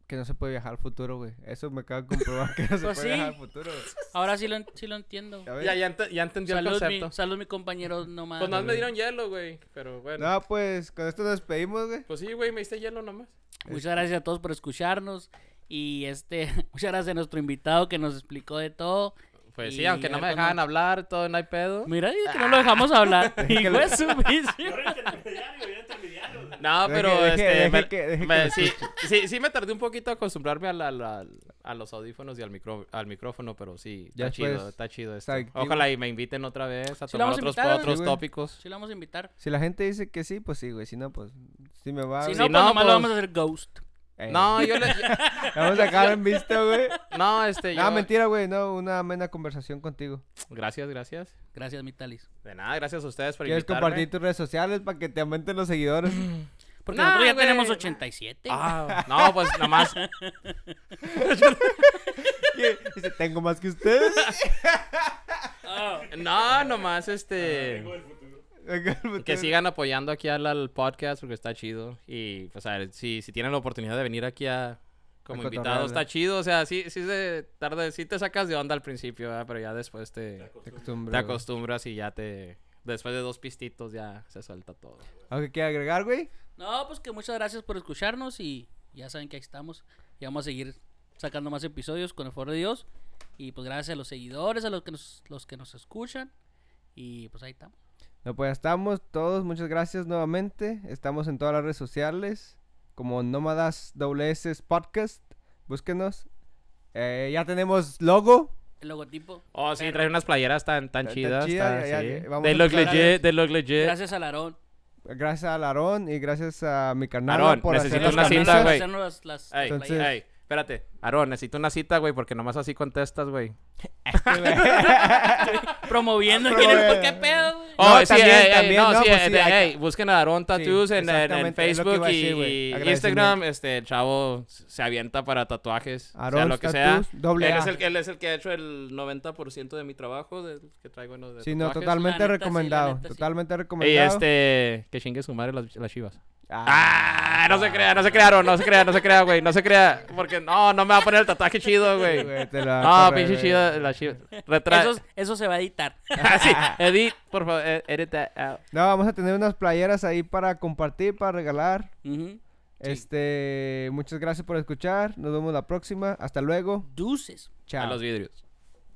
[SPEAKER 1] que no se puede viajar al futuro, güey. Eso me acaba de comprobar que no se puede
[SPEAKER 2] Pues sí.
[SPEAKER 1] viajar al futuro, güey.
[SPEAKER 2] Ahora sí lo, en- sí lo entiendo.
[SPEAKER 1] Ya ves.
[SPEAKER 3] Ya, ya, ent- ya entendí el
[SPEAKER 2] Salud
[SPEAKER 3] concepto.
[SPEAKER 2] mi, salud, mi compañero, nomás.
[SPEAKER 3] Pues nada, más me dieron hielo, güey. Pero bueno.
[SPEAKER 1] No, pues con esto nos despedimos, güey.
[SPEAKER 3] Pues sí, güey, me diste hielo nomás. Este.
[SPEAKER 2] Muchas gracias a todos por escucharnos. Y este, muchas gracias a nuestro invitado que nos explicó de todo.
[SPEAKER 3] Pues
[SPEAKER 2] Y
[SPEAKER 3] sí, aunque
[SPEAKER 2] a
[SPEAKER 3] no
[SPEAKER 2] ver
[SPEAKER 3] me
[SPEAKER 2] cuándo-
[SPEAKER 3] dejaban hablar, todo no hay pedo.
[SPEAKER 2] Mira, y que no lo
[SPEAKER 3] Ah.
[SPEAKER 2] dejamos hablar. Y fue su
[SPEAKER 4] Yo
[SPEAKER 2] vicio.
[SPEAKER 4] era intermediario, yo era intermediario.
[SPEAKER 3] No,
[SPEAKER 1] Deje-
[SPEAKER 3] pero
[SPEAKER 1] deje-
[SPEAKER 3] este,
[SPEAKER 1] deje
[SPEAKER 3] me-
[SPEAKER 1] que- deje que
[SPEAKER 3] me-
[SPEAKER 1] lo
[SPEAKER 3] sí, sí, sí me tardé un poquito a acostumbrarme a, la- la- a los audífonos y al, micro, al micrófono, pero sí,
[SPEAKER 1] Ya
[SPEAKER 3] está chido,
[SPEAKER 1] después
[SPEAKER 3] está chido esto.
[SPEAKER 1] está activo.
[SPEAKER 3] Ojalá y me inviten otra vez a
[SPEAKER 2] Sí, lo
[SPEAKER 3] tomar
[SPEAKER 2] vamos a
[SPEAKER 3] otros,
[SPEAKER 2] invitar,
[SPEAKER 3] otros
[SPEAKER 1] güey.
[SPEAKER 3] tópicos.
[SPEAKER 2] Sí, lo vamos a invitar.
[SPEAKER 1] Si la gente dice que sí, pues sí, güey. Si no, pues sí me va.
[SPEAKER 2] Si
[SPEAKER 1] güey.
[SPEAKER 2] no, pues
[SPEAKER 3] Si Ah, no,
[SPEAKER 2] nomás lo
[SPEAKER 3] pues-
[SPEAKER 2] vamos a hacer ghost.
[SPEAKER 1] Eh,
[SPEAKER 3] No, yo le...
[SPEAKER 1] Vamos a sacar en vista, güey.
[SPEAKER 3] No, este, yo...
[SPEAKER 1] No, mentira, güey. No, una amena conversación contigo.
[SPEAKER 3] Gracias, gracias.
[SPEAKER 2] Gracias, Mitalis.
[SPEAKER 3] De nada, gracias a ustedes por
[SPEAKER 1] ¿Quieres
[SPEAKER 3] invitarme.
[SPEAKER 1] compartir tus redes sociales para que te aumenten los seguidores?
[SPEAKER 2] Porque
[SPEAKER 3] Nah,
[SPEAKER 2] nosotros ya
[SPEAKER 3] güey,
[SPEAKER 2] tenemos
[SPEAKER 3] nah.
[SPEAKER 2] 87.
[SPEAKER 3] Ah, no, pues nada más.
[SPEAKER 1] Dice, tengo más que ustedes.
[SPEAKER 3] No, nomás este.
[SPEAKER 4] Tengo el futuro.
[SPEAKER 3] Que sigan apoyando aquí al, al podcast porque está chido. Y, pues, a ver, si, si tienen la oportunidad de venir aquí a. Como
[SPEAKER 1] A
[SPEAKER 3] invitado,
[SPEAKER 1] cotorrearla.
[SPEAKER 3] está chido. O sea, sí, sí se tarda, sí te sacas de onda al principio, ¿verdad? pero ya después
[SPEAKER 4] Te
[SPEAKER 3] te,
[SPEAKER 1] Te
[SPEAKER 4] acostumbras.
[SPEAKER 1] acostumbras,
[SPEAKER 3] te
[SPEAKER 1] güey.
[SPEAKER 3] acostumbras y ya te. Después de dos pistitos ya se suelta todo.
[SPEAKER 1] ¿Algo que agregar, güey?
[SPEAKER 2] No, pues que muchas gracias por escucharnos y ya saben que ahí estamos. Y vamos a seguir sacando más episodios con el favor de Dios. Y pues gracias a los seguidores, a los que nos, los que nos escuchan. Y pues ahí estamos.
[SPEAKER 1] No, pues ya estamos todos. Muchas gracias nuevamente. Estamos en todas las redes sociales. Como Nómadas WS Podcast. Búsquenos. Eh, ya tenemos logo.
[SPEAKER 2] El logotipo.
[SPEAKER 3] Oh, sí,
[SPEAKER 2] Pero-
[SPEAKER 3] trae unas playeras tan, tan
[SPEAKER 1] Tan
[SPEAKER 3] chidas.
[SPEAKER 1] chida,
[SPEAKER 3] tan-
[SPEAKER 1] ya-
[SPEAKER 3] sí.
[SPEAKER 1] ya- vamos
[SPEAKER 3] They
[SPEAKER 1] a
[SPEAKER 3] look
[SPEAKER 1] aclarar
[SPEAKER 3] legit, they look legit.
[SPEAKER 2] Gracias a Larón.
[SPEAKER 1] Gracias a Larón y gracias a mi carnal
[SPEAKER 3] Aarón,
[SPEAKER 1] por hacer
[SPEAKER 3] necesito
[SPEAKER 1] las
[SPEAKER 3] una
[SPEAKER 1] camisas.
[SPEAKER 3] cinta, güey.
[SPEAKER 2] Las, las-
[SPEAKER 3] Ey,
[SPEAKER 2] las
[SPEAKER 1] Entonces-
[SPEAKER 2] playeras.
[SPEAKER 3] ey, espérate. Aarón, necesito una cita, güey, porque nomás así contestas, güey.
[SPEAKER 2] Promoviendo.
[SPEAKER 1] Ah,
[SPEAKER 2] ¿quién es?
[SPEAKER 1] promoviendo.
[SPEAKER 2] ¿Qué pedo, güey?
[SPEAKER 3] Oh,
[SPEAKER 1] No,
[SPEAKER 3] sí,
[SPEAKER 1] también,
[SPEAKER 3] ey, ey,
[SPEAKER 1] también,
[SPEAKER 3] no,
[SPEAKER 1] no,
[SPEAKER 3] sí,
[SPEAKER 1] pues
[SPEAKER 3] ey,
[SPEAKER 1] sí,
[SPEAKER 3] de-
[SPEAKER 1] acá-
[SPEAKER 3] ey, busquen a Aaron Tattoos en, en- en
[SPEAKER 1] exactamente, es lo que
[SPEAKER 3] Facebook
[SPEAKER 1] iba a
[SPEAKER 3] y-
[SPEAKER 1] decir, güey,
[SPEAKER 3] y,
[SPEAKER 1] agradecimiento.
[SPEAKER 3] Instagram. Este, el chavo se avienta para tatuajes, sea
[SPEAKER 1] Aarón
[SPEAKER 3] lo que sea.
[SPEAKER 1] Tattoos, doble
[SPEAKER 3] él,
[SPEAKER 1] A.
[SPEAKER 3] es el, que- él es el que ha hecho el 90% de mi trabajo de, que traigo en los de
[SPEAKER 1] Sí, no,
[SPEAKER 3] tatuajes.
[SPEAKER 1] totalmente
[SPEAKER 2] La neta sí, la
[SPEAKER 1] recomendado.
[SPEAKER 2] neta sí.
[SPEAKER 1] totalmente
[SPEAKER 3] Y
[SPEAKER 1] recomendado.
[SPEAKER 3] este, que chingue su madre las, las chivas.
[SPEAKER 1] Ah,
[SPEAKER 3] ¡Ah! No se crea, no se crea, Aarón, no se crea, no se crea, güey, no se crea. Porque no, no me va a poner el tatuaje chido, güey.
[SPEAKER 1] güey, te la
[SPEAKER 3] No,
[SPEAKER 1] corre,
[SPEAKER 3] pinche
[SPEAKER 1] güey.
[SPEAKER 3] chido, las chivas. Retra...
[SPEAKER 2] Eso, eso se va a editar.
[SPEAKER 3] Así, edit, por favor, e- edit that out.
[SPEAKER 1] No, vamos a tener unas playeras ahí para compartir, para regalar.
[SPEAKER 2] Ujú. Sí.
[SPEAKER 1] Este, muchas gracias por escuchar. Nos vemos la próxima. Hasta luego.
[SPEAKER 2] Deuces.
[SPEAKER 1] Chao.
[SPEAKER 3] A los vidrios.